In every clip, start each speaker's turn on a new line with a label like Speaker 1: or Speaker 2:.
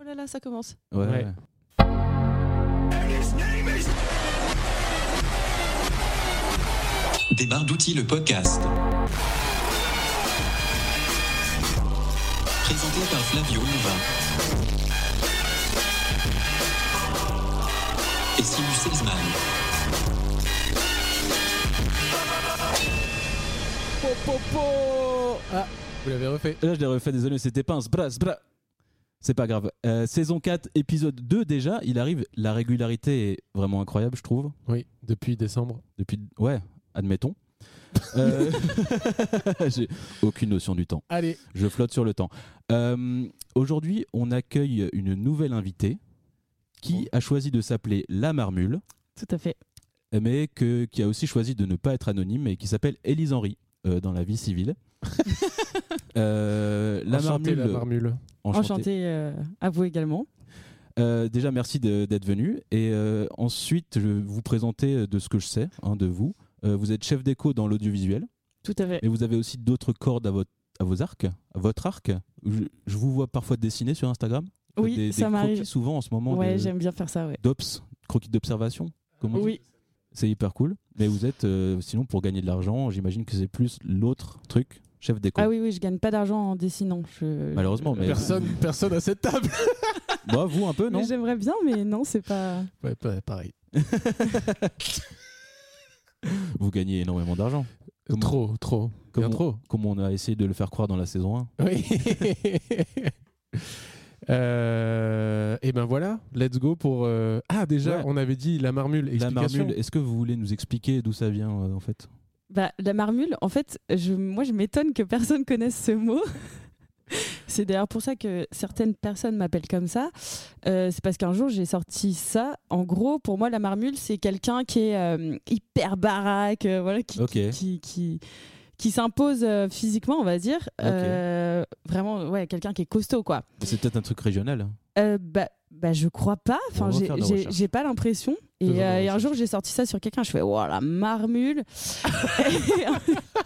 Speaker 1: Oh là, ça commence.
Speaker 2: Ouais.
Speaker 3: Ouais.
Speaker 4: Des barres d'outils, le podcast. Présenté par Flavio Nova. Et Simus Selzman.
Speaker 3: Ah, vous l'avez refait.
Speaker 2: Là, je l'ai refait, désolé, mais c'était pince. Brasse, bras. C'est pas grave. Euh, saison 4, épisode 2 déjà, il arrive. La régularité est vraiment incroyable, je trouve.
Speaker 3: Oui, depuis décembre.
Speaker 2: Depuis. Ouais, admettons. Euh, J'ai aucune notion du temps.
Speaker 3: Allez,
Speaker 2: Je flotte sur le temps. Euh, Aujourd'hui, on accueille une nouvelle invitée qui a choisi de s'appeler La Marmule,
Speaker 1: Tout à fait.
Speaker 2: mais que, qui a aussi choisi de ne pas être anonyme et qui s'appelle Élise Henry euh, dans la vie civile. Euh, la,
Speaker 3: enchantée,
Speaker 2: marmule, Bah,
Speaker 3: la marmule.
Speaker 2: enchantée.
Speaker 1: Enchanté euh, à vous également.
Speaker 2: Euh, déjà, merci de- d'être venu. Et euh, ensuite, je vais vous présenter de ce que je sais hein, de vous. Euh, vous êtes chef d'écho dans l'audiovisuel,
Speaker 1: Tout à fait.
Speaker 2: mais vous avez aussi d'autres cordes à, votre, à vos arcs, à votre arc. Je, je vous vois parfois dessiner sur Instagram.
Speaker 1: Oui,
Speaker 2: des,
Speaker 1: ça
Speaker 2: des
Speaker 1: m'arrive.
Speaker 2: croquis souvent en ce moment.
Speaker 1: Ouais,
Speaker 2: de-
Speaker 1: j'aime bien faire ça, ouais.
Speaker 2: D'ops, croquis d'observation. comment on dit
Speaker 1: Oui,
Speaker 2: C'est hyper cool. Mais vous êtes, euh, sinon, pour gagner de l'argent, j'imagine que c'est plus l'autre truc, chef d'écho.
Speaker 1: ah oui, oui, je gagne pas d'argent en dessinant. Je...
Speaker 2: Malheureusement, mais-
Speaker 3: Personne, personne à cette table.
Speaker 2: Bah, vous, un peu, non
Speaker 1: Mais J'aimerais bien, mais non, c'est pas.
Speaker 3: Ouais, pa- pareil.
Speaker 2: Vous gagnez énormément d'argent. Comment-
Speaker 3: Euh, Trop, trop.
Speaker 2: Comment-
Speaker 3: Bien trop.
Speaker 2: Comme on a essayé de le faire croire dans la saison 1.
Speaker 3: Oui. Euh, et ben voilà, let's go pour. euh, Ah, déjà,
Speaker 2: Ouais.
Speaker 3: on avait dit la marmule.
Speaker 2: La
Speaker 3: Explication.
Speaker 2: marmule, est-ce que vous voulez nous expliquer d'où ça vient, euh, en fait
Speaker 1: Bah, la marmule, en fait, je, moi, je m'étonne que personne connaisse ce mot. C'est d'ailleurs pour ça que certaines personnes m'appellent comme ça. Euh, c'est parce qu'un jour, j'ai sorti ça. En gros, pour moi, la marmule, c'est quelqu'un qui est euh, hyper baraque, euh, voilà, qui,
Speaker 2: Ok.
Speaker 1: qui, qui, qui- qui s'impose euh, physiquement, on va dire.
Speaker 2: Ok.
Speaker 1: Euh, vraiment, ouais, quelqu'un qui est costaud, quoi.
Speaker 2: C'est peut-être un truc régional. hein.
Speaker 1: Euh, bah, bah, je crois pas. Enfin,
Speaker 2: On va
Speaker 1: j'ai-
Speaker 2: faire nos
Speaker 1: j'ai
Speaker 2: recherches.
Speaker 1: j'ai pas l'impression.
Speaker 3: Faisons
Speaker 1: Et, euh, et
Speaker 3: nos
Speaker 1: un
Speaker 3: recherches.
Speaker 1: jour, j'ai sorti ça sur quelqu'un. Je fais, waouh, la marmule.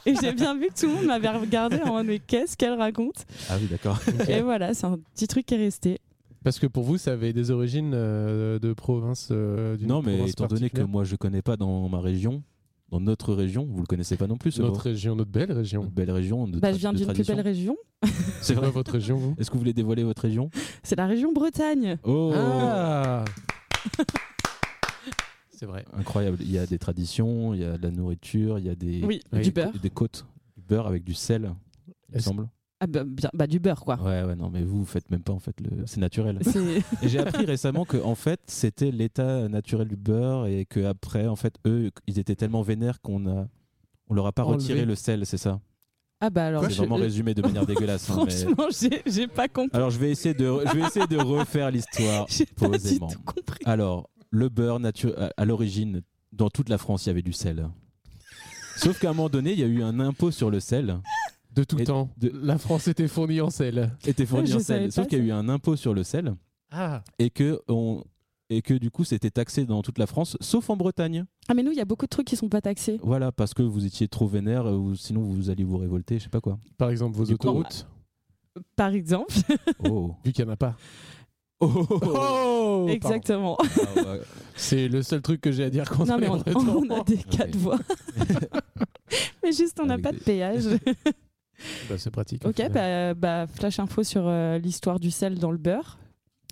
Speaker 1: et j'ai bien vu que tout le monde m'avait regardé en mode, mais qu'est-ce qu'elle raconte
Speaker 2: Ah oui, d'accord.
Speaker 1: Et voilà, c'est un petit truc qui est resté.
Speaker 3: Parce que pour vous, ça avait des origines euh, de province. euh, d'une
Speaker 2: non, mais
Speaker 3: province
Speaker 2: étant donné que
Speaker 3: particulière.
Speaker 2: moi, je connais pas dans ma région, dans notre région, vous le connaissez pas non plus, ce
Speaker 3: Notre
Speaker 2: mot.
Speaker 3: région, notre belle région.
Speaker 2: Notre belle région. De
Speaker 1: Bah,
Speaker 2: tra-
Speaker 1: je viens
Speaker 2: de
Speaker 1: d'une plus
Speaker 2: tradition.
Speaker 1: belle région.
Speaker 2: C'est
Speaker 3: Pas
Speaker 2: vrai.
Speaker 3: votre région, vous
Speaker 2: Est-ce que vous voulez dévoiler votre région
Speaker 1: C'est la région Bretagne.
Speaker 2: Oh
Speaker 3: Ah C'est vrai.
Speaker 2: Incroyable. Il y a des traditions, il y a de la nourriture, il y a des,
Speaker 1: Oui,
Speaker 3: Oui.
Speaker 1: du beurre.
Speaker 2: des côtes, du beurre avec du sel, il me
Speaker 3: Est-ce- Ah.
Speaker 2: semble.
Speaker 1: Ah, bah, bien- bah, du beurre, quoi.
Speaker 2: Ouais, ouais, non, mais vous, vous faites même pas en fait. Le... C'est naturel.
Speaker 1: C'est-
Speaker 2: Et j'ai appris récemment que en fait, c'était l'état naturel du beurre et que après, en fait, eux, ils étaient tellement vénères qu'on a, on leur a pas
Speaker 3: Enlevé.
Speaker 2: retiré le sel, c'est ça.
Speaker 1: Ah, bah alors.
Speaker 3: Quoi,
Speaker 2: C'est
Speaker 3: je-
Speaker 2: vraiment
Speaker 1: euh,
Speaker 2: résumé de manière dégueulasse. hein, mais-
Speaker 1: Franchement, j'ai- j'ai pas compris.
Speaker 2: Alors, je vais essayer de, je vais essayer de refaire l'histoire
Speaker 1: J'ai pas du
Speaker 2: Ah, posément.
Speaker 1: tout compris.
Speaker 2: Alors, le beurre, natu- à- à l'origine, dans toute la France, il y avait du sel. Sauf qu'à un moment donné, il y a eu un impôt sur le sel.
Speaker 3: De tout
Speaker 2: Et
Speaker 3: temps,
Speaker 2: de-
Speaker 3: la France était fournie en sel.
Speaker 2: Était fourni
Speaker 1: Je
Speaker 2: en sel.
Speaker 1: savais
Speaker 2: Sauf
Speaker 1: pas
Speaker 2: qu'il y a
Speaker 1: ça.
Speaker 2: eu un impôt sur le sel
Speaker 3: Ah
Speaker 2: et que, on... et que du coup, c'était taxé dans toute la France, sauf en Bretagne.
Speaker 1: Ah, mais nous, il y a beaucoup de trucs qui sont pas taxés.
Speaker 2: Voilà, parce que vous étiez trop vénère, euh, ou sinon vous alliez vous révolter, je sais pas quoi.
Speaker 3: Par exemple, vos
Speaker 2: Du coup, bah.
Speaker 3: autoroutes,
Speaker 1: Par exemple.
Speaker 2: Oh.
Speaker 3: vu qu'il n'y en a pas.
Speaker 2: Oh.
Speaker 3: Oh
Speaker 1: Exactement.
Speaker 2: Ah, ouais.
Speaker 3: pardon. C'est le seul truc que j'ai à dire contre
Speaker 1: Non, mais
Speaker 3: les
Speaker 1: on,
Speaker 3: Bretons.
Speaker 1: on a des quatre
Speaker 2: Oui.
Speaker 1: voies. mais juste, on n'a
Speaker 2: Avec
Speaker 1: pas
Speaker 2: des-
Speaker 1: de péage.
Speaker 3: Bah, c'est pratique. au
Speaker 1: ok,
Speaker 3: final.
Speaker 1: bah, bah, flash info sur euh, l'histoire du sel dans le beurre.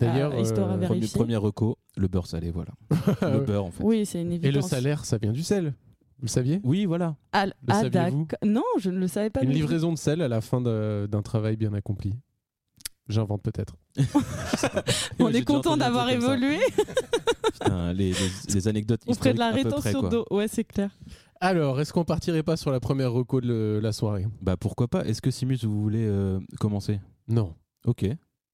Speaker 3: D'ailleurs, euh,
Speaker 1: ah, histoire à
Speaker 2: Premier,
Speaker 1: Vérifier.
Speaker 2: premier reco, le beurre salé, voilà.
Speaker 3: Ah
Speaker 2: le beurre, en fait.
Speaker 1: Oui, c'est une évidence.
Speaker 3: et le salaire, ça vient du sel. Vous le saviez
Speaker 2: Oui, voilà.
Speaker 1: Ah, ah,
Speaker 3: saviez-vous
Speaker 1: d'accord. Non, je ne le savais pas.
Speaker 3: Une
Speaker 1: non plus.
Speaker 3: livraison de sel à la fin de- d'un travail bien accompli. J'invente peut-être.
Speaker 1: On
Speaker 2: J'ai
Speaker 1: est
Speaker 2: déjà
Speaker 1: content
Speaker 2: entendu un
Speaker 1: d'avoir
Speaker 2: truc comme ça.
Speaker 1: évolué
Speaker 2: Putain, les, les- les anecdotes
Speaker 1: auprès de
Speaker 2: historiques
Speaker 1: la
Speaker 2: à peu près,
Speaker 1: rétention
Speaker 2: quoi.
Speaker 1: d'eau. Ouais, c'est clair.
Speaker 3: Alors, est-ce qu'on partirait pas sur la première reco de le- la soirée
Speaker 2: Bah pourquoi pas Est-ce que Simus, vous voulez euh, commencer
Speaker 3: Non.
Speaker 2: Ok.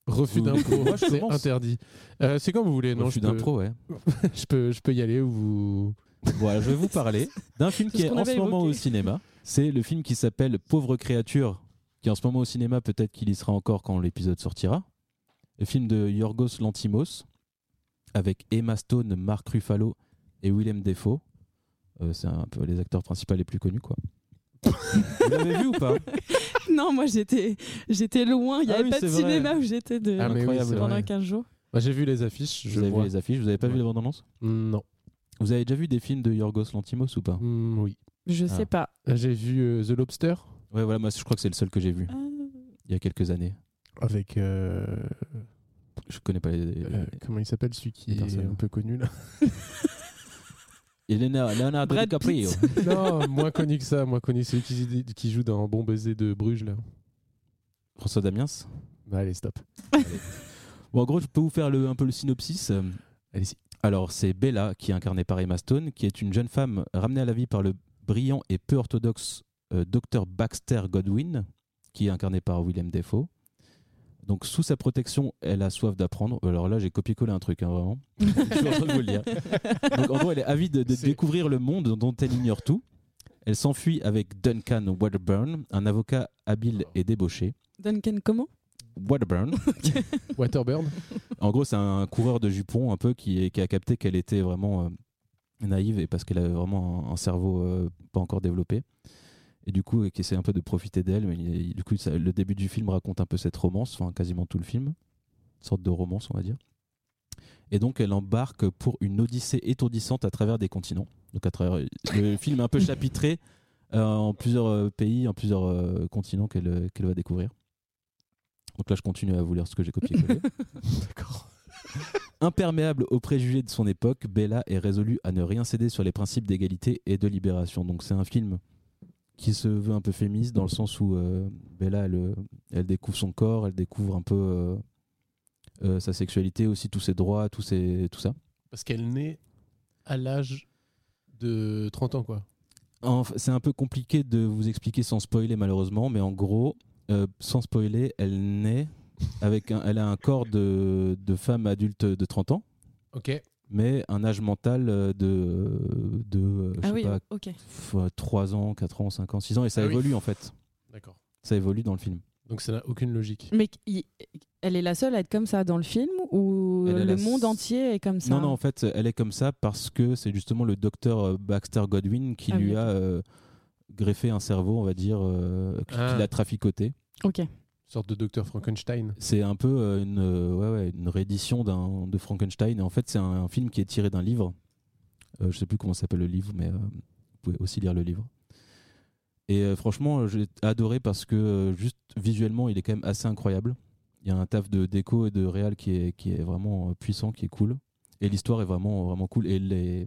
Speaker 3: Refus
Speaker 2: Vous-
Speaker 3: d'impro,
Speaker 2: Moi, je
Speaker 3: c'est
Speaker 2: commence.
Speaker 3: interdit. Euh, c'est comme vous voulez.
Speaker 2: Moi,
Speaker 3: non,
Speaker 2: je suis
Speaker 3: peux-
Speaker 2: d'un pro, ouais.
Speaker 3: je peux, je peux y aller ou vous.
Speaker 2: Voilà, je vais vous parler d'un film
Speaker 1: C'est
Speaker 2: qui
Speaker 1: ce
Speaker 2: est
Speaker 1: qu'on
Speaker 2: en
Speaker 1: avait
Speaker 2: ce moment
Speaker 1: évoqué.
Speaker 2: au cinéma. C'est le film qui s'appelle Pauvre créature, qui est en ce moment au cinéma, peut-être qu'il y sera encore quand l'épisode sortira. Le film de Yorgos Lantimos, avec Emma Stone, Marc Ruffalo et Willem Euh, Defoe. c'est un peu les acteurs principaux les plus connus, quoi. Vous l'avez vu ou pas
Speaker 1: non, moi j'étais j'étais loin. Il n'y
Speaker 2: Ah
Speaker 1: avait
Speaker 2: oui,
Speaker 1: pas de
Speaker 2: c'est vrai.
Speaker 1: cinéma où j'étais de...
Speaker 3: Ah, mais oui,
Speaker 2: Incroyable.
Speaker 3: c'est
Speaker 1: pendant
Speaker 3: vrai.
Speaker 1: 15 jours.
Speaker 3: Bah, J'ai vu les affiches,
Speaker 2: Vous
Speaker 3: je
Speaker 2: avez
Speaker 3: vois.
Speaker 2: vu les affiches, vous avez pas vu
Speaker 3: Ouais.
Speaker 2: les bandes annonces
Speaker 3: Non.
Speaker 2: Vous avez déjà vu des films de Yorgos Lantimos ou pas
Speaker 3: Mm, oui.
Speaker 1: Je
Speaker 2: Ah.
Speaker 1: sais pas.
Speaker 3: J'ai vu euh, The Lobster
Speaker 2: Ouais, voilà, moi je crois que c'est le seul que j'ai vu
Speaker 1: Ah.
Speaker 2: il y a quelques années.
Speaker 3: avec. euh,
Speaker 2: Je connais pas les.
Speaker 3: euh, comment il s'appelle celui qui
Speaker 2: Les
Speaker 3: est
Speaker 2: personnes.
Speaker 3: un peu connu là
Speaker 2: Et Leonardo, Leonardo
Speaker 1: Brad
Speaker 2: DiCaprio.
Speaker 1: Pitt.
Speaker 3: Non, moins connu que ça, moins connu. Celui qui, qui joue dans Bon baiser de Bruges là.
Speaker 2: François Damiens.
Speaker 3: Bah, allez, stop.
Speaker 2: Bon, en gros, je peux vous faire le, un peu le synopsis. euh,
Speaker 3: Allez-y.
Speaker 2: Alors, c'est Bella, qui est incarnée par Emma Stone, qui est une jeune femme ramenée à la vie par le brillant et peu orthodoxe euh, docteur Baxter Godwin, qui est incarné par Willem Dafoe. Donc, sous sa protection, elle a soif d'apprendre. Alors là, j'ai copié-collé un truc, hein, vraiment. je suis en train de vous le dire. Donc, en gros, elle est avide de
Speaker 3: C'est-
Speaker 2: découvrir le monde dont elle ignore tout. Elle s'enfuit avec Duncan Wedderburn, un avocat habile et débauché.
Speaker 1: Duncan, comment
Speaker 2: Wedderburn,
Speaker 3: Waterburn
Speaker 2: en gros, c'est un coureur de jupons un peu qui, est- qui a capté qu'elle était vraiment euh, naïve et parce qu'elle avait vraiment un, un cerveau euh, pas encore développé. Et du coup, euh, qui essaie un peu de profiter d'elle. Mais il- il- du coup, ça- le début du film raconte un peu cette romance, enfin quasiment tout le film, une sorte de romance, on va dire. Et donc, elle embarque pour une odyssée étourdissante à travers des continents. Donc, à travers euh, le film est un peu chapitré euh, en plusieurs euh, pays, en plusieurs euh, continents qu'elle euh, qu'elle va découvrir. Donc là, je continue à vous lire ce que j'ai copié-collé.
Speaker 3: D'accord.
Speaker 2: Imperméable aux préjugés de son époque, Bella est résolue à ne rien céder sur les principes d'égalité et de libération. Donc c'est un film qui se veut un peu féministe dans le sens où euh, Bella, elle, euh, elle découvre son corps, elle découvre un peu euh, euh, sa sexualité, aussi tous ses droits, tous ses, tout ça.
Speaker 3: Parce qu'elle naît à l'âge de 30 ans, quoi.
Speaker 2: Enf- C'est un peu compliqué de vous expliquer sans spoiler malheureusement, mais en gros, euh, sans spoiler, elle naît avec un- elle a un corps de, de femme adulte de 30 ans,
Speaker 3: Ok.
Speaker 2: mais un âge mental euh, de, de euh, je
Speaker 1: Ah
Speaker 2: sais
Speaker 1: oui,
Speaker 2: pas,
Speaker 1: ok.
Speaker 2: 3 ans, 4 ans, 5 ans, 6 ans, et ça
Speaker 3: Ah oui.
Speaker 2: évolue en fait.
Speaker 3: D'accord.
Speaker 2: Ça évolue dans le film.
Speaker 3: Donc ça n'a aucune logique.
Speaker 1: Mais qui- elle est la seule à être comme ça dans le film ou
Speaker 2: Elle est
Speaker 1: le
Speaker 2: la
Speaker 1: monde
Speaker 2: s-
Speaker 1: entier est comme ça
Speaker 2: Non, non, en fait, elle est comme ça parce que c'est justement le docteur euh, Baxter Godwin qui
Speaker 1: Ah
Speaker 2: lui
Speaker 1: oui,
Speaker 2: a euh, greffé un cerveau, on va dire, euh, qui
Speaker 3: Ah.
Speaker 2: qui l'a traficoté.
Speaker 1: Ok.
Speaker 3: sorte de docteur Frankenstein.
Speaker 2: C'est un peu euh, une, euh, ouais, ouais, une réédition d'un- de Frankenstein. Et en fait, c'est un, un film qui est tiré d'un livre. Euh, je sais plus comment s'appelle le livre, mais euh, vous pouvez aussi lire le livre. Et euh, franchement, euh, j'ai adoré parce que euh, juste visuellement, il est quand même assez incroyable. Il y a un taf de déco et de réal qui est, qui est vraiment euh, puissant, qui est cool. Et l'histoire est vraiment, vraiment cool. Et les-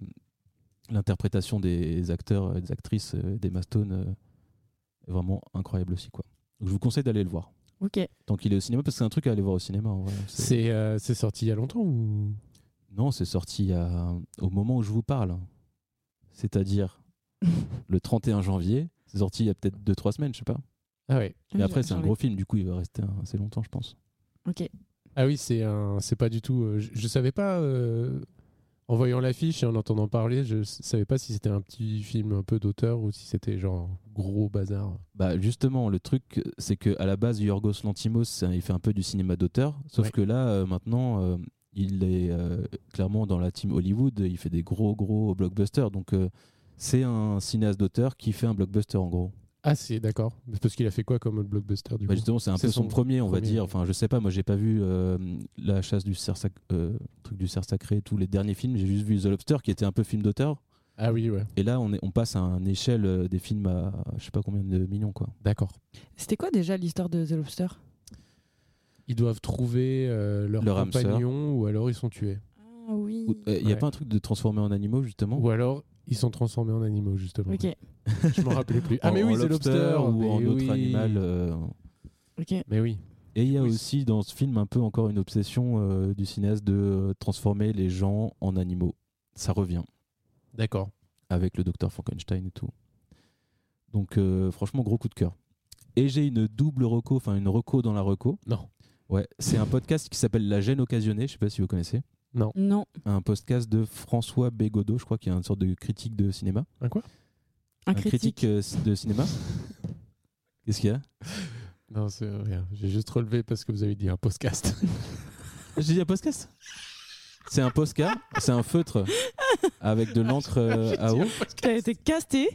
Speaker 2: l'interprétation des acteurs, et des actrices, euh, des Mastone est vraiment incroyable aussi. Quoi. Donc je vous conseille d'aller le voir.
Speaker 1: Ok.
Speaker 2: Tant qu'il est au cinéma, parce que c'est un truc à aller voir au cinéma. en vrai. C'est-
Speaker 3: C'est euh, c'est sorti il y a longtemps ou
Speaker 2: Non, c'est sorti à- au moment où je vous parle. C'est-à-dire le 31 janvier. C'est sorti il y a peut-être 2-3 semaines, je sais pas.
Speaker 3: Ah ouais.
Speaker 2: Et après, c'est un gros film, du coup, il va rester un- assez longtemps, je pense.
Speaker 1: Ok.
Speaker 3: Ah oui, c'est un- c'est pas du tout. euh, je, je savais pas. euh, en voyant l'affiche et en entendant parler, je s- savais pas si c'était un petit film un peu d'auteur ou si c'était genre gros bazar.
Speaker 2: Bah justement, le truc, c'est que à la base, Yorgos Lantimos, c'est un- il fait un peu du cinéma d'auteur, sauf
Speaker 3: Ouais.
Speaker 2: que là, euh, maintenant, euh, il est euh, clairement dans la team Hollywood, il fait des gros, gros blockbusters, donc euh, c'est un cinéaste d'auteur qui fait un blockbuster en gros.
Speaker 3: Ah c'est d'accord. Parce qu'il a fait quoi comme autre blockbuster du
Speaker 2: Bah,
Speaker 3: coup
Speaker 2: justement, c'est un
Speaker 3: C'est
Speaker 2: peu son,
Speaker 3: son
Speaker 2: premier, on va
Speaker 3: premier.
Speaker 2: dire. Enfin, je sais pas, moi, j'ai pas vu euh, La chasse du cerf, sac- euh, truc du cerf sacré, tous les derniers films, j'ai juste vu The Lobster qui était un peu film d'auteur,
Speaker 3: Ah oui ouais.
Speaker 2: et là, on, est, on passe à une échelle euh, des films à je sais pas combien de millions, quoi.
Speaker 3: D'accord.
Speaker 1: C'était quoi déjà l'histoire de The Lobster
Speaker 3: Ils doivent trouver euh, leur,
Speaker 2: Leur âme sœur.
Speaker 3: compagnon ou alors ils sont tués.
Speaker 1: Ah
Speaker 3: Oh
Speaker 1: oui.
Speaker 2: euh, Il n'y a
Speaker 3: Ouais.
Speaker 2: pas un truc de transformer en animaux, justement
Speaker 3: Ou alors ils sont transformés en animaux justement.
Speaker 1: Ok.
Speaker 3: Je m'en rappelais plus. Ah
Speaker 2: En-
Speaker 3: mais
Speaker 2: en
Speaker 3: oui c'est
Speaker 2: lobster
Speaker 3: lobster
Speaker 2: ou en
Speaker 3: mais
Speaker 2: autre
Speaker 3: oui.
Speaker 2: animal. euh,
Speaker 1: Ok.
Speaker 3: Mais oui.
Speaker 2: Et il y a
Speaker 3: Oui,
Speaker 2: aussi dans ce film un peu encore une obsession euh, du cinéaste de euh, transformer les gens en animaux. Ça revient
Speaker 3: D'accord.
Speaker 2: avec le docteur Frankenstein et tout. Donc euh, franchement gros coup de cœur. Et j'ai une double reco, enfin une reco dans la reco.
Speaker 3: Non.
Speaker 2: Ouais, c'est un podcast qui s'appelle La gêne occasionnée, je sais pas si vous connaissez.
Speaker 1: Non.
Speaker 2: Un podcast de François Bégodeau, je crois qu'il est une sorte de critique de cinéma.
Speaker 3: Un quoi
Speaker 1: Un,
Speaker 2: Un critique euh, de cinéma. Qu'est-ce qu'il y a
Speaker 3: Non c'est rien. J'ai juste relevé parce que vous avez dit un podcast.
Speaker 2: J'ai dit un podcast C'est un posca, c'est un feutre avec de l'encre euh, à eau
Speaker 1: T'as été casté.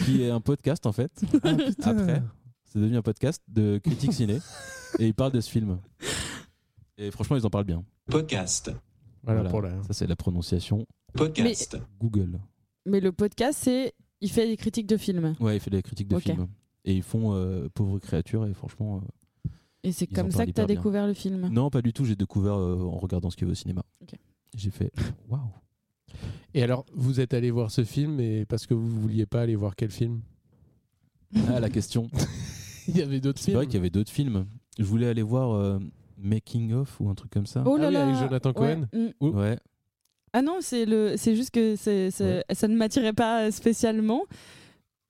Speaker 1: Ah,
Speaker 2: qui est un podcast en fait. Après, c'est C'est devenu un podcast de critique ciné. et ils parlent de ce film. Et franchement, ils en parlent bien.
Speaker 4: Podcast.
Speaker 3: Voilà, pour hein. la.
Speaker 2: Ça, c'est la prononciation
Speaker 4: Podcast.
Speaker 2: Google.
Speaker 1: Mais le podcast, c'est. Il fait des critiques de films.
Speaker 2: Ouais, il fait des critiques de
Speaker 1: Ok.
Speaker 2: films. Et ils font euh, Pauvre créature. Et franchement. euh,
Speaker 1: Et c'est
Speaker 2: Ils en
Speaker 1: comme ça
Speaker 2: parlent
Speaker 1: que tu as
Speaker 2: hyper bien. Mm.
Speaker 1: découvert le film.
Speaker 2: Non, pas du tout. J'ai découvert euh, en regardant ce qu'il y avait au cinéma.
Speaker 1: Ah. Ok.
Speaker 2: J'ai fait waouh.
Speaker 3: Et alors, vous êtes allé voir ce film, et parce que vous vouliez pas aller voir quel film
Speaker 2: Ah, la question.
Speaker 3: Il y avait d'autres
Speaker 2: C'est
Speaker 3: films.
Speaker 2: vrai qu'il y avait d'autres films. Je voulais aller voir euh, Making of ou un truc comme ça.
Speaker 1: Oh
Speaker 3: Ah
Speaker 1: là
Speaker 3: oui,
Speaker 1: là
Speaker 3: avec Jonathan Cohen
Speaker 1: Ouais, mm.
Speaker 3: Oh.
Speaker 2: Ouais.
Speaker 1: Ah non, c'est le, c'est juste que c'est, c'est- ça ne m'attirait pas spécialement.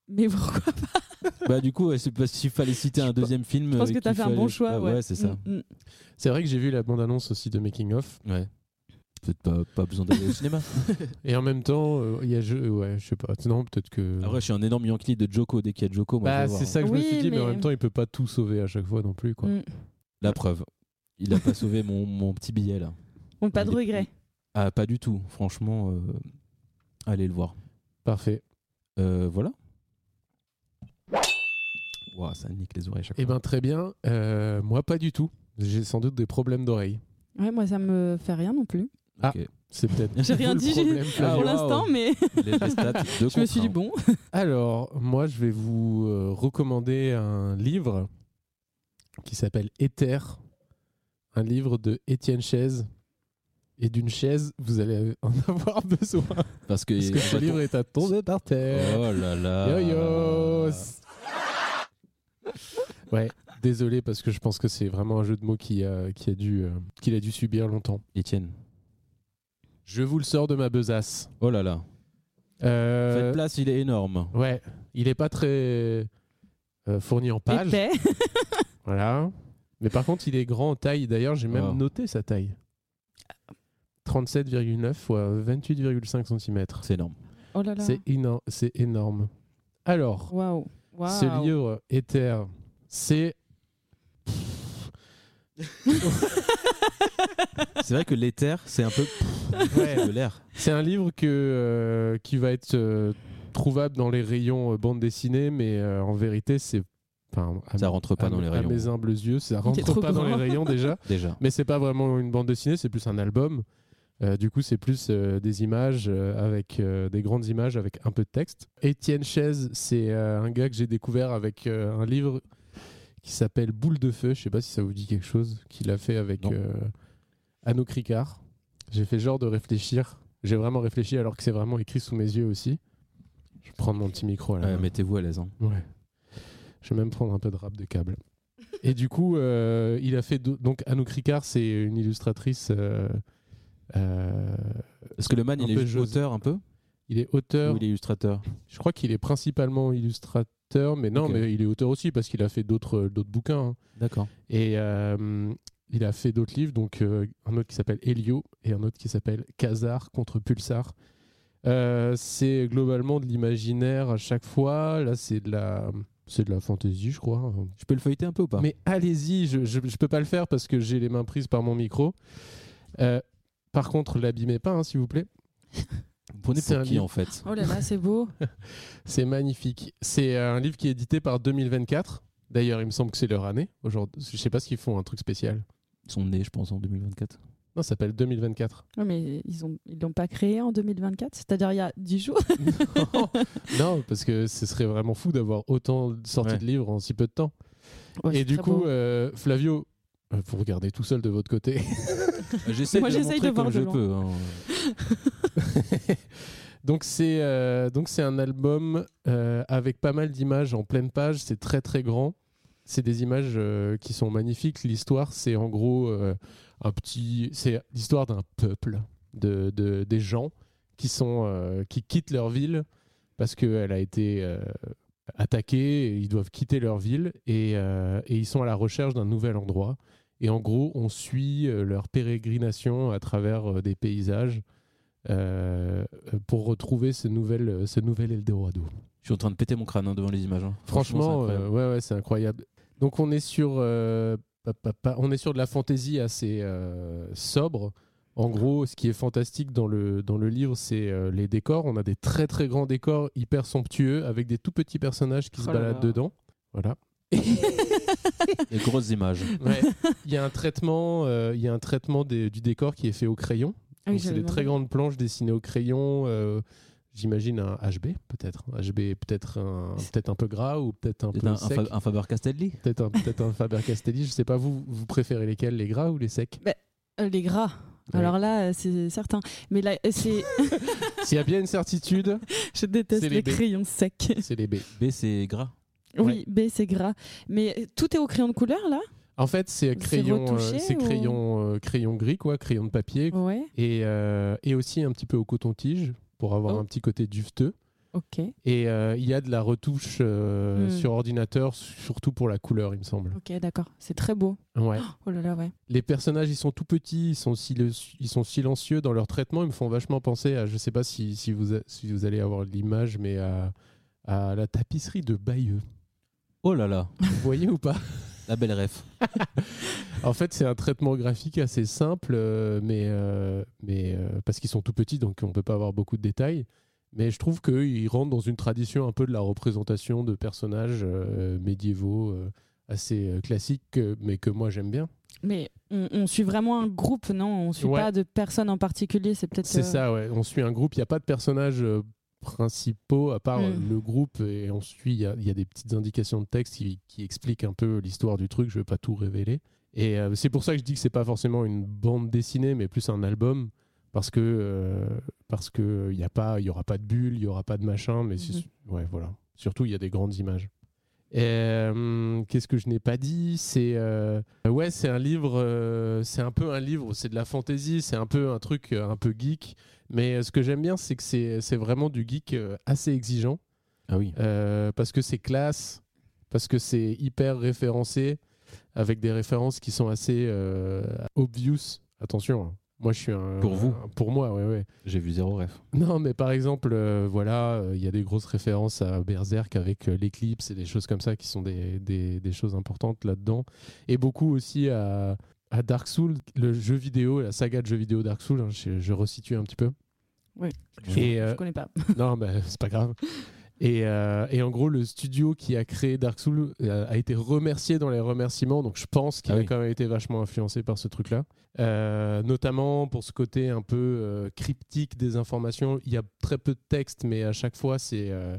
Speaker 1: Mais pourquoi
Speaker 2: bah du coup, ouais, c'est parce qu'il fallait citer
Speaker 3: Je
Speaker 2: un
Speaker 3: sais pas.
Speaker 2: deuxième film.
Speaker 1: Je pense
Speaker 2: euh,
Speaker 1: que t'as fait
Speaker 2: qu'il
Speaker 1: un bon
Speaker 2: fallait-
Speaker 1: choix.
Speaker 2: Ah,
Speaker 1: ouais,
Speaker 2: c'est ça.
Speaker 1: Mm, mm.
Speaker 3: C'est vrai que j'ai vu la bande-annonce aussi de Making Off,
Speaker 2: Ouais. Peut-être pas, pas besoin d'aller au cinéma.
Speaker 3: et en même temps, euh, il y a jeu, ouais, je sais pas, non, peut-être que.
Speaker 2: Après, Ah je suis un énorme Yankee de Joko. Dès qu'il y a Joko, moi, je
Speaker 3: bah,
Speaker 2: vais voir. hein.
Speaker 3: c'est ça que je me
Speaker 1: Oui,
Speaker 3: suis dit, mais... en
Speaker 1: mais-
Speaker 3: même temps, il peut pas tout sauver à chaque fois non plus, quoi.
Speaker 1: Mm.
Speaker 2: La preuve. Il a pas sauvé mon, mon petit billet là.
Speaker 1: On n'a pas de
Speaker 2: Il est-
Speaker 1: regrets.
Speaker 2: Ah, pas du tout. Franchement, euh, allez le voir.
Speaker 3: Parfait.
Speaker 2: Euh, voilà. Ouah, ça nique les oreilles à chaque
Speaker 3: Eh
Speaker 2: fois.
Speaker 3: ben, très bien. Euh, moi, pas du tout. J'ai sans doute des problèmes d'oreille.
Speaker 1: Ouais, moi, ça me fait rien non plus.
Speaker 3: Ah.
Speaker 2: Ok.
Speaker 3: C'est peut-être.
Speaker 1: J'ai
Speaker 3: vous
Speaker 1: rien
Speaker 3: le
Speaker 1: dit, j'ai-
Speaker 3: problème,
Speaker 2: Ah,
Speaker 1: Pour
Speaker 3: Flavio.
Speaker 2: ouais.
Speaker 1: l'instant,
Speaker 2: waouh.
Speaker 1: mais
Speaker 2: Les, les stats de
Speaker 1: je me suis dit
Speaker 2: contre un.
Speaker 1: bon.
Speaker 3: Alors, moi, je vais vous euh, recommander un livre qui s'appelle Éther, un livre de Étienne Chaise. Et d'une chaise, vous allez en avoir besoin.
Speaker 2: Parce que,
Speaker 3: Parce que
Speaker 2: on
Speaker 3: ce
Speaker 2: va
Speaker 3: livre est à tomber par terre.
Speaker 2: Oh là là.
Speaker 3: Yo-yo Ouais, désolé parce que je pense que c'est vraiment un jeu de mots qui a, qui a dû, euh, qu'il a dû subir longtemps.
Speaker 2: Étienne.
Speaker 3: Je vous le sors de ma besace.
Speaker 2: Oh là là.
Speaker 3: Euh,
Speaker 2: Faites place, il est énorme.
Speaker 3: Ouais, il est pas très euh, fourni en pages.
Speaker 1: Épais.
Speaker 3: Voilà. Mais par contre, il est grand en taille. D'ailleurs, j'ai même
Speaker 2: Oh.
Speaker 3: noté sa taille. 37,9 fois 28,5 cm.
Speaker 2: C'est énorme.
Speaker 1: Oh là là.
Speaker 3: C'est éno- c'est énorme. Alors,
Speaker 1: Waouh. Waouh.
Speaker 3: ce livre Éther, c'est
Speaker 2: C'est vrai que l'éther, c'est un peu de l'air.
Speaker 3: c'est un livre que euh, qui va être euh, trouvable dans les rayons euh, bande dessinée, mais euh, en vérité, c'est enfin, à
Speaker 2: Ça
Speaker 3: mes-
Speaker 2: rentre pas
Speaker 3: à
Speaker 2: dans
Speaker 3: mes-
Speaker 2: les
Speaker 3: à
Speaker 2: rayons.
Speaker 3: mes humbles yeux, ça rentre
Speaker 1: trop
Speaker 3: pas dans les
Speaker 1: grand.
Speaker 3: rayons déjà.
Speaker 2: Déjà.
Speaker 3: Mais c'est pas vraiment une bande dessinée, c'est plus un album. Euh, du coup, c'est plus euh, des images euh, avec euh, des grandes images avec un peu de texte. Étienne Chaise, c'est euh, un gars que j'ai découvert avec euh, un livre qui s'appelle Boule de feu. Je sais pas si ça vous dit quelque chose. Qu'il a fait avec
Speaker 2: Non.
Speaker 3: euh, Anno Cricard. J'ai fait genre de réfléchir. J'ai vraiment réfléchi alors que c'est vraiment écrit sous mes yeux aussi. Je vais prendre mon petit micro là.
Speaker 2: Euh, Mettez-vous à l'aise. hein.
Speaker 3: Ouais. Je vais même prendre un peu de rap de câble. Et du coup, euh, il a fait. do- Donc, Anouk Ricard, c'est une illustratrice. euh, euh,
Speaker 2: Est-ce que le man,
Speaker 3: Un
Speaker 2: il
Speaker 3: peu
Speaker 2: est juste
Speaker 3: jaune.
Speaker 2: auteur un peu
Speaker 3: il est auteur.
Speaker 2: Ou il est illustrateur
Speaker 3: Je crois qu'il est principalement illustrateur, mais non,
Speaker 2: Ok.
Speaker 3: mais il est auteur aussi parce qu'il a fait d'autres euh, d'autres bouquins. hein.
Speaker 2: D'accord.
Speaker 3: Et euh, il a fait d'autres livres, donc euh, un autre qui s'appelle Helio et un autre qui s'appelle Khazar contre Pulsar. Euh, c'est globalement de l'imaginaire à chaque fois. Là, c'est de la, c'est de la fantaisie, je crois. hein.
Speaker 2: Je peux le feuilleter un peu ou pas
Speaker 3: Mais allez-y, je, je, je peux pas le faire parce que j'ai les mains prises par mon micro. Euh, par contre, l'abîmez pas, hein, s'il vous plaît.
Speaker 2: Vous prenez
Speaker 3: C'est
Speaker 2: pour
Speaker 3: un
Speaker 2: qui
Speaker 3: livre.
Speaker 2: en fait
Speaker 1: Oh là là, c'est beau.
Speaker 3: C'est magnifique. C'est euh, un livre qui est édité par 2024. D'ailleurs, il me semble que c'est leur année. Aujourd'hui, je sais pas ce qu'ils font, un truc spécial.
Speaker 2: Son nez, je pense, en 2024.
Speaker 3: Non, ça s'appelle 2024.
Speaker 1: Ouais, mais ils ont ils l'ont pas créé en 2024, c'est-à-dire il y a 10 jours.
Speaker 3: non, parce que ce serait vraiment fou d'avoir autant sorti
Speaker 2: Ouais.
Speaker 3: de livres en si peu de temps. Et du coup, euh, Flavio, euh, vous regardez tout seul de votre côté.
Speaker 2: Ah, J'essaie
Speaker 1: Moi,
Speaker 2: de, le
Speaker 1: j'essaye
Speaker 2: montrer
Speaker 1: de voir
Speaker 2: comme
Speaker 1: de
Speaker 2: je
Speaker 1: loin.
Speaker 2: peux. hein.
Speaker 3: donc c'est euh, donc c'est un album euh, avec pas mal d'images en pleine page. C'est très très grand. C'est des images euh, qui sont magnifiques. L'histoire, c'est en gros euh, un petit, c'est l'histoire d'un peuple de, de- des gens qui sont euh, qui quittent leur ville parce qu'elle a été euh, attaquée. et ils doivent quitter leur ville et, euh, et ils sont à la recherche d'un nouvel endroit. Et en gros, on suit euh, leur pérégrination à travers euh, des paysages euh, euh, pour retrouver ce nouvel, euh, ce nouvel Eldorado.
Speaker 2: Je suis en train de péter mon crâne hein, devant les images. hein.
Speaker 3: Franchement,
Speaker 2: c'est
Speaker 3: euh,
Speaker 2: incroyable.
Speaker 3: ouais, ouais, c'est incroyable. Donc on est sur, euh, pa- pa- pa- on est sur de la fantaisie assez euh, sobre. En gros, ce qui est fantastique dans le, dans le livre, c'est euh, les décors. On a des très très grands décors hyper somptueux avec des tout petits personnages qui se
Speaker 1: Oh là
Speaker 3: baladent
Speaker 1: là.
Speaker 3: dedans. Voilà.
Speaker 2: Des grosses images.
Speaker 3: Ouais. Il y a un traitement, euh, il y a un traitement des- du décor qui est fait au crayon.
Speaker 1: Ah oui,
Speaker 3: Donc, euh, c'est
Speaker 1: j'avais
Speaker 3: des très
Speaker 1: demandé.
Speaker 3: grandes planches dessinées au crayon. euh, J'imagine un HB peut-être, hein. HB peut-être un peut-être un peu gras ou peut-être un
Speaker 2: C'est
Speaker 3: peu
Speaker 2: un, un
Speaker 3: sec,
Speaker 2: Fa- un Faber-Castelli.
Speaker 3: peut-être un peut-être un Faber-Castelli. Je sais pas vous vous préférez lesquels, les gras ou les secs
Speaker 1: Euh, les gras.
Speaker 3: Ouais.
Speaker 1: Alors là, euh, c'est certain. Mais là, euh, c'est,
Speaker 3: S'il y a bien une certitude,
Speaker 1: je déteste
Speaker 3: C'est les
Speaker 1: les
Speaker 3: B.
Speaker 1: crayons secs.
Speaker 3: c'est les B.
Speaker 2: B, c'est gras.
Speaker 1: Oui, B, c'est gras. Mais euh, tout est au crayon de couleur, là
Speaker 3: En fait, c'est crayon, euh,
Speaker 1: retouché
Speaker 3: c'est
Speaker 1: ou-
Speaker 3: crayon, euh, crayon gris quoi, crayon de papier
Speaker 1: Ouais,
Speaker 3: et, euh, et aussi un petit peu au coton-tige pour avoir
Speaker 1: Oh.
Speaker 3: un petit côté duveteux.
Speaker 1: ok.
Speaker 3: Et euh, il y a de la retouche euh,
Speaker 1: Hmm.
Speaker 3: sur ordinateur, surtout pour la couleur, il me semble.
Speaker 1: Ok, d'accord. C'est très beau.
Speaker 3: Ouais.
Speaker 1: Oh là là, ouais.
Speaker 3: Les personnages, ils sont tout petits, ils sont, silen- ils sont silencieux dans leur traitement. Ils me font vachement penser à, je sais pas si, si, vous, a- si vous allez avoir l'image, mais à, à la tapisserie de Bayeux.
Speaker 2: Oh là là,
Speaker 3: Vous voyez ou pas
Speaker 2: la belle ref.
Speaker 3: En fait, c'est un traitement graphique assez simple, euh, mais, euh, mais euh, parce qu'ils sont tout petits, donc on peut pas avoir beaucoup de détails. Mais je trouve qu'ils rentrent dans une tradition un peu de la représentation de personnages euh, médiévaux euh, assez euh, classiques, que- mais que moi j'aime bien.
Speaker 1: Mais on, on suit vraiment un groupe, non On suit
Speaker 3: Ouais.
Speaker 1: pas de personne en particulier, c'est peut-être.
Speaker 3: C'est
Speaker 1: euh,
Speaker 3: ça, ouais. On suit un groupe, il n'y a pas de personnages euh, principaux à part
Speaker 1: Mm.
Speaker 3: euh, le groupe, et on suit, il y a, il y a des petites indications de texte qui, qui expliquent un peu l'histoire du truc, je ne vais pas tout révéler. Et euh, c'est pour ça que je dis que c'est pas forcément une bande dessinée, mais plus un album, parce que euh, parce que il y a pas, il y aura pas de bulle, il y aura pas de machin, mais c'est- ouais, voilà. Surtout, il y a des grandes images. Et, euh, Qu'est-ce que je n'ai pas dit C'est euh, ouais, c'est un livre, euh, c'est un peu un livre, c'est de la fantaisie, c'est un peu un truc euh, un peu geek. Mais euh, ce que j'aime bien, c'est que c'est c'est vraiment du geek euh, assez exigeant
Speaker 2: Ah oui.
Speaker 3: euh, parce que c'est classe, parce que c'est hyper référencé avec des références qui sont assez euh, obvious. Attention, hein. moi je suis un
Speaker 2: Pour vous.
Speaker 3: un- pour moi, ouais, ouais.
Speaker 2: J'ai vu zéro ref.
Speaker 3: Non, mais par exemple, euh, voilà, euh, il y a des grosses références à Berserk avec euh, l'éclipse et des choses comme ça qui sont des, des- des choses importantes là-dedans. Et beaucoup aussi à, à Dark Souls, le jeu vidéo, la saga de jeux vidéo Dark Souls, hein, je, je resitue un petit peu.
Speaker 1: Oui.
Speaker 3: Et,
Speaker 1: Je
Speaker 3: euh,
Speaker 1: connais pas.
Speaker 3: non, mais c'est pas grave. Et, euh, et en gros, le studio qui a créé Dark Souls euh, a été remercié dans les remerciements, donc je pense qu'il
Speaker 2: Ah
Speaker 3: a
Speaker 2: oui.
Speaker 3: quand même été vachement influencé par ce truc-là. Euh, notamment pour ce côté un peu euh, cryptique des informations. Il y a très peu de texte, mais à chaque fois, c'est euh,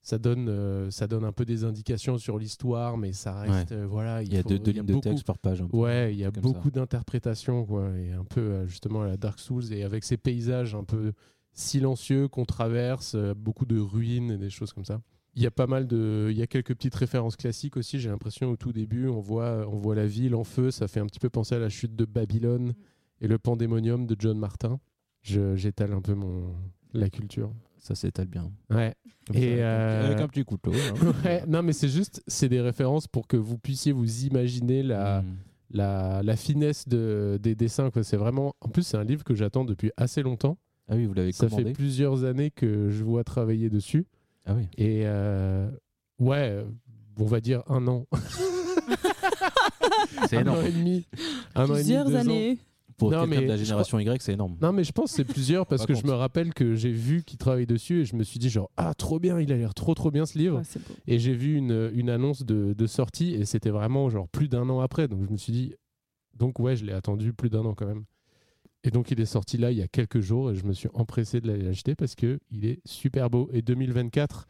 Speaker 3: ça, donne, euh, ça donne un peu des indications sur l'histoire, mais ça reste. euh, voilà,
Speaker 2: Il y a
Speaker 3: faut-
Speaker 2: deux, deux
Speaker 3: il y a
Speaker 2: lignes de
Speaker 3: beaucoup-
Speaker 2: texte par page. un peu.
Speaker 3: Ouais, il y a
Speaker 2: Comme
Speaker 3: beaucoup d'interprétations, quoi, et un peu euh, justement à la Dark Souls, et avec ces paysages un peu silencieux qu'on traverse, euh, beaucoup de ruines et des choses comme ça. Il y a pas mal de, il y a quelques petites références classiques aussi. J'ai l'impression au tout début, on voit, on voit la ville en feu, ça fait un petit peu penser à la chute de
Speaker 2: Mm.
Speaker 3: Babylone et le Pandémonium de John Martin. Je- J'étale un peu mon la culture.
Speaker 2: Ça s'étale bien.
Speaker 3: Ouais.
Speaker 2: Comme
Speaker 3: Et
Speaker 2: ça, avec-
Speaker 3: euh,
Speaker 2: Avec un petit couteau. hein.
Speaker 3: Ouais, non mais c'est juste, c'est des références pour que vous puissiez vous imaginer la,
Speaker 2: Mm.
Speaker 3: la, la finesse de, des dessins. quoi. C'est vraiment. En plus, c'est un livre que j'attends depuis assez longtemps.
Speaker 2: Ah oui, vous l'avez
Speaker 3: Ça
Speaker 2: commandé.
Speaker 3: fait plusieurs années que je vois travailler dessus.
Speaker 2: Ah oui.
Speaker 3: Et euh, ouais, euh, on va dire un an.
Speaker 2: C'est
Speaker 3: un an
Speaker 2: énorme.
Speaker 3: et demi. Un an et demi,
Speaker 1: Plusieurs
Speaker 3: deux ans.
Speaker 1: années.
Speaker 2: Pour
Speaker 3: Non,
Speaker 2: quelqu'un
Speaker 3: mais
Speaker 2: de la
Speaker 3: je
Speaker 2: génération Y, c'est énorme.
Speaker 3: Non, mais je pense que c'est plusieurs parce
Speaker 2: Pas
Speaker 3: que je
Speaker 2: compte.
Speaker 3: me rappelle que j'ai vu qu'il travaille dessus et je me suis dit, genre, ah, trop bien, il a l'air trop, trop bien ce livre.
Speaker 1: Ouais, c'est beau.
Speaker 3: Et j'ai vu une, une annonce de, de sortie et c'était vraiment genre plus d'un an après. Donc je me suis dit, donc ouais, je l'ai attendu plus d'un an quand même. Et donc il est sorti là il y a quelques jours et je me suis empressé de l'aller acheter parce que il est super beau. Et 2024,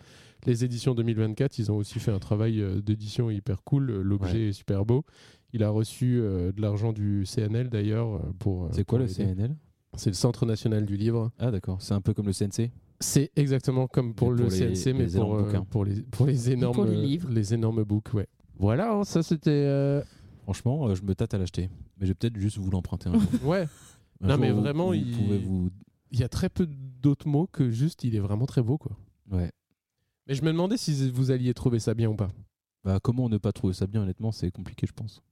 Speaker 3: les éditions 2024, ils ont aussi fait un travail euh, d'édition hyper cool. Euh, L'objet est super beau. Il a reçu euh, de l'argent du CNL d'ailleurs euh, pour. euh,
Speaker 2: C'est quoi le
Speaker 3: pour l'aider.
Speaker 2: CNL
Speaker 3: C'est le Centre national du livre.
Speaker 2: Ah d'accord, c'est un peu comme le CNC.
Speaker 3: C'est exactement comme pour
Speaker 2: Mais
Speaker 3: le
Speaker 2: pour les-
Speaker 3: CNC, mais
Speaker 2: les
Speaker 3: pour,
Speaker 2: énormes
Speaker 3: euh,
Speaker 2: bouquins.
Speaker 3: pour les, pour les énormes
Speaker 1: les livres.
Speaker 3: les énormes books, ouais. Voilà, hein, ça c'était. euh,
Speaker 2: Franchement, euh, je me tâte à l'acheter. Mais je vais peut-être juste vous l'emprunter un jour.
Speaker 3: Ouais,
Speaker 2: Un
Speaker 3: Non,
Speaker 2: jour,
Speaker 3: mais
Speaker 2: vous-
Speaker 3: vraiment,
Speaker 2: vous
Speaker 3: il-
Speaker 2: pouvez vous...
Speaker 3: il y a très peu d'autres mots que juste il est vraiment très beau, quoi.
Speaker 2: Ouais.
Speaker 3: Mais je me demandais si vous alliez trouver ça bien ou pas.
Speaker 2: Bah, comment ne pas trouver ça bien, honnêtement, c'est compliqué, je pense.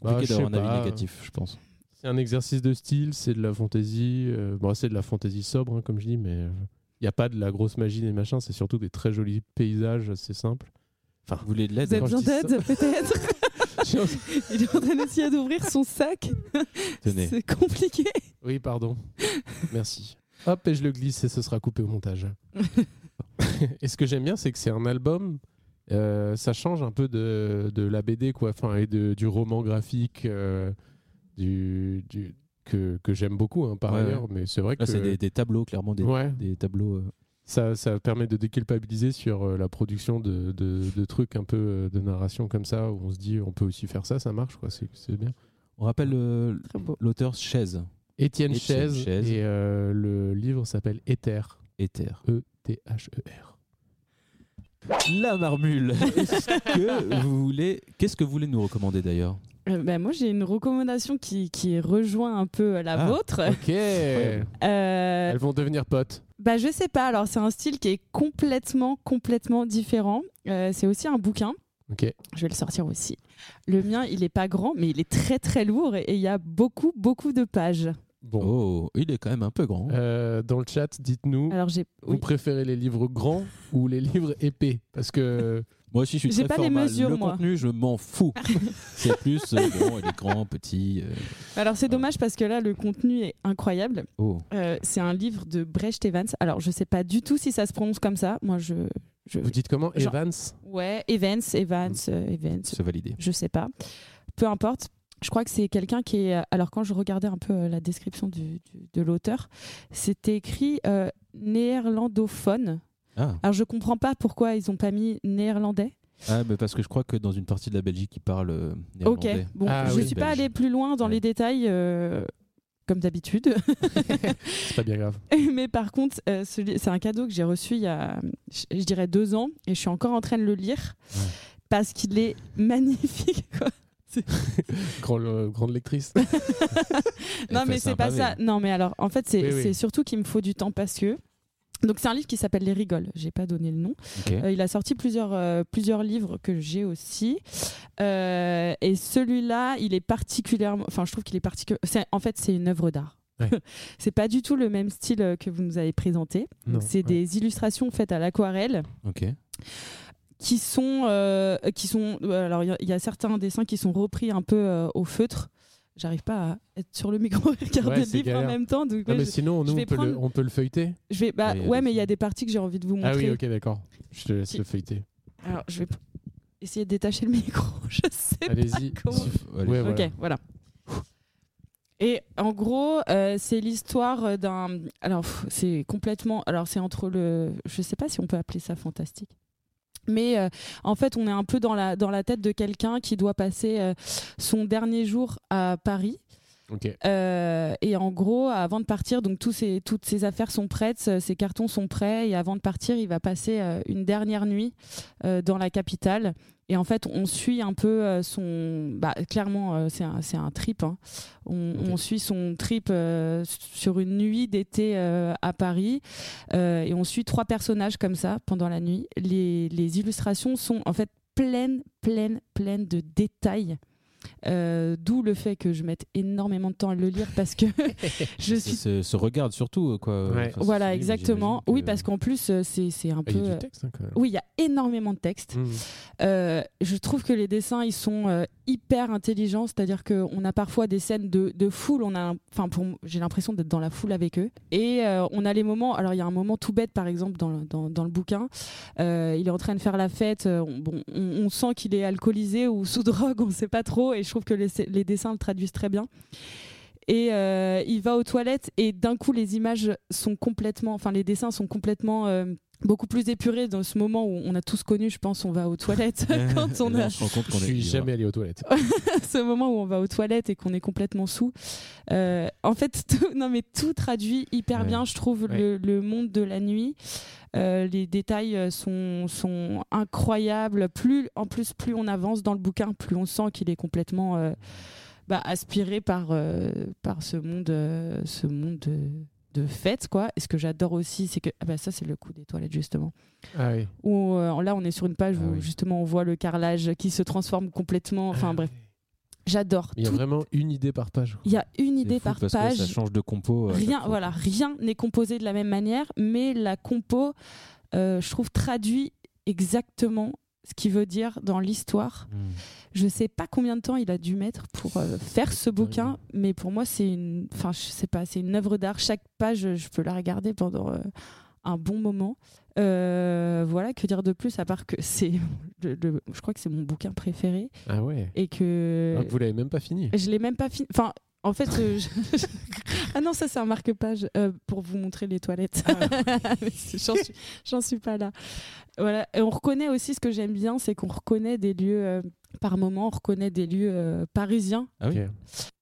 Speaker 3: Bah,
Speaker 2: Compliqué
Speaker 3: je
Speaker 2: d'avoir un
Speaker 3: sais pas.
Speaker 2: avis négatif, je pense.
Speaker 3: C'est un exercice de style, c'est de la fantaisie. euh, bon, c'est de la fantaisie sobre, hein, comme je dis, mais euh, il n'y a pas de la grosse magie des machins, c'est surtout des très jolis paysages assez simples.
Speaker 2: Vous voulez de l'aide
Speaker 1: Vous avez
Speaker 3: Quand je
Speaker 1: besoin
Speaker 3: dis ça-
Speaker 1: d'aide, peut-être Il est en train d'essayer d'ouvrir son sac.
Speaker 2: Tenez.
Speaker 1: C'est compliqué.
Speaker 3: oui, pardon. Merci. Hop, et je le glisse et ce sera coupé au montage. et ce que j'aime bien, c'est que c'est un album Euh, ça change un peu de, de la BD quoi, enfin, et de, du roman graphique euh, du, du- que, que j'aime beaucoup hein, par
Speaker 2: Ouais,
Speaker 3: ailleurs, mais c'est vrai
Speaker 2: Là,
Speaker 3: que
Speaker 2: c'est des, des tableaux, clairement, des,
Speaker 3: ouais,
Speaker 2: des tableaux. euh,
Speaker 3: ça, ça permet de déculpabiliser sur euh, la production de, de- de trucs un peu euh, de narration comme ça, où on se dit on peut aussi faire ça, ça marche, quoi, c'est c'est bien.
Speaker 2: On rappelle euh,
Speaker 1: Très beau.
Speaker 2: l'auteur Chaise,
Speaker 3: Étienne
Speaker 2: Étienne
Speaker 3: Chaise,
Speaker 2: Chaise.
Speaker 3: et euh, le livre s'appelle Ether,
Speaker 2: Ether.
Speaker 3: E E-T-H-E-R.
Speaker 2: La marmule. Est-ce que vous voulez Qu'est-ce que vous voulez nous recommander d'ailleurs
Speaker 1: Euh, bah, moi, j'ai une recommandation qui, qui rejoint un peu la
Speaker 2: Ah,
Speaker 1: vôtre.
Speaker 3: Ok
Speaker 1: Euh,
Speaker 3: Elles vont devenir potes.
Speaker 1: bah, je sais pas. Alors, c'est un style qui est complètement, complètement différent. Euh, c'est aussi un bouquin.
Speaker 3: Ok.
Speaker 1: Je vais le sortir aussi. Le mien, il est pas grand, mais il est très, très lourd et et il y a beaucoup, beaucoup de pages.
Speaker 3: Bon.
Speaker 2: Oh, il est quand même un peu grand.
Speaker 3: Euh, dans le chat, dites-nous,
Speaker 1: Alors, j'ai.
Speaker 3: vous
Speaker 1: Euh, oui.
Speaker 3: préférez les livres grands ou les livres épais Parce que
Speaker 2: Moi aussi, je suis
Speaker 1: j'ai
Speaker 2: très
Speaker 1: pas les
Speaker 2: formal.
Speaker 1: mesures,
Speaker 2: Le
Speaker 1: moi.
Speaker 2: contenu, je m'en fous. C'est plus euh, bon, il est grand, petit. euh,
Speaker 1: Alors,
Speaker 3: Ah.
Speaker 1: c'est dommage parce que là, le contenu est incroyable.
Speaker 2: Oh,
Speaker 1: Euh, c'est un livre de Brecht Evans. Alors, je sais pas du tout si ça se prononce comme ça. Moi, je. je...
Speaker 3: vous dites comment
Speaker 1: Genre-
Speaker 3: Evans
Speaker 1: Ouais, Evans, Evans, euh, Evans.
Speaker 2: Mm. c'est validé.
Speaker 1: Je sais pas. Peu importe. Je crois que c'est quelqu'un qui est. Alors, quand je regardais un peu euh, la description du- du- de l'auteur, c'était écrit euh, néerlandophone.
Speaker 2: Ah.
Speaker 1: Alors, je comprends pas pourquoi ils ont pas mis néerlandais.
Speaker 2: Ah, mais parce que je crois que dans une partie de la Belgique, ils parlent euh,
Speaker 1: Ok,
Speaker 2: néerlandais.
Speaker 1: bon,
Speaker 3: Ah
Speaker 1: je
Speaker 3: oui.
Speaker 1: suis pas
Speaker 2: Belge.
Speaker 1: allée plus loin dans
Speaker 2: Ouais.
Speaker 1: les détails, euh, comme d'habitude.
Speaker 3: C'est pas bien grave.
Speaker 1: Mais par contre, euh, ce li- c'est un cadeau que j'ai reçu il y a, je je dirais, deux ans, et je suis encore en train de le lire
Speaker 2: Ouais.
Speaker 1: parce qu'il est magnifique. quoi.
Speaker 3: Grand- euh, grande lectrice.
Speaker 1: Non,
Speaker 2: Eh,
Speaker 1: mais
Speaker 2: enfin,
Speaker 1: c'est
Speaker 2: un
Speaker 1: pas
Speaker 2: pavé.
Speaker 1: ça. Non, mais alors, en fait, c'est
Speaker 3: Oui, oui.
Speaker 1: c'est surtout qu'il me faut du temps parce que. Donc, c'est un livre qui s'appelle Les Rigoles. J'ai pas donné le nom.
Speaker 2: Ok.
Speaker 1: Euh, il a sorti plusieurs, euh, plusieurs livres que j'ai aussi. Euh, et celui-là, il est particulièrement. Enfin, je trouve qu'il est particulier. En fait, c'est une œuvre d'art.
Speaker 3: Ouais.
Speaker 1: c'est pas du tout le même style euh, que vous nous avez présenté.
Speaker 3: Non,
Speaker 1: Donc, C'est
Speaker 3: ouais.
Speaker 1: des illustrations faites à l'aquarelle
Speaker 2: Ok.
Speaker 1: qui sont. euh, qui sont euh, alors, il y a- il y, a certains dessins qui sont repris un peu euh, au feutre. J'arrive pas à être sur le micro et regarder
Speaker 3: Ouais,
Speaker 1: le
Speaker 3: c'est
Speaker 1: livre en
Speaker 3: galère.
Speaker 1: même temps. Donc,
Speaker 3: Non,
Speaker 1: ouais,
Speaker 3: mais
Speaker 1: je-
Speaker 3: sinon, nous,
Speaker 1: vais
Speaker 3: on peut, le,
Speaker 1: prendre-
Speaker 3: on peut le feuilleter.
Speaker 1: Je vais, bah,
Speaker 2: Ouais, il y a
Speaker 1: ouais,
Speaker 2: des
Speaker 1: mais il y a
Speaker 2: signes.
Speaker 1: des parties que j'ai envie de vous montrer.
Speaker 3: Ah oui, ok, d'accord. Je te laisse
Speaker 1: Qui-
Speaker 3: le feuilleter.
Speaker 1: Alors, je vais p- essayer de détacher le micro. Je sais
Speaker 3: Allez-y.
Speaker 1: pas comment.
Speaker 2: Suff- allez.
Speaker 3: Ouais, voilà.
Speaker 1: Ok, voilà. Et en gros, euh, c'est l'histoire d'un. Alors, pff, c'est complètement. Alors, c'est entre le. Je sais pas si on peut appeler ça fantastique. Mais euh, en fait, on est un peu dans la, dans la tête de quelqu'un qui doit passer euh, son dernier jour à Paris.
Speaker 3: Ok. Ah,
Speaker 1: Euh, et en gros, avant de partir, donc tous ces- toutes ses affaires sont prêtes, euh, ses cartons sont prêts, et avant de partir, il va passer euh, une dernière nuit euh, dans la capitale. Et en fait, on suit un peu euh, son. Bah, clairement, euh, c'est un, c'est un trip. hein. On,
Speaker 3: Ok.
Speaker 1: on suit son trip euh, sur une nuit d'été euh, à Paris. Euh, et on suit trois personnages comme ça pendant la nuit. Les, les illustrations sont en fait pleines, pleines, pleines de détails. Euh, D'où le fait que je mette énormément de temps à le lire parce que je
Speaker 2: C'est
Speaker 1: suis.
Speaker 2: ce, ce regard surtout euh, quoi.
Speaker 3: Ouais.
Speaker 2: Enfin, ce
Speaker 1: Voilà,
Speaker 2: film,
Speaker 1: exactement.
Speaker 2: j'imagine
Speaker 1: Oui,
Speaker 2: que-
Speaker 1: parce qu'en plus, euh, c'est c'est un
Speaker 3: Ah, Il y
Speaker 1: peu.
Speaker 3: a du texte, hein, quand même.
Speaker 1: Oui, il y a énormément de textes.
Speaker 3: Mm.
Speaker 1: Euh, je trouve que les dessins, ils sont euh, hyper intelligents. C'est-à-dire qu'on a parfois des scènes de, de foule. On a, un- enfin, pour m- j'ai l'impression d'être dans la foule avec eux. Et euh, on a les moments. Alors, il y a un moment tout bête, par exemple, dans le, dans, dans le bouquin. Euh, il est en train de faire la fête. Euh, on, bon, on, on sent qu'il est alcoolisé ou sous drogue. On ne sait pas trop. Et je trouve que les, les dessins le traduisent très bien. Et euh, il va aux toilettes et d'un coup les images sont complètement, enfin les dessins sont complètement euh, beaucoup plus épurés dans ce moment où on a tous connu, je pense, on va aux toilettes quand on
Speaker 2: Là,
Speaker 1: a
Speaker 2: se rend compte
Speaker 3: Je
Speaker 2: qu'on est-
Speaker 3: suis jamais allé aux toilettes.
Speaker 1: ce moment où on va aux toilettes et qu'on est complètement sous. Euh, en fait, tout, non mais tout traduit hyper
Speaker 2: Ouais.
Speaker 1: bien, je trouve,
Speaker 3: Ouais.
Speaker 1: le, le monde de la nuit. Euh, les détails euh, sont, sont incroyables. Plus, en plus, plus on avance dans le bouquin, plus on sent qu'il est complètement euh, bah, aspiré par, euh, par ce monde, euh, ce monde de, de fête, quoi. Et ce que j'adore aussi, c'est que ah bah, ça, c'est le coup des toilettes justement
Speaker 3: Ah oui.
Speaker 1: où euh, là on est sur une page
Speaker 2: Ah
Speaker 1: où
Speaker 2: oui.
Speaker 1: justement on voit le carrelage qui se transforme complètement. Enfin bref, j'adore.
Speaker 3: Il y a
Speaker 1: Tout-
Speaker 3: vraiment une idée par page. quoi.
Speaker 1: Il y a une
Speaker 2: C'est
Speaker 1: idée
Speaker 2: fou
Speaker 1: par
Speaker 2: parce
Speaker 1: page.
Speaker 2: Que ça change de compo. euh, à chaque
Speaker 1: Rien,
Speaker 2: fois.
Speaker 1: voilà, rien n'est composé de la même manière, mais la compo, euh, je trouve, traduit exactement ce qu'il veut dire dans l'histoire.
Speaker 2: Hmm.
Speaker 1: Je sais pas combien de temps il a dû mettre pour euh, faire ce bouquin, mais pour moi c'est une, enfin je sais pas, c'est une œuvre d'art. Chaque page, je peux la regarder pendant euh, un bon moment. Euh, voilà, que dire de plus à part que c'est, le- le- je crois que c'est mon bouquin préféré
Speaker 3: Ah ouais.
Speaker 1: et que
Speaker 3: Ah, vous l'avez même pas fini.
Speaker 1: je l'ai même pas fini. Enfin, en fait, euh, je- ah non, ça c'est un marque-page euh, pour vous montrer les toilettes.
Speaker 2: Ah
Speaker 1: Mais c'est- J'en suis, j'en suis pas là. Voilà. Et on reconnaît aussi ce que j'aime bien, c'est qu'on reconnaît des lieux euh, par moment, on reconnaît des lieux euh, parisiens.
Speaker 2: Ah oui.
Speaker 3: Ok.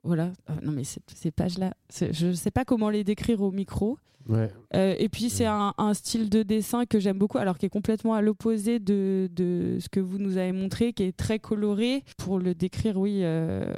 Speaker 1: Voilà. Ah, non mais cette- ces pages-là, c'est- je sais pas comment les décrire au micro.
Speaker 3: Ouais.
Speaker 1: Euh, et puis c'est un, un style de dessin que j'aime beaucoup, alors qui est complètement à l'opposé de, de ce que vous nous avez montré, qui est très coloré. Pour le décrire, oui. euh,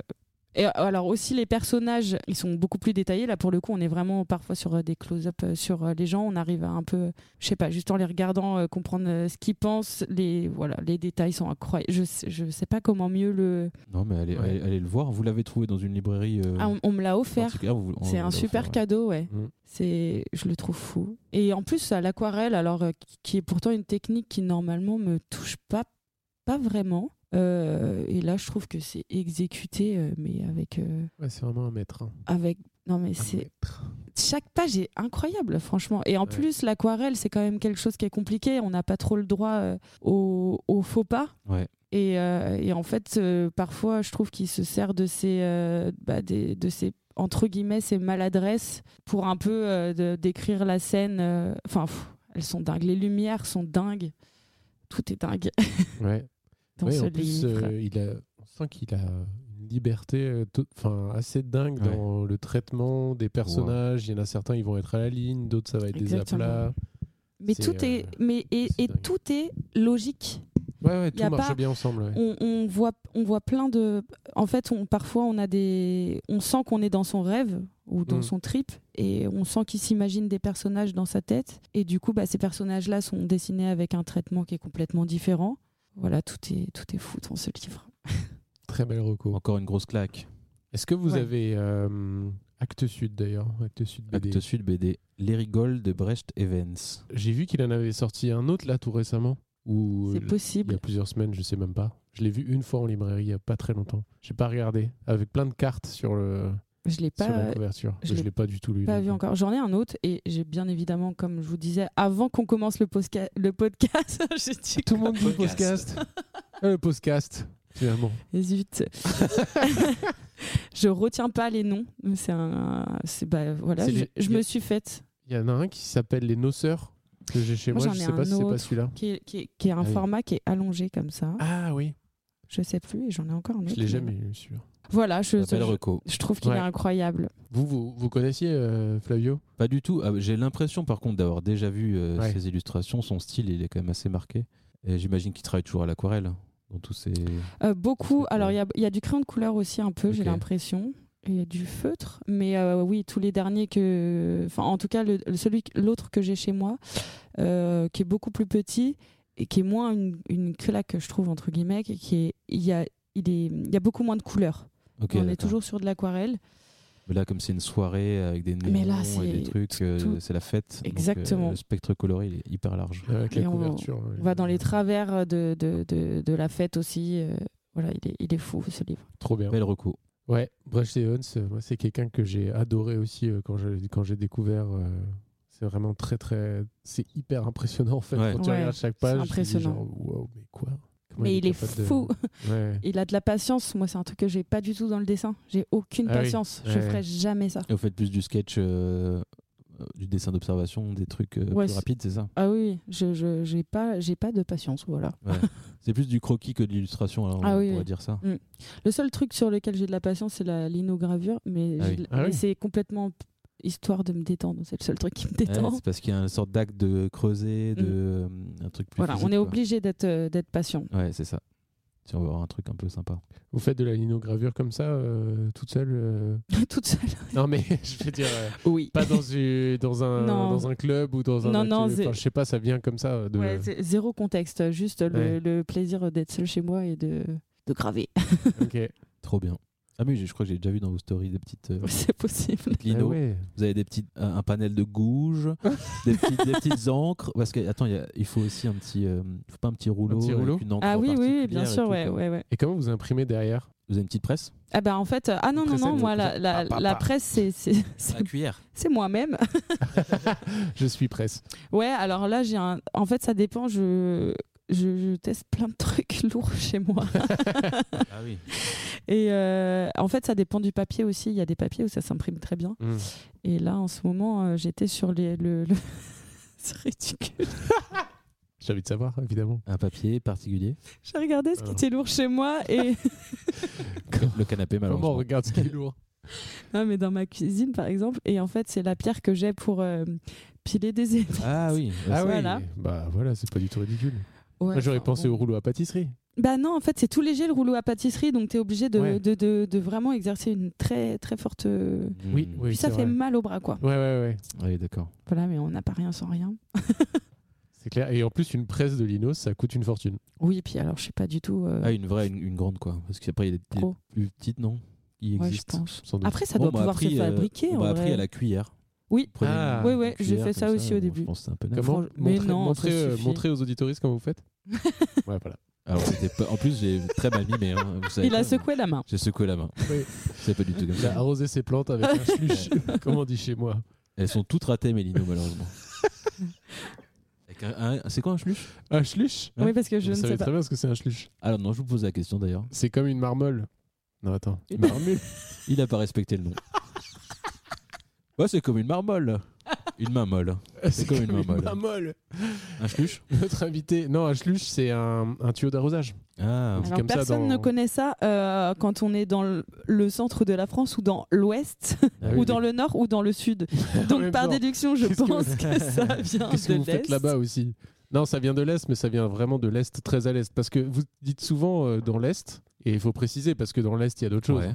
Speaker 1: Et euh, alors aussi les personnages, ils sont beaucoup plus détaillés. Là pour le coup, on est vraiment parfois sur euh, des close-up euh, sur euh, les gens. On arrive à un peu, je sais pas, juste en les regardant, euh, comprendre euh, ce qu'ils pensent. Les voilà, les détails sont incroyables. Je sais, je sais pas comment mieux le.
Speaker 2: Non, mais allez,
Speaker 3: Ouais.
Speaker 2: allez, allez le voir. Vous l'avez trouvé dans une librairie. euh,
Speaker 1: Ah, on, on me l'a offert.
Speaker 2: particulière, vous- on
Speaker 1: C'est
Speaker 2: l'a
Speaker 1: un
Speaker 2: offert,
Speaker 1: super
Speaker 2: Oh, bah, ouais.
Speaker 1: cadeau, ouais.
Speaker 3: Mm.
Speaker 1: C'est, je le trouve fou. Et en plus, à l'aquarelle, alors euh, qui- qui est pourtant une technique qui normalement me touche pas, pas vraiment. euh, et là, je trouve que c'est exécuté, euh, mais avec, euh,
Speaker 3: Ouais, c'est vraiment un maître. hein.
Speaker 1: avec, non mais
Speaker 3: Un
Speaker 1: c'est
Speaker 3: maître.
Speaker 1: chaque page est incroyable, franchement. Et en
Speaker 3: Ouais.
Speaker 1: plus, l'aquarelle, c'est quand même quelque chose qui est compliqué. On n'a pas trop le droit euh, au, au faux pas.
Speaker 2: Ouais.
Speaker 1: Et, euh, et en fait, euh, parfois, je trouve qu'il se sert de ces, euh, bah, des- de ces entre guillemets, ces maladresses pour un peu euh, de- décrire la scène. euh, Enfin, pff, elles sont dingues. Les lumières sont dingues. Tout est dingue
Speaker 3: Ouais.
Speaker 1: dans
Speaker 3: Ouais,
Speaker 1: ce
Speaker 3: en plus,
Speaker 1: livre.
Speaker 3: euh, il a, on sent qu'il a une liberté euh, to- enfin, assez dingue
Speaker 2: Ouais.
Speaker 3: dans le traitement des personnages. Il y en a certains, ils vont être à la ligne, d'autres, ça va être
Speaker 1: Exactement.
Speaker 3: des aplats.
Speaker 1: mais
Speaker 3: c'est,
Speaker 1: tout est,
Speaker 3: euh,
Speaker 1: mais et,
Speaker 3: c'est
Speaker 1: et
Speaker 3: dingue.
Speaker 1: tout est logique.
Speaker 3: Ouais, ouais,
Speaker 1: Y a
Speaker 3: tout marche
Speaker 1: pas-
Speaker 3: bien ensemble. ouais.
Speaker 1: On, on voit, on voit plein de. En fait, on, parfois, on a des. On sent qu'on est dans son rêve ou dans
Speaker 3: Mm.
Speaker 1: son trip, et on sent qu'il s'imagine des personnages dans sa tête. Et du coup, bah, ces personnages-là sont dessinés avec un traitement qui est complètement différent. Voilà, tout est, tout est fou dans ce livre.
Speaker 3: Très belle reco.
Speaker 2: Encore une grosse claque.
Speaker 3: Est-ce que vous
Speaker 1: Ouais.
Speaker 3: avez euh, Acte Sud d'ailleurs Acte Sud BD.
Speaker 2: Acte Sud BD. Les rigoles de Brecht Evans.
Speaker 3: J'ai vu qu'il en avait sorti un autre là tout récemment. Ou
Speaker 1: C'est
Speaker 3: euh, il y
Speaker 1: possible.
Speaker 3: a plusieurs semaines, je sais même pas. Je l'ai vu une fois en librairie il y a pas très longtemps. J'ai pas regardé avec plein de cartes sur le
Speaker 1: Je l'ai
Speaker 3: sur
Speaker 1: pas,
Speaker 3: la couverture.
Speaker 1: je
Speaker 3: Je
Speaker 1: l'ai
Speaker 3: l'ai pas du tout lu.
Speaker 1: pas
Speaker 3: donc. euh,
Speaker 1: vu encore. J'en ai un autre, et j'ai bien évidemment, comme je vous disais, avant qu'on commence le, posca- le podcast, j'ai dit
Speaker 3: Tout le monde dit
Speaker 4: Podcast.
Speaker 3: podcast. Euh, Le podcast finalement.
Speaker 1: Zut. je retiens pas les noms. mais C'est un. c'est- bah, voilà,
Speaker 3: C'est
Speaker 1: je,
Speaker 3: les-
Speaker 1: je
Speaker 3: y a-
Speaker 1: me suis faite.
Speaker 3: Il y en a un qui s'appelle les noceurs que j'ai chez
Speaker 1: Moi,
Speaker 3: moi.
Speaker 1: j'en
Speaker 3: Je
Speaker 1: ai
Speaker 3: sais
Speaker 1: un
Speaker 3: pas si c'est pas
Speaker 1: autre.
Speaker 3: celui-là.
Speaker 1: Qui est, qui est- qui est un
Speaker 3: Ah oui.
Speaker 1: format qui est allongé comme ça.
Speaker 3: Ah oui.
Speaker 1: Je sais plus et j'en ai encore un autre.
Speaker 3: Je l'ai jamais lu celui-là.
Speaker 1: Voilà, je,
Speaker 2: La belle
Speaker 1: je,
Speaker 2: reco.
Speaker 1: je trouve qu'il
Speaker 3: Ouais.
Speaker 1: est incroyable.
Speaker 3: Vous vous, vous connaissiez euh, Flavio
Speaker 2: Pas du tout. Ah, J'ai l'impression, par contre, d'avoir déjà vu euh,
Speaker 3: Ouais.
Speaker 2: ses illustrations. Son style, il est quand même assez marqué. Et j'imagine qu'il travaille toujours à l'aquarelle. hein, Dans tous ses.
Speaker 1: Euh, beaucoup.
Speaker 2: Parce que-
Speaker 1: Alors, il y a, il y a du crayon de couleur aussi, un peu, j'ai
Speaker 2: Ok.
Speaker 1: l'impression. Et Il y a du feutre. Mais euh, oui, tous les derniers que. Enfin, en tout cas, le- celui que- l'autre que j'ai chez moi, euh, qui est beaucoup plus petit et qui est moins une, une claque, je trouve, entre guillemets, qui qui est. Il y a, il est, il y a beaucoup moins de couleurs.
Speaker 2: Ok,
Speaker 1: On est
Speaker 2: d'accord.
Speaker 1: toujours sur de l'aquarelle.
Speaker 2: Mais Là, comme c'est une soirée avec des
Speaker 1: Mais là,
Speaker 2: néons et des
Speaker 1: c'est
Speaker 2: trucs, euh,
Speaker 1: tout-
Speaker 2: c'est la fête. Donc, euh,
Speaker 1: Exactement.
Speaker 2: le spectre coloré, il est hyper large.
Speaker 3: euh, Avec
Speaker 1: Et
Speaker 3: la
Speaker 1: on-
Speaker 3: couverture. hein,
Speaker 1: On va dans les travers de, de, de, de la fête aussi. euh, voilà, il est, il est fou ce livre.
Speaker 3: Trop bien.
Speaker 2: Belle reco.
Speaker 3: Ouais, Brecht Evans, euh, moi, c'est quelqu'un que j'ai adoré aussi euh, quand j'ai quand j'ai découvert. euh, c'est vraiment très très, c'est hyper impressionnant en fait.
Speaker 2: Ouais.
Speaker 3: Quand tu
Speaker 1: Ouais,
Speaker 3: regardes chaque page, tu te dis
Speaker 1: impressionnant.
Speaker 3: genre wow, mais quoi Comment
Speaker 1: Mais il est
Speaker 3: capable de-
Speaker 1: fou.
Speaker 3: Ouais.
Speaker 1: Il a de la patience. Moi, c'est un truc que j'ai pas du tout dans le dessin. J'ai aucune
Speaker 3: Ah oui.
Speaker 1: patience. Je
Speaker 3: Ouais, ouais.
Speaker 1: ferai jamais ça.
Speaker 2: Et vous faites plus du sketch, euh, euh, du dessin d'observation, des trucs euh,
Speaker 1: Ouais,
Speaker 2: plus
Speaker 1: c'est-
Speaker 2: rapides, c'est ça
Speaker 1: Ah oui, je je- j'ai pas j'ai pas de patience. Voilà.
Speaker 2: C'est plus du croquis que de l'illustration, alors
Speaker 1: Ah
Speaker 2: on
Speaker 1: oui,
Speaker 2: pourrait
Speaker 1: oui.
Speaker 2: dire ça.
Speaker 1: Le seul truc sur lequel j'ai de la patience, c'est la linogravure, mais,
Speaker 2: Ah
Speaker 1: j'ai
Speaker 2: oui.
Speaker 1: de la-
Speaker 3: Ah oui.
Speaker 1: mais c'est complètement p- histoire de me détendre. C'est le seul truc qui me
Speaker 2: Ouais,
Speaker 1: détend.
Speaker 2: Ah, c'est parce qu'il y a une sorte d'acte de creuser, de, euh, un truc plus.
Speaker 1: Mm. voilà,
Speaker 2: physique,
Speaker 1: on est
Speaker 2: quoi.
Speaker 1: obligé d'être euh, d'être patient.
Speaker 2: Ouais, c'est ça. Si on veut avoir un truc un peu sympa.
Speaker 3: Vous faites de la linogravure comme ça, euh, toute seule euh,
Speaker 1: Toute seule.
Speaker 3: Non mais je veux dire, euh,
Speaker 1: Oui.
Speaker 3: pas dans, une- dans, un,
Speaker 1: Non.
Speaker 3: dans un club ou dans un.
Speaker 1: Non, non,
Speaker 3: atelier. Enfin,
Speaker 1: c'est-
Speaker 3: je sais pas, ça vient comme ça. euh, De...
Speaker 1: Ouais, c'est zéro contexte, juste le,
Speaker 3: Ouais.
Speaker 1: le plaisir d'être seul chez moi et de de graver.
Speaker 3: Ok.
Speaker 2: Trop bien. Ah mais j'ai- je crois que j'ai déjà vu dans vos stories des petites euh,
Speaker 1: C'est possible.
Speaker 2: petites
Speaker 3: Ah
Speaker 2: linos. Vous avez des petites un, un panel de gouges, des, petites, des petites encres. Parce que attends, il y a- il faut aussi un petit, euh, il faut pas un petit rouleau,
Speaker 3: petit rouleau
Speaker 2: avec une encre
Speaker 1: Ah oui, oui, oui,
Speaker 2: particulière
Speaker 1: bien
Speaker 2: et
Speaker 1: sûr,
Speaker 2: tout,
Speaker 1: ouais,
Speaker 2: quoi.
Speaker 1: ouais, ouais.
Speaker 3: Et comment vous imprimez derrière
Speaker 2: Vous avez une petite presse
Speaker 1: Ah bah en fait, euh, ah non, non,
Speaker 3: Pressez
Speaker 1: non,
Speaker 3: de-
Speaker 1: moi, la, la,
Speaker 3: Pa, pa,
Speaker 1: la
Speaker 3: pa.
Speaker 1: presse, c'est- c'est- c'est
Speaker 2: cuillère.
Speaker 1: c'est moi-même.
Speaker 3: Je suis presse.
Speaker 1: Ouais, alors là, j'ai un. En fait, ça dépend. Je, je, je teste plein de trucs lourds chez moi.
Speaker 2: Ah oui.
Speaker 1: Et euh, en fait, ça dépend du papier aussi. Il y a des papiers où ça s'imprime très bien.
Speaker 3: Mm.
Speaker 1: Et là, en ce moment, euh, j'étais sur les, le. le- C'est ridicule.
Speaker 3: J'ai envie de savoir, évidemment.
Speaker 2: Un papier particulier.
Speaker 1: J'ai regardé ce qui
Speaker 3: Alors.
Speaker 1: était lourd chez moi et.
Speaker 2: Le canapé
Speaker 3: Comment on
Speaker 2: malheureusement.
Speaker 3: regarde ce qui est lourd
Speaker 1: non, mais dans ma cuisine, par exemple. Et en fait, c'est la pierre que j'ai pour euh, piler des épices.
Speaker 2: Ah oui.
Speaker 1: Ah ouais. Voilà.
Speaker 3: Bah voilà, c'est pas du tout ridicule.
Speaker 1: Ouais,
Speaker 3: Moi j'aurais
Speaker 1: enfin,
Speaker 3: pensé
Speaker 1: bon.
Speaker 3: au rouleau à pâtisserie.
Speaker 1: Bah non, en fait, c'est tout léger le rouleau à pâtisserie, donc t'es obligé de,
Speaker 3: Ouais.
Speaker 1: de, de, de vraiment exercer une très très forte. Puis
Speaker 3: Oui, oui.
Speaker 1: ça
Speaker 3: c'est
Speaker 1: fait
Speaker 3: vrai.
Speaker 1: mal au bras, quoi.
Speaker 3: Ouais, ouais, ouais.
Speaker 2: Hmm. Oui, d'accord.
Speaker 1: Voilà, mais on n'a pas rien sans rien.
Speaker 3: C'est clair. Et en plus, une presse de Lino, ça coûte une fortune.
Speaker 1: Oui, puis alors, je sais pas du tout. euh,
Speaker 2: Ah, une vraie, une, une grande quoi. Parce qu'après, il y a des,
Speaker 1: Pro.
Speaker 2: des plus petites, non Il
Speaker 1: ouais, je
Speaker 2: existe.
Speaker 1: pense.
Speaker 3: Sans doute.
Speaker 1: Après, ça
Speaker 2: Bon,
Speaker 1: doit
Speaker 3: bah,
Speaker 2: on m'a
Speaker 1: pouvoir
Speaker 2: appris,
Speaker 1: se
Speaker 2: euh,
Speaker 1: fabriquer.
Speaker 2: on
Speaker 1: en
Speaker 2: m'a
Speaker 1: vrai.
Speaker 2: appris à la cuillère.
Speaker 1: Oui.
Speaker 2: Vous prenez
Speaker 3: Ah.
Speaker 2: une
Speaker 1: Ouais, ouais,
Speaker 2: cuillère
Speaker 1: j'ai fait
Speaker 2: comme
Speaker 1: ça aussi au
Speaker 2: bon,
Speaker 1: début.
Speaker 2: Je pense que c'est un peu naze.
Speaker 3: Comment
Speaker 1: franch- mais
Speaker 3: montrer-
Speaker 1: non,
Speaker 3: montrer,
Speaker 1: ça
Speaker 3: euh,
Speaker 1: suffit.
Speaker 3: montrer aux auditoristes comment vous faites Ouais, voilà.
Speaker 2: Alors, c'était pas- en plus, j'ai très mal mimé. hein, vous savez
Speaker 1: Il a
Speaker 2: pas,
Speaker 1: secoué la main.
Speaker 2: J'ai secoué la main.
Speaker 3: Oui.
Speaker 2: C'est pas du tout comme
Speaker 3: Il a
Speaker 2: ça.
Speaker 3: arrosé ses plantes avec un slush, comme on dit chez moi.
Speaker 2: Elles sont toutes ratées, mes linos, malheureusement. Avec un- un- C'est quoi un schluch
Speaker 3: Un slush
Speaker 2: Ouais.
Speaker 1: Oui, parce que je
Speaker 3: Hein Vous
Speaker 1: ne sais
Speaker 3: savez
Speaker 1: pas.
Speaker 3: très bien ce que c'est un slush.
Speaker 2: Alors, non, je vous pose la question d'ailleurs.
Speaker 3: C'est comme une marmolle. Non, attends.
Speaker 2: Une marmule Il a pas respecté le nom. Ouais, c'est comme une marmolle. Une main molle. C'est comme une marmolle.
Speaker 3: marmolle.
Speaker 2: Un schluch
Speaker 3: Notre invité. Non, un slush, c'est un, un tuyau d'arrosage.
Speaker 2: Ah,
Speaker 3: dit
Speaker 1: Alors,
Speaker 3: comme ça
Speaker 1: personne
Speaker 3: dans-
Speaker 1: ne connaît ça euh, quand on est dans le- le centre de la France ou dans l'ouest.
Speaker 2: ah
Speaker 1: ou
Speaker 2: oui.
Speaker 1: dans le nord ou dans le sud.
Speaker 3: En
Speaker 1: Donc
Speaker 3: même
Speaker 1: par
Speaker 3: temps,
Speaker 1: déduction, je
Speaker 3: qu'est-ce que-
Speaker 1: pense que ça vient
Speaker 3: Qu'est-ce que
Speaker 1: de
Speaker 3: vous faites
Speaker 1: l'est.
Speaker 3: là-bas aussi Non, ça vient de l'Est, mais ça vient vraiment de l'Est, très à l'Est. Parce que vous dites souvent euh, dans l'Est, et il faut préciser, parce que dans l'Est, il y a d'autres choses.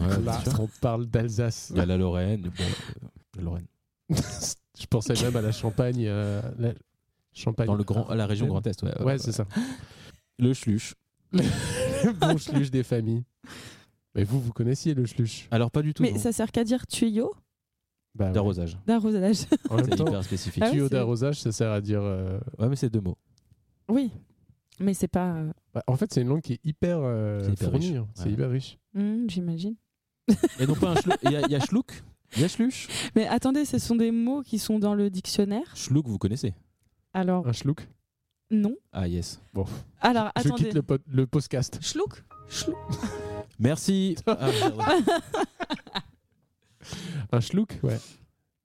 Speaker 2: Ouais. Ouais,
Speaker 3: Là,
Speaker 2: bien sûr.
Speaker 3: on parle d'Alsace.
Speaker 2: Il y a la Lorraine. bon, euh, la Lorraine.
Speaker 3: Je pensais même à la Champagne. euh, la Champagne.
Speaker 2: Dans le grand, à la région Grand Est, ouais.
Speaker 3: Ouais, c'est ça.
Speaker 2: Le schluch.
Speaker 3: bon schluch des familles. Mais vous, vous connaissiez le schluch
Speaker 2: Alors, pas du tout.
Speaker 1: Mais
Speaker 2: non. Ah
Speaker 1: ça sert qu'à dire tuyau
Speaker 3: Bah, ouais.
Speaker 2: D'arrosage.
Speaker 1: d'arrosage.
Speaker 3: En même
Speaker 2: C'est
Speaker 3: temps,
Speaker 2: hyper spécifique.
Speaker 1: Ah ouais,
Speaker 3: tuyau
Speaker 1: c'est-
Speaker 3: d'arrosage, ça sert à dire. euh,
Speaker 2: Ouais, mais c'est deux mots.
Speaker 1: Oui, mais c'est pas. euh,
Speaker 3: bah, en fait, c'est une langue qui est hyper, euh,
Speaker 2: C'est hyper
Speaker 3: fournie.
Speaker 2: riche.
Speaker 3: hein. C'est
Speaker 2: Ouais.
Speaker 3: hyper riche.
Speaker 1: hmm, J'imagine.
Speaker 2: Et non pas un schluck. Il y, a- il y a schluck. Il y a schluch.
Speaker 1: Mais attendez, ce sont des mots qui sont dans le dictionnaire.
Speaker 2: Schluck, vous connaissez.
Speaker 1: Alors
Speaker 3: Un schlouk.
Speaker 1: non.
Speaker 2: Ah, yes.
Speaker 3: Bon,
Speaker 1: Alors
Speaker 3: je
Speaker 1: attendez.
Speaker 3: quitte le, pod- le podcast.
Speaker 1: Schlouk Schlouk.
Speaker 2: Merci. Ah, merde.
Speaker 3: Un schlouk, ouais.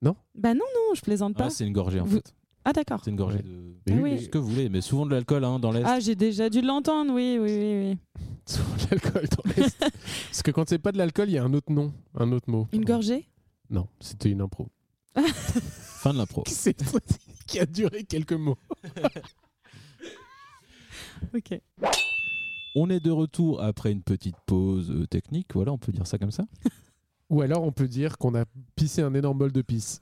Speaker 1: Bah non non, je plaisante pas.
Speaker 2: Ah, c'est une gorgée, en
Speaker 1: Vous-
Speaker 2: fait.
Speaker 1: Ah d'accord.
Speaker 2: C'est une gorgée
Speaker 3: Ouais.
Speaker 2: de.
Speaker 3: Mais
Speaker 1: Ah oui.
Speaker 2: Ce que vous voulez, mais souvent de l'alcool hein, dans l'Est.
Speaker 1: Ah j'ai déjà dû l'entendre. Oui oui oui oui.
Speaker 3: Sur l'alcool dans l'Est. Parce que quand c'est pas de l'alcool, il y a un autre nom, un autre mot.
Speaker 1: Une gorgée.
Speaker 3: Non, c'était une impro.
Speaker 2: Fin de l'impro.
Speaker 3: C'est- qui a duré quelques mots.
Speaker 1: Ok.
Speaker 2: On est de retour après une petite pause euh, technique, voilà, on peut dire ça comme ça.
Speaker 3: Ou alors on peut dire qu'on a pissé un énorme bol de pisse.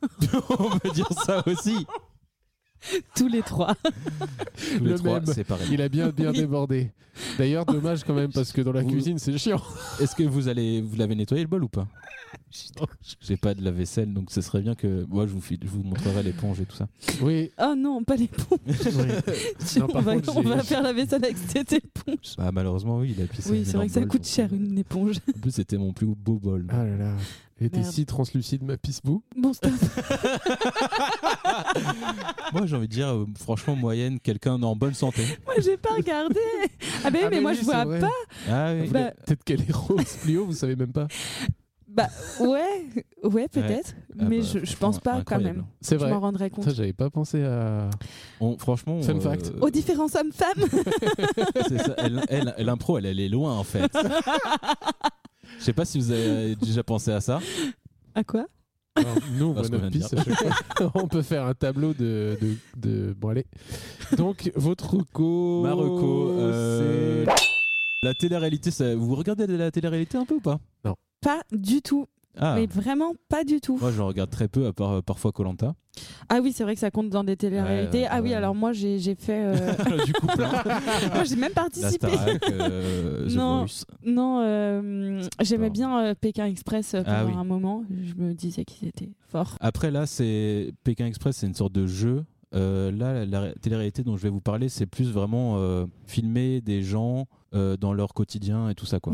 Speaker 2: on peut dire ça aussi.
Speaker 1: Tous les trois.
Speaker 2: Tous
Speaker 3: Le
Speaker 2: les trois,
Speaker 3: même.
Speaker 2: c'est pareil.
Speaker 3: Il a bien bien
Speaker 1: Oui.
Speaker 3: débordé. D'ailleurs, dommage quand même parce que dans la
Speaker 2: Vous-
Speaker 3: cuisine, c'est chiant.
Speaker 2: Est-ce que vous allez, vous l'avez nettoyé le bol ou pas J'ai pas de la vaisselle, donc ce serait bien que moi je vous, file- je vous montrerai l'éponge et tout ça.
Speaker 3: Oui.
Speaker 1: Oh non, pas l'éponge.
Speaker 3: Non, par
Speaker 1: on va,
Speaker 3: contre,
Speaker 1: on
Speaker 3: j'ai-
Speaker 1: va faire la vaisselle avec cette éponge.
Speaker 2: Bah, malheureusement oui, il a pissé. un
Speaker 1: Oui, c'est vrai
Speaker 2: énorme
Speaker 1: que ça
Speaker 2: bol,
Speaker 1: coûte
Speaker 2: donc,
Speaker 1: cher
Speaker 2: euh,
Speaker 1: une éponge.
Speaker 2: En plus c'était mon plus beau bol.
Speaker 3: Ah là là. Elle était
Speaker 1: Merde.
Speaker 3: si translucide, ma pisse boue.
Speaker 1: Bon, stop.
Speaker 2: moi j'ai envie de dire euh, franchement moyenne, quelqu'un en bonne santé.
Speaker 1: Moi, j'ai pas regardé. Ah, ben oui, mais, moi, je vois pas.
Speaker 2: Ah oui.
Speaker 1: Bah-
Speaker 3: Peut-être qu'elle est rose fluo, vous savez même pas.
Speaker 1: Bah, ouais, ouais, peut-être.
Speaker 2: Ah
Speaker 1: mais
Speaker 2: bah,
Speaker 1: je, je
Speaker 2: franchement,
Speaker 1: pense pas
Speaker 2: incroyable.
Speaker 1: quand même.
Speaker 3: C'est
Speaker 1: Je
Speaker 3: vrai.
Speaker 1: m'en rendrai compte.
Speaker 3: Ça, j'avais pas pensé à.
Speaker 2: On- franchement. euh,
Speaker 3: Fun fact.
Speaker 1: Aux différences hommes-femmes.
Speaker 2: C'est ça, elle, elle- elle- l'impro, elle, elle est loin en fait. Je sais pas si vous avez déjà pensé à ça.
Speaker 1: À quoi
Speaker 3: Alors, nous, on
Speaker 2: Parce
Speaker 3: voit
Speaker 2: qu'on
Speaker 3: notre
Speaker 2: vient de
Speaker 3: pisse à chaque fois. on peut faire un tableau de. de, de- Bon, allez. Donc, votre reco.
Speaker 2: Ma reco, euh,
Speaker 3: c'est-
Speaker 2: La télé-réalité, ça... vous regardez la télé-réalité un peu ou pas
Speaker 1: Pas du tout.
Speaker 2: Ah,
Speaker 1: Mais vraiment pas du tout.
Speaker 2: moi je regarde très peu, à part euh, parfois Colanta.
Speaker 1: Ah oui, c'est vrai que ça compte dans des téléréalités.
Speaker 2: Ouais, ouais,
Speaker 1: ah oui,
Speaker 2: ouais.
Speaker 1: alors moi j'ai j'ai fait. euh,
Speaker 3: Ah,
Speaker 2: du coup, plein.
Speaker 1: moi j'ai même
Speaker 2: La
Speaker 1: participé.
Speaker 2: Starac, euh, The
Speaker 1: Non.
Speaker 2: Voice.
Speaker 1: Non, euh, j'aimais
Speaker 2: Pardon.
Speaker 1: bien euh, Pékin Express euh, pendant
Speaker 2: Ah oui.
Speaker 1: un moment. Je me disais qu'ils étaient forts.
Speaker 2: Après, là, c'est Pékin Express, c'est une sorte de jeu. Euh, là, la, la télé-réalité dont je vais vous parler, c'est plus vraiment euh, filmer des gens euh, dans leur quotidien et tout ça, quoi.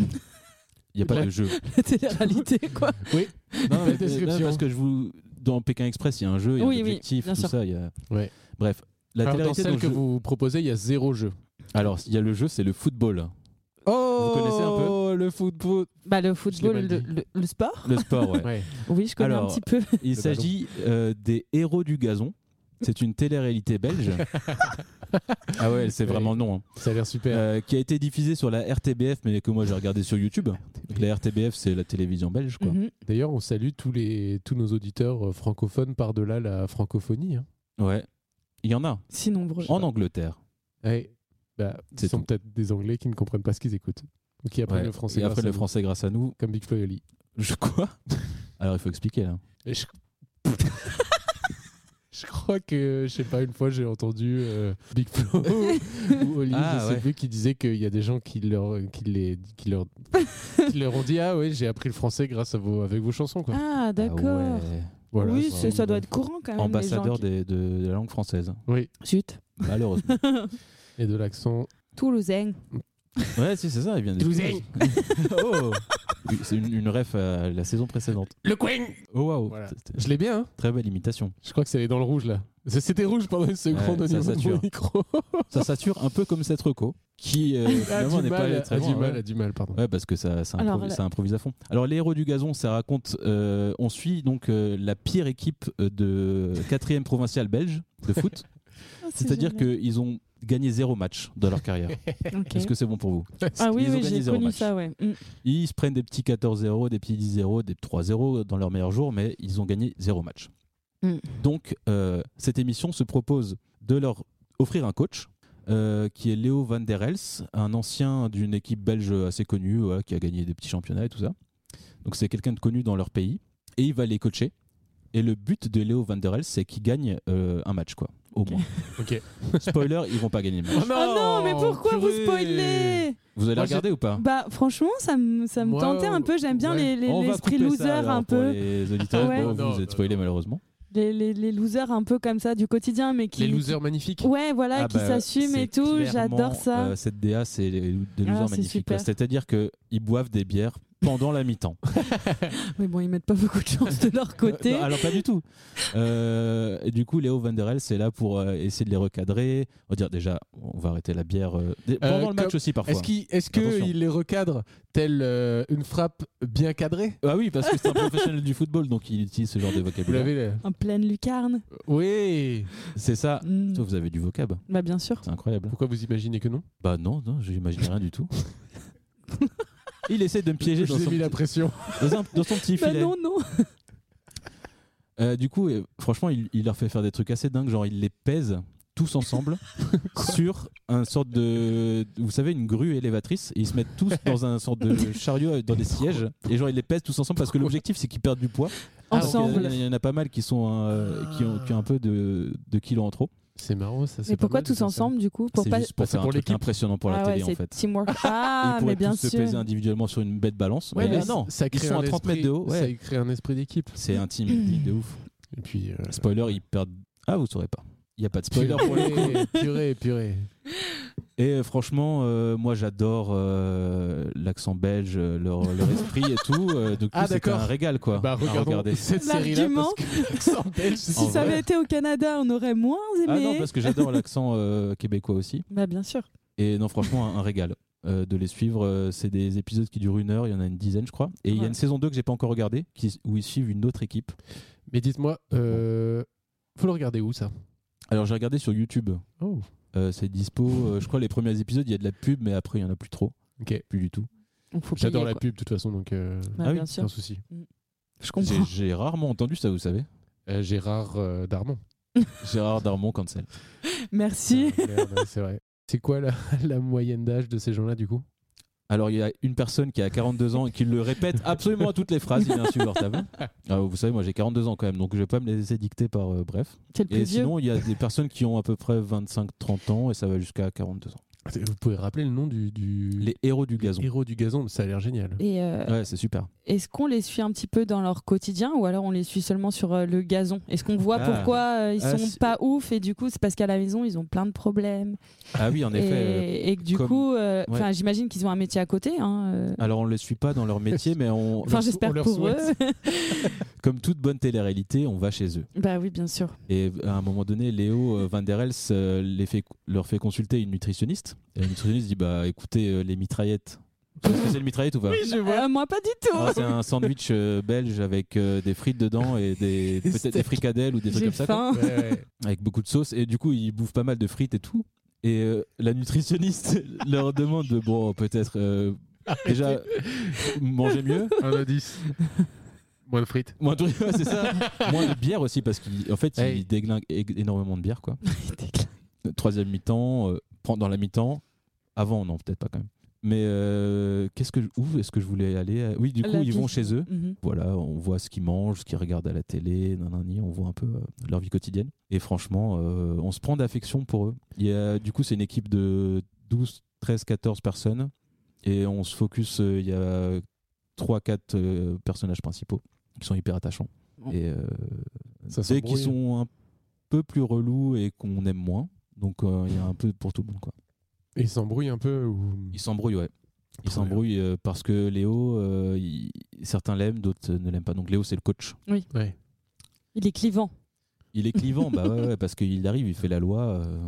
Speaker 2: Il n'y a pas
Speaker 3: Ouais.
Speaker 2: de jeu.
Speaker 1: La télé-réalité, quoi.
Speaker 3: Oui.
Speaker 2: Non,
Speaker 3: Belle
Speaker 2: mais-
Speaker 3: description.
Speaker 2: non, parce que je vous dans Pékin Express, il y a un jeu, il y a
Speaker 1: Oui, oui,
Speaker 2: un objectif,
Speaker 1: bien
Speaker 2: tout
Speaker 1: sûr.
Speaker 2: ça. il y a-
Speaker 3: Ouais.
Speaker 2: Bref, la
Speaker 3: Alors, dans
Speaker 2: télé-réalité
Speaker 3: celle
Speaker 2: dont
Speaker 3: que
Speaker 2: je-
Speaker 3: vous proposez, il y a zéro jeu.
Speaker 2: Alors, il y a le jeu, c'est le football,
Speaker 3: Oh
Speaker 2: connaissez un peu
Speaker 3: le football.
Speaker 1: Bah, le
Speaker 3: Je
Speaker 1: football,
Speaker 3: l'ai
Speaker 1: le,
Speaker 3: mal dit.
Speaker 1: le- le sport.
Speaker 2: le sport. ouais.
Speaker 3: Ouais.
Speaker 1: Oui, je connais
Speaker 2: Alors,
Speaker 1: un petit peu.
Speaker 2: Il
Speaker 3: Le
Speaker 2: s'agit euh, des héros du gazon. C'est une télé-réalité belge. ah ouais, c'est
Speaker 3: Ouais.
Speaker 2: vraiment le nom. hein.
Speaker 3: Ça a l'air super.
Speaker 2: Euh, qui a été diffusée sur la RTBF, mais que moi j'ai regardé sur YouTube. Donc, la RTBF, c'est la télévision belge, quoi.
Speaker 1: Mhm.
Speaker 3: D'ailleurs, on salue tous, les, tous nos auditeurs euh, francophones par-delà la francophonie. hein.
Speaker 2: Mm-hmm. Ouais. Il y en a.
Speaker 1: Si nombreux.
Speaker 2: En Angleterre.
Speaker 3: Ouais. Bah, ce
Speaker 2: C'est
Speaker 3: sont
Speaker 2: tout.
Speaker 3: peut-être des Anglais qui ne comprennent pas ce qu'ils écoutent. Ou qui apprennent
Speaker 2: Ouais.
Speaker 3: le français.
Speaker 2: Et après
Speaker 3: grâce à
Speaker 2: le
Speaker 3: nous,
Speaker 2: français grâce à nous.
Speaker 3: Comme Big Flo et Oli.
Speaker 2: Je quoi Alors il faut expliquer là.
Speaker 3: Et je... je crois que, je sais pas, une fois j'ai entendu euh, Big Flo ou Oli,
Speaker 2: Ah,
Speaker 3: je sais
Speaker 2: ouais.
Speaker 3: plus, qui disait qu'il y a des gens qui leur, qui les, qui leur, qui leur ont dit Ah ouais, j'ai appris le français grâce à vos, avec vos chansons. Quoi.
Speaker 1: Ah,
Speaker 2: Ah
Speaker 1: d'accord.
Speaker 2: ouais.
Speaker 3: Voilà,
Speaker 1: oui,
Speaker 3: ça-
Speaker 1: c'est- ça doit être courant quand même. les
Speaker 2: Ambassadeur
Speaker 1: gens qui-
Speaker 2: des- de, de la langue française.
Speaker 3: Oui,
Speaker 1: Zut.
Speaker 2: Malheureusement.
Speaker 3: et de l'accent.
Speaker 1: Toulousain.
Speaker 2: ouais, si, c'est ça, il vient de.
Speaker 3: Toulousain.
Speaker 2: Oh Oui, C'est une, une ref à la saison précédente.
Speaker 3: Le Queen
Speaker 2: Oh waouh
Speaker 3: Voilà.
Speaker 2: C'était-
Speaker 3: Je l'ai bien, hein
Speaker 2: Très belle imitation.
Speaker 3: Je crois que c'est allé dans le rouge là. C'est- C'était rouge pendant une seconde
Speaker 2: Ouais,
Speaker 3: au
Speaker 2: ça
Speaker 3: niveau de mon
Speaker 2: sature.
Speaker 3: micro.
Speaker 2: Ça sature un peu comme cette reco, qui euh,
Speaker 3: Ah,
Speaker 2: finalement
Speaker 3: du
Speaker 2: n'est pas
Speaker 3: mal,
Speaker 2: allée très
Speaker 3: ah,
Speaker 2: loin.
Speaker 3: du mal,
Speaker 2: ouais.
Speaker 3: ah, du mal, pardon.
Speaker 2: Ouais, parce que ça, ça,
Speaker 1: Alors,
Speaker 2: improvi-
Speaker 1: la-
Speaker 2: ça improvise à fond. Alors, les héros du gazon, ça raconte. euh, on suit donc euh, la pire équipe euh, de 4 provinciale belge de foot.
Speaker 1: Ah,
Speaker 2: C'est-à-dire qu'ils ont gagné zéro match dans leur carrière. Est-ce que c'est bon pour vous
Speaker 1: Ah oui,
Speaker 2: Ils ont
Speaker 1: oui,
Speaker 2: gagné
Speaker 1: j'ai
Speaker 2: zéro
Speaker 1: connu
Speaker 2: match.
Speaker 1: ça, ouais. Mm.
Speaker 2: Ils se prennent des petits 14-0, des petits 10-0, des 3-0 dans leur meilleur jour, mais ils ont gagné zéro match.
Speaker 1: Mm.
Speaker 2: Donc, euh, cette émission se propose de leur offrir un coach. euh, qui est Léo Van der Els, un ancien d'une équipe belge assez connue, voilà, qui a gagné des petits championnats et tout ça. Donc c'est quelqu'un de connu dans leur pays, et il va les coacher. Et le but de Léo Van der Els, c'est qu'il gagne euh, un match, quoi, au
Speaker 1: Ok.
Speaker 2: moins.
Speaker 3: Ok.
Speaker 2: Spoiler, ils vont pas gagner le match.
Speaker 1: Oh non, mais pourquoi vous
Speaker 3: purée.
Speaker 1: spoilez
Speaker 2: Vous allez
Speaker 3: Moi,
Speaker 2: regarder ou pas
Speaker 1: Bah, franchement, ça me, ça me
Speaker 3: Moi,
Speaker 1: tentait un peu. J'aime bien les,
Speaker 3: ouais.
Speaker 1: les-
Speaker 2: On va
Speaker 1: l'esprit
Speaker 2: couper ça,
Speaker 1: loser
Speaker 2: alors,
Speaker 1: un
Speaker 2: pour
Speaker 1: peu.
Speaker 2: Les auditeurs,
Speaker 1: Ouais.
Speaker 2: bon,
Speaker 3: Non,
Speaker 2: vous
Speaker 3: non,
Speaker 2: êtes spoilés malheureusement.
Speaker 1: Les, les, les losers un peu comme ça du quotidien, mais qui.
Speaker 3: Les losers magnifiques.
Speaker 1: Ouais, voilà,
Speaker 2: Ah
Speaker 1: qui
Speaker 2: bah,
Speaker 1: s'assument et
Speaker 2: c'est
Speaker 1: tout.
Speaker 2: clairement,
Speaker 1: J'adore ça.
Speaker 2: euh, cette DA, c'est des losers
Speaker 1: Ah, c'est
Speaker 2: magnifiques.
Speaker 1: super.
Speaker 2: quoi. C'est-à-dire qu'ils boivent des bières pendant la mi-temps.
Speaker 1: Mais bon, ils mettent pas beaucoup de chance de leur côté.
Speaker 2: Non, alors pas du tout. Euh, et du coup, Léo Vanderel, c'est là pour euh, essayer de les recadrer. On va dire déjà, on va arrêter la bière euh, dès- pendant le match
Speaker 3: comme-
Speaker 2: aussi parfois.
Speaker 3: Est-ce qu'il est
Speaker 2: Attention.
Speaker 3: les recadre telle euh, une frappe bien cadrée
Speaker 2: Ah oui, parce que c'est un professionnel du football, donc il utilise ce genre de
Speaker 3: Vous
Speaker 2: vocabulaire.
Speaker 3: l'avez là
Speaker 1: En pleine lucarne.
Speaker 3: Oui
Speaker 2: C'est ça.
Speaker 1: Mm.
Speaker 2: Toi, Vous avez du vocab,
Speaker 1: Bah, bien sûr.
Speaker 2: c'est incroyable.
Speaker 3: Pourquoi vous imaginez que non
Speaker 2: Bah non, non, j'imagine rien du tout. Il essaie de me piéger
Speaker 3: Je
Speaker 2: dans
Speaker 3: vous ai
Speaker 2: son,
Speaker 3: mis la pression.
Speaker 2: dans un- dans son petit
Speaker 1: Bah,
Speaker 2: filet.
Speaker 1: non, non.
Speaker 2: Euh, du coup, euh, franchement, il, il leur fait faire des trucs assez dingues, genre il les pèse tous ensemble sur un sorte de, vous savez, une grue élévatrice. Et ils se mettent tous dans un sorte de chariot euh, dans des sièges et genre ils les pèsent tous ensemble parce que l'objectif c'est qu'ils perdent du poids.
Speaker 3: Ah,
Speaker 2: Donc,
Speaker 1: Ensemble.
Speaker 2: il y en a- Il y en a pas mal qui sont euh, qui, ont, qui ont un peu de, de kilos en trop.
Speaker 3: C'est marrant ça. c'est
Speaker 1: Mais
Speaker 3: pas
Speaker 1: pourquoi
Speaker 3: mal,
Speaker 1: tous
Speaker 3: ça, ça.
Speaker 1: ensemble, du coup Pour
Speaker 2: C'est
Speaker 1: pas.
Speaker 2: juste pour
Speaker 3: Ah, c'est
Speaker 2: faire un
Speaker 3: pour
Speaker 2: truc
Speaker 3: l'équipe.
Speaker 2: impressionnant pour la
Speaker 1: ah ouais,
Speaker 2: télé en
Speaker 1: c'est
Speaker 2: fait.
Speaker 1: teamwork.
Speaker 2: Et
Speaker 1: Ah,
Speaker 2: ils pourraient
Speaker 1: mais bien
Speaker 2: tous
Speaker 1: sûr.
Speaker 2: se peser individuellement sur une bête balance.
Speaker 3: Ouais,
Speaker 2: mais
Speaker 3: mais
Speaker 2: ah non,
Speaker 3: ça
Speaker 2: ils
Speaker 3: crée
Speaker 2: sont
Speaker 3: un
Speaker 2: à 30
Speaker 3: esprit-
Speaker 2: mètres de haut. ouais.
Speaker 3: Ça crée un esprit d'équipe.
Speaker 2: C'est intime, de ouf.
Speaker 3: Et puis. euh,
Speaker 2: Spoiler, ils perdent. Ah, vous saurez pas. Il n'y a pas de spoiler pour les
Speaker 3: Purée, purée, purée.
Speaker 2: Et euh, franchement, euh, moi j'adore euh, l'accent belge, euh, leur, leur esprit et tout. euh, donc,
Speaker 3: Ah,
Speaker 2: tout, c'était
Speaker 3: d'accord.
Speaker 2: un régal quoi.
Speaker 3: Bah,
Speaker 2: à
Speaker 3: regardons
Speaker 2: regarder.
Speaker 3: cette série-là
Speaker 1: L'argument.
Speaker 3: parce que l'accent belge, c'est-
Speaker 1: Si
Speaker 2: En
Speaker 1: ça
Speaker 2: vrai.
Speaker 1: avait été au Canada, on aurait moins aimé.
Speaker 2: Ah non, parce que j'adore l'accent euh, québécois aussi.
Speaker 1: Bah, bien sûr.
Speaker 2: Et non, franchement, un, un régal euh, de les suivre. Euh, c'est des épisodes qui durent une heure, il y en a une dizaine, je crois. Et il y a
Speaker 1: Ouais.
Speaker 2: une saison 2 que j'ai pas encore regardée qui- où ils suivent une autre équipe.
Speaker 3: Mais dites-moi, euh, faut le regarder où ça
Speaker 2: Alors, j'ai regardé sur YouTube.
Speaker 3: Oh,
Speaker 2: Euh, c'est dispo. euh, je crois les premiers épisodes, il y a de la pub, mais après, il y en a plus trop.
Speaker 3: ok.
Speaker 2: Plus du tout.
Speaker 1: On faut
Speaker 3: J'adore
Speaker 1: payer,
Speaker 3: la
Speaker 1: quoi.
Speaker 3: pub de toute façon, donc euh,
Speaker 1: Bah,
Speaker 2: Ah oui,
Speaker 1: bien
Speaker 3: c'est un
Speaker 1: sûr.
Speaker 3: souci.
Speaker 1: Je
Speaker 2: J'ai
Speaker 1: comprends.
Speaker 2: j'ai rarement entendu ça, vous savez.
Speaker 3: Euh, Gérard euh, Darmon.
Speaker 2: Gérard Darmon, cancel.
Speaker 1: Merci.
Speaker 2: Euh,
Speaker 3: Ah, merde, ouais, c'est vrai. C'est quoi la, la moyenne d'âge de ces gens-là du coup
Speaker 2: Alors il y a une personne qui a 42 ans et qui le répète absolument à toutes les phrases, il est insupportable. Ah, vous savez, moi j'ai 42 ans quand même, donc je vais pas me laisser dicter par euh, bref.
Speaker 1: C'est le
Speaker 2: Et
Speaker 1: plus vieux.
Speaker 2: sinon, il y a des personnes qui ont à peu près 25-30 ans et ça va jusqu'à 42 ans.
Speaker 3: Vous pouvez rappeler le nom du, du...
Speaker 2: Les héros du gazon.
Speaker 3: héros du gazon, mais ça a l'air génial.
Speaker 1: Et euh,
Speaker 2: Ouais, c'est super.
Speaker 1: est-ce qu'on les suit un petit peu dans leur quotidien ou alors on les suit seulement sur euh, le gazon Est-ce qu'on voit
Speaker 2: Ah.
Speaker 1: pourquoi euh, ils
Speaker 2: Ah,
Speaker 1: sont
Speaker 2: c'est-
Speaker 1: pas ouf et du coup c'est parce qu'à la maison ils ont plein de problèmes
Speaker 2: Ah oui, en
Speaker 1: et,
Speaker 2: effet. euh,
Speaker 1: et que du
Speaker 2: comme-
Speaker 1: coup, euh,
Speaker 2: Ouais.
Speaker 1: enfin j'imagine qu'ils ont un métier à côté. hein, euh.
Speaker 2: Alors on ne les suit pas dans leur métier, mais on,
Speaker 1: Enfin
Speaker 3: leur sou-
Speaker 1: j'espère
Speaker 3: on leur
Speaker 1: pour eux.
Speaker 3: souhaite.
Speaker 2: comme toute bonne télé-réalité, on va chez eux.
Speaker 1: bah oui bien sûr.
Speaker 2: Et à un moment donné, Léo euh, Van der Els euh, les fait- leur fait consulter une nutritionniste. Et la nutritionniste dit Bah écoutez, euh, les mitraillettes. Vous savez ce que c'est le mitraillette ou pas
Speaker 1: Euh, moi pas du tout.
Speaker 2: Ah, c'est un sandwich euh, belge avec euh, des frites dedans et des, peut-être des
Speaker 3: steaks.
Speaker 2: fricadelles ou des
Speaker 1: J'ai
Speaker 2: trucs comme ça, quoi,
Speaker 1: faim.
Speaker 2: avec beaucoup de sauce. Et du coup, ils bouffent pas mal de frites et tout. Et euh, la nutritionniste leur demande de, bon, peut-être euh, déjà manger mieux,
Speaker 3: Un indice. Moins de frites.
Speaker 2: moins de, ouais, c'est ça, moins de bière aussi parce qu'en fait,
Speaker 3: Hey.
Speaker 2: ils déglinguent ég- énormément de bière, quoi. Troisième mi-temps, euh, prendre dans la mi-temps. Avant, non, peut-être pas quand même. Mais euh, qu'est-ce que je- où est-ce que je voulais aller Euh, Oui, du coup,
Speaker 1: La
Speaker 2: ils vont
Speaker 1: piste.
Speaker 2: chez eux.
Speaker 1: Mhm.
Speaker 2: voilà, on voit ce qu'ils mangent, ce qu'ils regardent à la télé, nanani, on voit un peu euh, leur vie quotidienne. Et franchement, euh, on se prend d'affection pour eux. Il y a, du coup, c'est une équipe de 12, 13, 14 personnes. Et on se focus, euh, il y a 3, 4 personnages principaux qui sont hyper attachants.
Speaker 1: Bon.
Speaker 2: Et euh,
Speaker 3: Ça
Speaker 2: dès
Speaker 3: s'embrouille.
Speaker 2: qu'ils sont un peu plus relous et qu'on aime moins, donc euh, il y a un peu pour tout le monde. Quoi.
Speaker 3: Et ils s'embrouillent un peu ou...
Speaker 2: Ils s'embrouillent, ouais. Ils
Speaker 3: Trop bien.
Speaker 2: s'embrouillent euh, parce que Léo, euh, il- certains l'aiment, d'autres ne l'aiment pas. Donc Léo, c'est le coach.
Speaker 3: Ouais.
Speaker 1: Il est clivant.
Speaker 2: Il est clivant, bah ouais, ouais, parce qu'il arrive, il fait la loi. euh,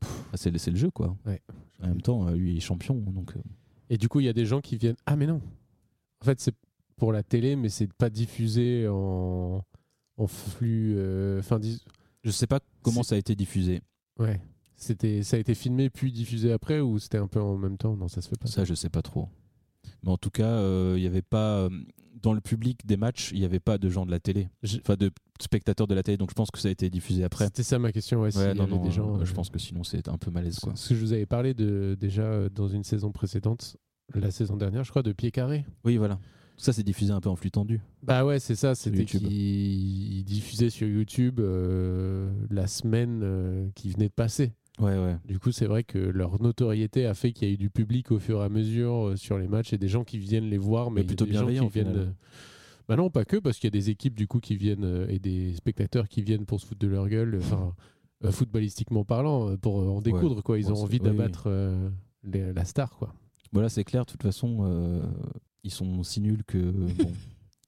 Speaker 2: pff, c'est le c'est le jeu, quoi.
Speaker 3: Ouais.
Speaker 2: En même temps, euh, lui, il est champion. Donc, euh,
Speaker 3: Et du coup, il y a des gens qui viennent. Ah, mais non. En fait, c'est pour la télé, mais c'est pas diffusé en, en flux. euh, Enfin, dis-
Speaker 2: je sais pas comment ça a été diffusé.
Speaker 3: ouais. C'était, ça a été filmé puis diffusé après ou c'était un peu en même temps Non, ça se fait pas.
Speaker 2: Ça, je sais pas trop. Mais en tout cas, euh, il y avait pas. euh, dans le public des matchs, il n'y avait pas de gens de la télé.
Speaker 3: Je-
Speaker 2: Enfin, de spectateurs de la télé. Donc, je pense que ça a été diffusé après.
Speaker 3: C'était ça ma question. Ouais, s'il y
Speaker 2: Ouais, non,
Speaker 3: avait
Speaker 2: non,
Speaker 3: des
Speaker 2: euh,
Speaker 3: gens,
Speaker 2: je
Speaker 3: euh,
Speaker 2: pense que sinon, c'est un peu malaise, quoi.
Speaker 3: Ce que je vous avais parlé de, déjà euh, dans une saison précédente, la saison dernière, je crois, de Pied Carré.
Speaker 2: Oui, voilà. Ça, c'est diffusé un peu en flux tendu.
Speaker 3: Bah ouais, c'est ça. C'était
Speaker 2: YouTube.
Speaker 3: qu'ils diffusaient sur YouTube euh, la semaine euh, qui venait de passer.
Speaker 2: Ouais, ouais.
Speaker 3: Du coup, c'est vrai que leur notoriété a fait qu'il y a eu du public au fur et à mesure euh, sur les matchs et des gens qui viennent les voir, mais
Speaker 2: Mais plutôt
Speaker 3: il y a des gens
Speaker 2: bienveillants,
Speaker 3: qui viennent.
Speaker 2: finalement.
Speaker 3: euh, Bah non, pas que, parce qu'il y a des équipes du coup qui viennent euh, et des spectateurs qui viennent pour se foutre de leur gueule, euh, enfin, euh, footballistiquement parlant, euh, pour euh, en découdre quoi. Ils
Speaker 2: Ouais,
Speaker 3: ont
Speaker 2: c'est-
Speaker 3: envie
Speaker 2: oui, oui.
Speaker 3: d'abattre euh, les- la star quoi.
Speaker 2: Voilà, c'est clair. De toute façon, euh, ils sont si nuls que. bon,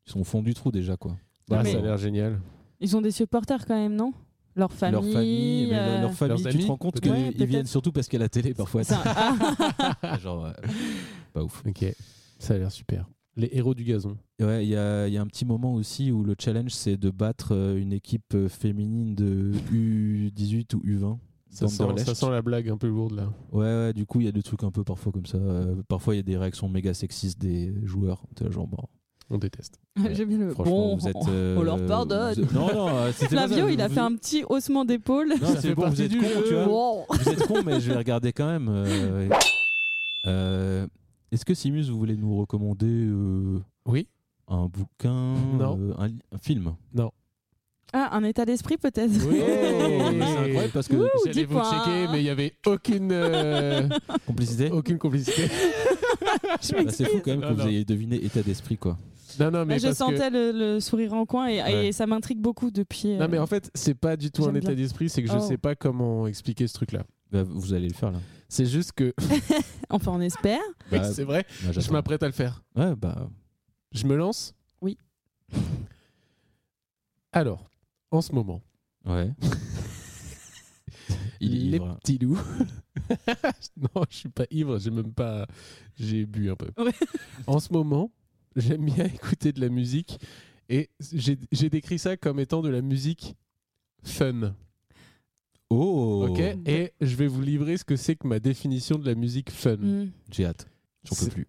Speaker 2: ils sont au fond du trou, déjà, quoi.
Speaker 1: Bah, mais-
Speaker 3: Ça a l'air génial.
Speaker 1: Ils ont des supporters quand même, non Leur famille.
Speaker 2: leur famille, mais leur-
Speaker 1: euh,
Speaker 2: leur famille,
Speaker 3: Leurs
Speaker 2: tu
Speaker 3: amis,
Speaker 2: te rends compte
Speaker 1: peut-être. Ouais,
Speaker 2: qu'ils
Speaker 1: peut-être.
Speaker 2: viennent surtout parce qu'il y a la télé parfois.
Speaker 1: c'est un- Ah,
Speaker 2: Genre, ouais, pas ouf.
Speaker 3: Ok, ça a l'air super. Les héros du gazon.
Speaker 2: Ouais, il y a, il y a un petit moment aussi où le challenge c'est de battre euh, une équipe euh, féminine de U18 ou U20.
Speaker 3: Ça sent,
Speaker 2: d'Anderlecht.
Speaker 3: ça sent la blague un peu lourde là.
Speaker 2: Ouais, ouais, du coup, il y a des trucs un peu parfois comme ça. Euh, parfois, il y a des réactions méga sexistes des joueurs. T'es là, genre, bon,
Speaker 3: On déteste.
Speaker 1: J'aime bien le
Speaker 2: franchement,
Speaker 1: bon.
Speaker 2: vous êtes. euh,
Speaker 1: on leur pardonne.
Speaker 2: vous êtes- Non, non, euh, c'était pas
Speaker 1: Flavio,
Speaker 2: ça,
Speaker 1: il a
Speaker 2: vous-
Speaker 1: fait un petit haussement d'épaule.
Speaker 2: Non,
Speaker 3: Ça
Speaker 2: c'est
Speaker 3: fait
Speaker 2: bon, vous
Speaker 3: partie
Speaker 2: êtes
Speaker 3: du
Speaker 2: con,
Speaker 3: jeu.
Speaker 2: tu vois.
Speaker 1: Wow.
Speaker 2: Vous êtes con, mais je vais regarder quand même. euh, euh, Est-ce que Simus, vous voulez nous recommander euh,
Speaker 3: Oui.
Speaker 2: un bouquin,
Speaker 3: Non.
Speaker 2: euh, un, li- un film
Speaker 1: Ah, un état d'esprit peut-être.
Speaker 3: Oui.
Speaker 2: Mais C'est incroyable parce que
Speaker 1: Ouh,
Speaker 3: J'allais
Speaker 1: dix
Speaker 3: vous
Speaker 1: points.
Speaker 3: checker, mais il y avait aucune. euh,
Speaker 2: complicité.
Speaker 3: Aucune complicité.
Speaker 1: Je
Speaker 2: Bah, c'est fou quand même
Speaker 3: Non,
Speaker 2: que vous
Speaker 3: non.
Speaker 2: ayez deviné état d'esprit quoi.
Speaker 3: Non, non, mais
Speaker 1: Là, Bah, je
Speaker 3: parce que-
Speaker 1: sentais le, le sourire en coin et,
Speaker 2: Ouais.
Speaker 1: et ça m'intrigue beaucoup depuis. euh,
Speaker 3: Non, mais en fait, c'est pas du tout un
Speaker 1: J'aime
Speaker 3: état
Speaker 1: bien.
Speaker 3: d'esprit, c'est que je
Speaker 1: Oh.
Speaker 3: sais pas comment expliquer ce truc-là.
Speaker 2: Bah, vous allez le faire là.
Speaker 3: C'est juste que.
Speaker 1: Enfin, on espère.
Speaker 2: Bah,
Speaker 3: c'est vrai,
Speaker 2: moi,
Speaker 3: je
Speaker 2: j'attends.
Speaker 3: m'apprête à le faire.
Speaker 2: Ouais, bah,
Speaker 3: Je me lance
Speaker 1: Oui.
Speaker 3: Alors, en ce moment,
Speaker 2: ouais. Il est
Speaker 3: les
Speaker 2: ivre.
Speaker 3: petits loups. non, je suis pas ivre, j'ai même pas. J'ai bu un peu.
Speaker 1: Ouais.
Speaker 3: En ce moment, j'aime bien écouter de la musique et j'ai j'ai décrit ça comme étant de la musique fun.
Speaker 2: Oh,
Speaker 3: Ok Et je vais vous livrer ce que c'est que ma définition de la musique fun.
Speaker 1: Mm.
Speaker 2: j'ai hâte. J'en peux
Speaker 3: C'est-
Speaker 2: plus.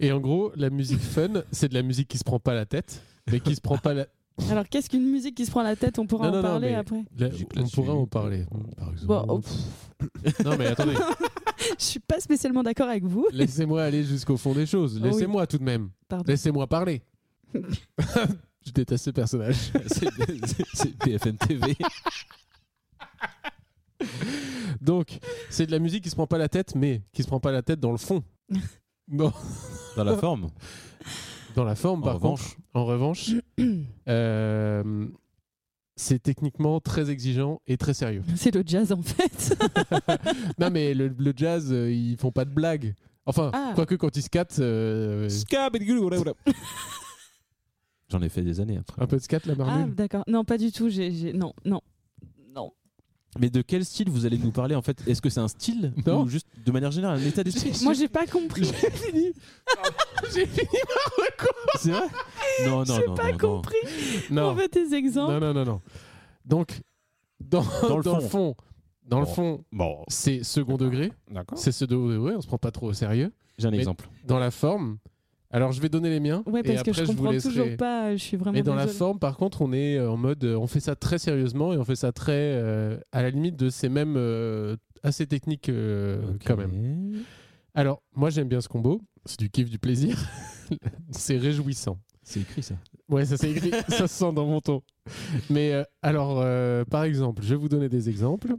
Speaker 3: et en gros, la musique fun, c'est de la musique qui se prend pas la tête, mais qui se prend pas la.
Speaker 1: Alors, qu'est-ce qu'une musique qui se prend la tête On pourra
Speaker 3: Non,
Speaker 1: en
Speaker 3: non, non,
Speaker 1: parler
Speaker 3: mais-
Speaker 1: après.
Speaker 3: la-
Speaker 2: Musique
Speaker 1: Oh,
Speaker 3: Euh, on
Speaker 2: là-dessus.
Speaker 3: pourra en parler, par exemple.
Speaker 1: Bon, oh,
Speaker 3: Non mais attendez,
Speaker 1: Je suis pas spécialement d'accord avec vous.
Speaker 3: Laissez-moi aller jusqu'au fond des choses.
Speaker 1: Oh oui.
Speaker 3: Laissez-moi tout de même.
Speaker 1: Pardon.
Speaker 3: Laissez-moi parler. Je déteste ce personnage.
Speaker 2: C'est- c'est- C'est BFM TV.
Speaker 3: Donc, c'est de la musique qui se prend pas la tête, mais qui se prend pas la tête dans le fond. Non,
Speaker 2: Dans la forme.
Speaker 3: dans la forme,
Speaker 2: En
Speaker 3: par
Speaker 2: revanche.
Speaker 3: contre. En revanche, euh, c'est techniquement très exigeant et très sérieux.
Speaker 1: C'est le jazz en fait.
Speaker 3: non, mais le, le jazz, euh, ils font pas de blagues. Enfin,
Speaker 1: Ah.
Speaker 3: quoique quand ils scatent, euh,
Speaker 2: J'en ai fait des années après.
Speaker 3: un peu de scat la
Speaker 1: ah
Speaker 3: marmule.
Speaker 1: d'accord. Non pas du tout. J'ai, j'ai- non non non.
Speaker 2: Mais de quel style vous allez nous parler en fait Est-ce que c'est un style
Speaker 3: Non.
Speaker 2: ou juste de manière générale un état d'esprit
Speaker 1: Ah. Moi j'ai pas compris.
Speaker 3: J'ai fini. J'ai fini ma reco.
Speaker 2: C'est vrai Non, non,
Speaker 1: j'ai
Speaker 2: non.
Speaker 1: pas
Speaker 2: non, non.
Speaker 1: compris.
Speaker 3: Non.
Speaker 1: On veut tes exemples.
Speaker 3: Non, non, non, non. Donc, dans, dans le, fond. Ah. dans le fond,
Speaker 2: Bon,
Speaker 3: c'est second degré.
Speaker 2: d'accord.
Speaker 3: C'est second degré, on se prend pas trop au sérieux.
Speaker 2: J'ai un
Speaker 3: Mais-
Speaker 2: exemple.
Speaker 3: Dans la forme, alors je vais donner les miens.
Speaker 1: Ouais
Speaker 3: et
Speaker 1: parce
Speaker 3: après,
Speaker 1: que je
Speaker 3: je, vous
Speaker 1: comprends
Speaker 3: laisserai.
Speaker 1: toujours pas. euh, Je suis vraiment.
Speaker 3: Mais dans la
Speaker 1: désolée.
Speaker 3: forme, par contre, on est en mode, euh, on fait ça très sérieusement et on fait ça très, euh, à la limite de ces mêmes euh, assez techniques euh,
Speaker 2: Ok.
Speaker 3: quand même. Alors, moi j'aime bien ce combo, c'est du kiff du plaisir, c'est réjouissant.
Speaker 2: C'est écrit ça.
Speaker 3: Ouais, ça c'est écrit, ça se sent dans mon ton. Mais euh, alors, euh, par exemple, je vais vous donner des exemples.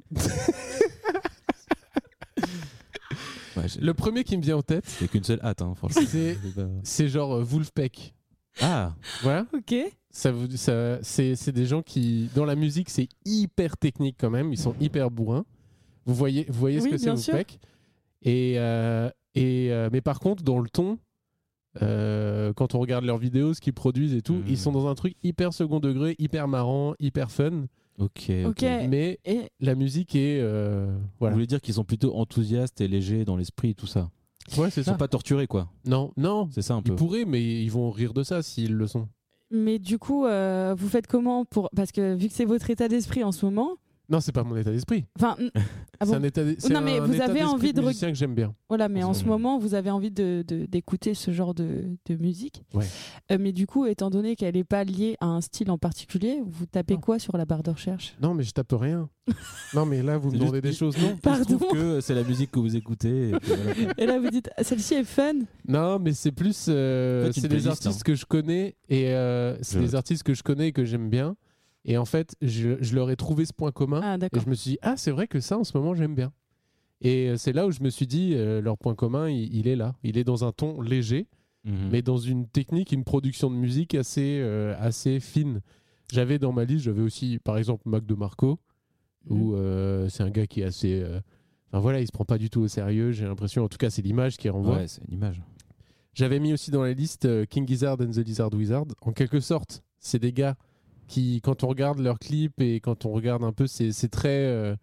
Speaker 2: Ouais, j'ai-
Speaker 3: Le premier qui me vient en tête,
Speaker 2: j'ai qu'une seule hâte, hein, franchement.
Speaker 3: C'est-
Speaker 2: C'est pas-
Speaker 3: c'est genre euh, Wolfpack.
Speaker 2: Ah,
Speaker 3: Voilà,
Speaker 1: Ok.
Speaker 3: ça, vous- ça, c'est c'est des gens qui, dans la musique, c'est hyper technique quand même, ils sont hyper bourrins. Vous voyez, vous voyez ce
Speaker 1: Oui,
Speaker 3: que c'est
Speaker 1: bien sûr.
Speaker 3: Wolfpack et, euh, et, euh, Mais par contre, dans le ton, euh, quand on regarde leurs vidéos, ce qu'ils produisent et tout,
Speaker 2: Mhm.
Speaker 3: ils sont dans un truc hyper second degré, hyper marrant, hyper fun,
Speaker 2: ok. ok.
Speaker 1: Ok. Eh,
Speaker 3: mais
Speaker 1: Et
Speaker 3: la musique est... euh,
Speaker 2: Vous
Speaker 3: voilà.
Speaker 2: voulez dire qu'ils sont plutôt enthousiastes et légers dans l'esprit et tout ça.
Speaker 3: Ouais, c'est
Speaker 2: Ils sont pas torturés, quoi.
Speaker 3: Non, non.
Speaker 2: C'est ça Ah. un
Speaker 3: Ils
Speaker 2: peu.
Speaker 3: pourraient, mais ils vont rire de ça s'ils le sont.
Speaker 1: mais du coup euh, vous faites comment pour parce que vu que c'est votre état d'esprit en ce moment.
Speaker 3: Non, c'est pas mon état d'esprit.
Speaker 1: Enfin n- ah
Speaker 3: c'est
Speaker 1: bon,
Speaker 3: un état d- c'est
Speaker 1: Non, mais
Speaker 3: un
Speaker 1: vous
Speaker 3: état
Speaker 1: avez
Speaker 3: d'esprit
Speaker 1: envie de reg-
Speaker 3: musicien que j'aime bien.
Speaker 1: Voilà, mais en ce
Speaker 2: Mmh.
Speaker 1: moment, vous avez envie de- de- d'écouter ce genre de, de musique.
Speaker 3: Ouais.
Speaker 1: Euh, mais du coup, étant donné qu'elle n'est pas liée à un style en particulier, vous tapez quoi sur la barre de recherche
Speaker 3: Non, mais je tape rien. non, mais là, vous me
Speaker 2: C'est
Speaker 3: demandez
Speaker 2: juste-
Speaker 3: des choses, non
Speaker 2: Il se trouve
Speaker 1: Pardon
Speaker 2: que c'est la musique que vous écoutez. et puis voilà.
Speaker 1: Et là, vous dites, Ah, celle-ci est fun.
Speaker 3: Non, mais c'est plus.
Speaker 2: En
Speaker 3: euh,
Speaker 2: fait, une
Speaker 3: c'est des
Speaker 2: playlist,
Speaker 3: artistes
Speaker 2: hein.
Speaker 3: que je connais et euh, c'est
Speaker 2: Je-
Speaker 3: des artistes que je connais et que j'aime bien. Et en fait, je, je leur ai trouvé ce point commun
Speaker 1: Ah,
Speaker 3: et
Speaker 1: d'accord.
Speaker 3: je me suis dit ah c'est vrai que ça en ce moment j'aime bien. Et euh, c'est là où je me suis dit euh, leur point commun il- il est là. Il est dans un ton léger.
Speaker 2: Mhm.
Speaker 3: mais dans une technique, une production de musique assez, euh, assez fine. J'avais dans ma liste, j'avais aussi, par exemple, Mac de Marco,
Speaker 1: Mm.
Speaker 3: où euh, c'est un gars qui est assez. euh, Enfin voilà, il se prend pas du tout au sérieux, j'ai l'impression. En tout cas, c'est l'image qui renvoie.
Speaker 2: Ouais, c'est une image.
Speaker 3: J'avais mis aussi dans la liste euh, King Gizzard and the Lizard Wizard. En quelque sorte, c'est des gars qui, quand on regarde leurs clips et quand on regarde un peu, c'est c'est très. euh,